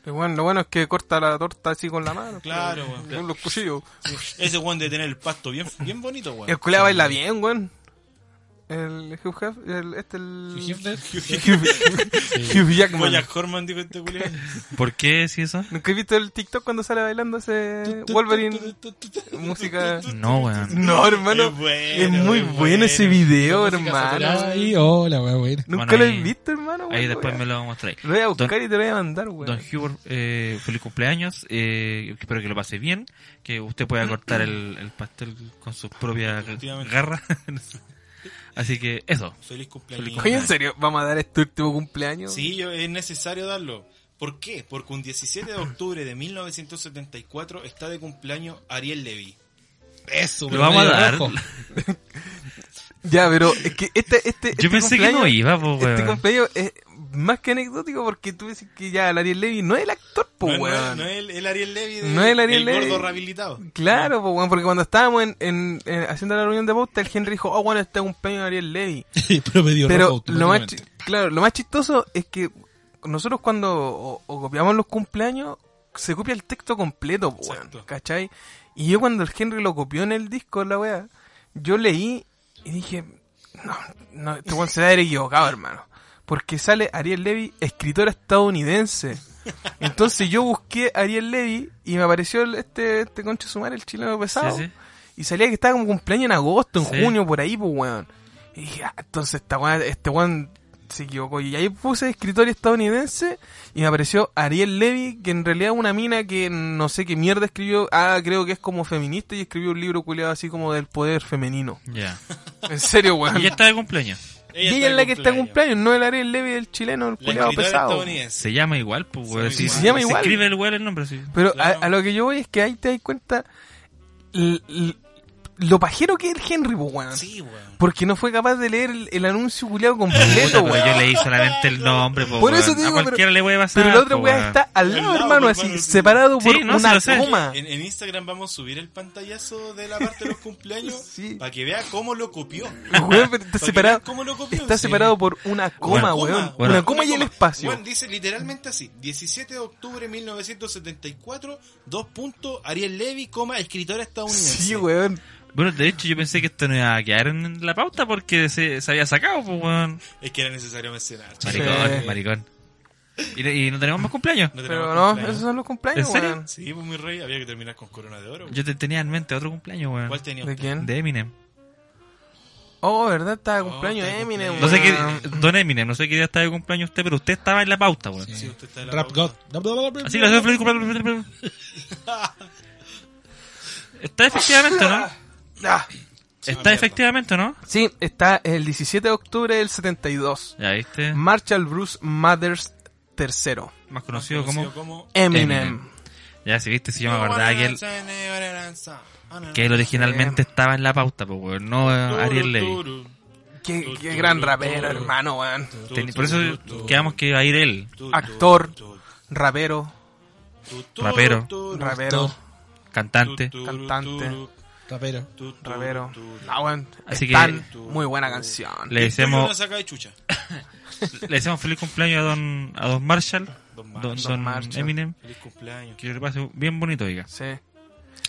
Y bueno, lo bueno es que corta la torta así con la mano.
Claro,
con-
weón.
Con los cuchillos.
Ese weón de tener el pasto bien, bien bonito, weón.
Y el culé baila bien, weón. El Hugh Hef, el, este, el...
Hitler.
Hugh Jackman.
Bojack Horman dijo este culiao.
¿Por qué si eso?
¿Nunca he visto el TikTok cuando sale bailando ese <laughs> Wolverine? música...
No, weón.
No, hermano.
Es bueno,
es muy
es
bueno,
bueno.
ese video,
Música saturada
hermano.
ahí, hola, weón, weón.
Nunca
Bueno,
lo
ahí-
he visto, hermano.
Ahí
weón,
después
weón.
me lo voy a mostrar.
Lo voy a buscar
Don-
y te lo voy a mandar, weón.
Don Hubert, eh, feliz cumpleaños. Eh, espero que lo pase bien. Que usted
Mm-hmm.
pueda cortar el, el pastel con sus propias
Efectivamente.
garras. <laughs> Así que eso.
Feliz cumpleaños.
Feliz
Oye, en serio, vamos a dar este último cumpleaños.
Sí, yo- es necesario darlo. ¿Por qué? Porque un 17 de octubre de 1974 está de cumpleaños Ariel Levy.
Eso,
Lo vamos a dar.
<laughs>
Ya, pero es que este, este, este
Yo pensé que no
cumpleaños-
iba, po,
Este
weón.
cumpleaños es más que anecdótico porque tú decís que ya el Ariel Levy no es el actor, po,
no, es- no es-
Pues, weón.
no es el, el Ariel Levy, de-
No es el Ariel Levy.
gordo rehabilitado.
Claro, po, weón, porque cuando estábamos en, en- en- haciendo la reunión de pauta, el Henry dijo, oh, bueno, este cumpleaños de Ariel Levy.
Pero me dio ropa
Pero lo más,
automáticamente.
chi- claro, lo más chistoso es que nosotros cuando o- o copiamos los cumpleaños, se copia el texto completo, po, weón,
Exacto.
¿cachai? Y yo cuando el Henry lo copió en el disco, la weá, yo leí y dije, no, no, este weón se va a haber equivocado, hermano. Porque sale Ariel Levy, escritora estadounidense. Entonces yo busqué Ariel Levy y me apareció el- este, este concho sumar, el chileno pesado.
Sí, sí.
Y salía que estaba como cumpleaños en agosto, en
Sí.
junio, por ahí, pues, weón. Y dije, ah, entonces esta weá- este weón se equivocó. Y ahí puse escritor estadounidense y me apareció Ariel Levy, que en realidad es una mina que no sé qué mierda escribió. Ah, creo que es como feminista y escribió un libro culiado así como del poder femenino. <laughs>
Ya.
En serio,
<laughs>
weón.
Y ya está de cumpleaños.
Y ella es la que está de
cumpleaños.
cumpleaños, no el Ariel Levy del chileno, el
La
culiado
escritora
pesado.
estadounidense.
Se llama igual, pues, weón.
Sí,
Sí,
se
sí.
llama igual.
Se escribe igual el nombre, sí.
Pero
Claro.
a, a lo que yo voy es que ahí te das cuenta l- l- lo pajero que es el Henry, pues, weón.
Sí, weón.
Porque no fue capaz de leer el, el anuncio culiado completo,
Puta, pero
weón.
yo leí solamente el nombre, po,
Por eso
weón.
te digo,
A cualquiera le puede pasar.
Pero la otra
po,
weá
weón.
está al lado,
Al lado,
hermano,
hermano,
así,
sí.
separado
Sí,
por
no, sí
una
lo sé.
coma.
En, en Instagram vamos a subir el pantallazo de la parte de los cumpleaños
<laughs> Sí.
para que vea cómo lo copió.
<laughs> Weón, pero está
Para que
separado,
vean ¿Cómo lo copió?
está
Sí.
separado por una coma, weón.
Bueno.
Una coma y el espacio.
Weón, dice literalmente así: 17 de octubre de 1974, dos puntos, Ariel Levy, coma, escritora estadounidense.
Sí, weón.
Bueno, de hecho, yo pensé que esto no iba a quedar en la pauta porque se, se había sacado, pues, weón.
Es que era necesario mencionar. chicos.
Maricón,
Sí.
maricón. ¿Y, y no tenemos más cumpleaños?
No tenemos
Pero no,
cumpleaños.
esos son los cumpleaños,
¿En serio?
weón.
Sí, pues mi rey, había que terminar con Corona de Oro. weón.
Yo te tenía en mente otro cumpleaños, weón.
¿Cuál Mm. tenía?
¿De
usted?
quién?
De Eminem.
Oh, ¿verdad? Estaba de
Oh,
cumpleaños
está de
Eminem,
cumpleaños.
No sé qué,
weón.
don Eminem, no sé qué día estaba de cumpleaños usted, pero usted estaba en la pauta, weón.
Sí, usted está de la
Rap God.
pauta.
Así que le hacemos feliz cumpleaños. feliz cumpleaños. Está efectivamente, ¿no?
Ah,
Está efectivamente, ¿no?
Sí, está el 17 de octubre del 72.
Ya viste,
Mm.
Marshall Bruce Mathers III.
más conocido como...
Conocido como.
Eminem.
Eminem. Ya, si viste, si yo me acordaba que él, que él originalmente estaba en la pauta, pues, weón. No eh, Ariel Levy.
Qué, qué gran rapero, hermano, weón.
Ten- Por eso quedamos que va a ir él.
Actor. Rapero,
Rapero.
rapero,
cantante.
Cantante.
Rapero.
rapero. Ah, weón.
Así
Stan,
que-
muy buena canción.
Le
Una
deseamos,
saca de chucha.
le deseamos feliz cumpleaños a don, a don Marshall,
Don
don,
Marshall.
don
Marshall.
Eminem.
Feliz cumpleaños.
Que le pase bien bonito, diga.
Sí.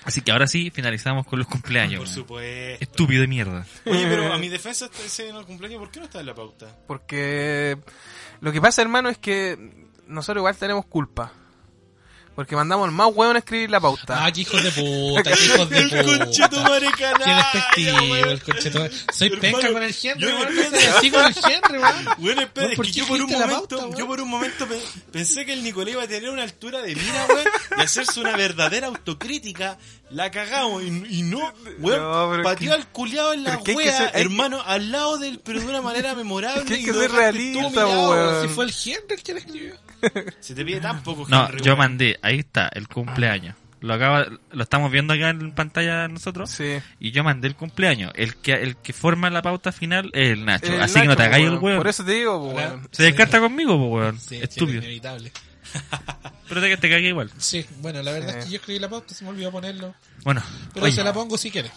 Así que ahora sí, finalizamos con los cumpleaños.
Por
weón.
supuesto.
Estúpido de mierda.
Oye, pero a mi defensa este- ese no cumpleaños, ¿por qué no está en la pauta?
Porque lo que pasa, hermano, es que nosotros igual tenemos culpa. Porque mandamos al más hueón a escribir la pauta.
Ah, qué hijos de puta, qué hijos de puta. Qué despectivo el conchetumare. Soy
Hermano,
penca con el Henry,
yo
weón.
depende.
Así con el Henry, weón.
Bueno, espera,
Weón,
es
¿por
que
qué
yo por, un
escribiste la
momento,
pauta, weón?
yo por un momento pe- pensé que el Nicolás iba a tener una altura de mira, weón, y hacerse una verdadera autocrítica. La cagamos y, y no, weón,
No, pero
pateó
que-
al culiado en la
pero que hay que
wea,
ser- hay-
hermano, al lado del, pero de una manera memorable.
Que hay
y
que
lo
ser
dejaste
realista,
todo
weón.
humillado, weón.
Si fue el Henry el que le escribió.
Se te pide tan poco,
No,
Henry,
yo
weón.
mandé, ahí está, el cumpleaños. Lo acaba, lo estamos viendo acá en pantalla nosotros.
Sí.
Y yo mandé el cumpleaños. El que, el que forma la pauta final es el Nacho.
El
Así que
Nacho,
no te hagáis el
weón.
weón.
Eh, Por eso te digo, po,
Hola.
weón.
Se descarta conmigo, po, weón.
Sí, sí,
Estúpido.
era inevitable.
Pero te, te cagué igual.
Sí, bueno, la verdad
Sí.
es que yo escribí la pauta, se me olvidó ponerlo.
Bueno,
Pero
oye,
se la pongo si quieres.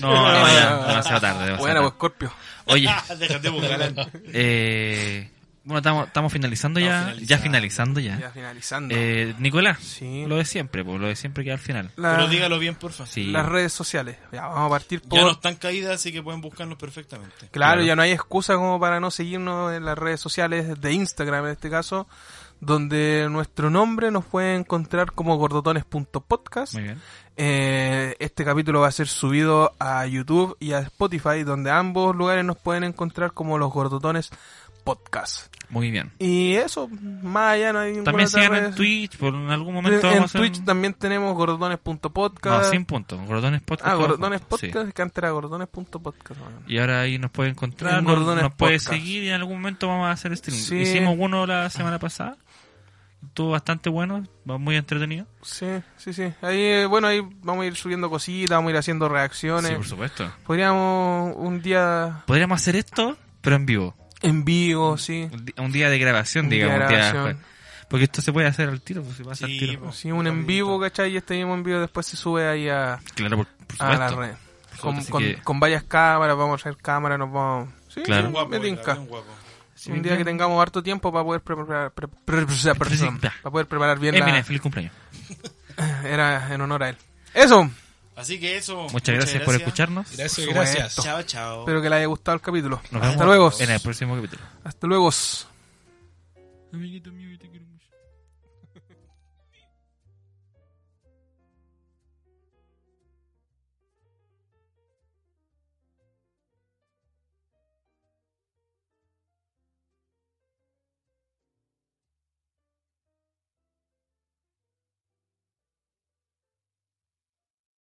no, no, ya, demasiado tarde. demasiado
Buena, pues,
tarde.
Scorpio.
Oye,
Ah, déjate
<laughs>
pues, galán.
eh, bueno, estamos, estamos finalizando ya.
Estamos
Ya finalizando ya.
Ya finalizando.
Eh, Nicolás,
Sí.
lo de siempre, po, lo de siempre que al final.
La-
Pero dígalo bien, porfa.
Sí.
Las redes sociales. Ya, vamos a partir por.
Ya no están caídas, así que pueden buscarnos perfectamente.
Claro,
Claro.
ya no hay excusa como para no seguirnos en las redes sociales de Instagram en este caso, donde nuestro nombre nos puede encontrar como gordotones.podcast.
Muy bien.
Eh, este capítulo va a ser subido a YouTube y a Spotify, donde ambos lugares nos pueden encontrar como los gordotones podcast.
Muy bien.
Y eso, más allá no hay ninguna
También
otra
sigan
red-
en Twitch, por en algún
En,
momento vamos a hacer...
Twitch también tenemos gordotones.podcast.
No, sin punto. Gordones Podcast.
ah,
todo
gordones
junto, sí.
Ah, podcast, que antes era gordones.podcast. weón.
Y ahora ahí nos puede encontrar,
En
nos,
Gordones
nos puede
Podcast.
seguir y en algún momento vamos a hacer stream.
Sí.
Hicimos uno la semana pasada. Estuvo bastante bueno, va muy entretenido.
Sí, sí, sí. Ahí, eh, bueno, ahí vamos a ir subiendo cositas, vamos a ir haciendo reacciones.
Sí, por supuesto.
Podríamos un día
Podríamos hacer esto, pero en vivo.
en vivo, sí.
Un di- Un día de grabación,
Un día
digamos.
de
un día de
grabación.
jue- Porque esto se puede hacer al tiro, pues, se pasa
Sí,
al tiro.
pues.
Sí, un en vivo, ¿cachai? Y este mismo en vivo después se sube ahí a,
Claro, por, por
a la
supuesto.
red. Con,
Así
con-
que-
con varias cámaras, vamos a hacer cámaras, nos vamos... Sí,
Claro.
sí,
Guapo,
me
oiga,
tinca.
bien guapo.
Sí,
un día
bien.
que tengamos harto tiempo para poder preparar, pre- pre- pre-
sí.
perdón, para poder preparar bien
Eh, mira,
la...
feliz cumpleaños.
Era en honor a él. Eso,
Así que eso.
Muchas gracias por escucharnos.
Gracias,
Por
gracias.
Chao, chao.
espero que le haya gustado el capítulo.
Nos
Hasta
vemos
luego.
en el próximo capítulo.
Hasta luego.
Amiguito mío, yo te quiero mucho.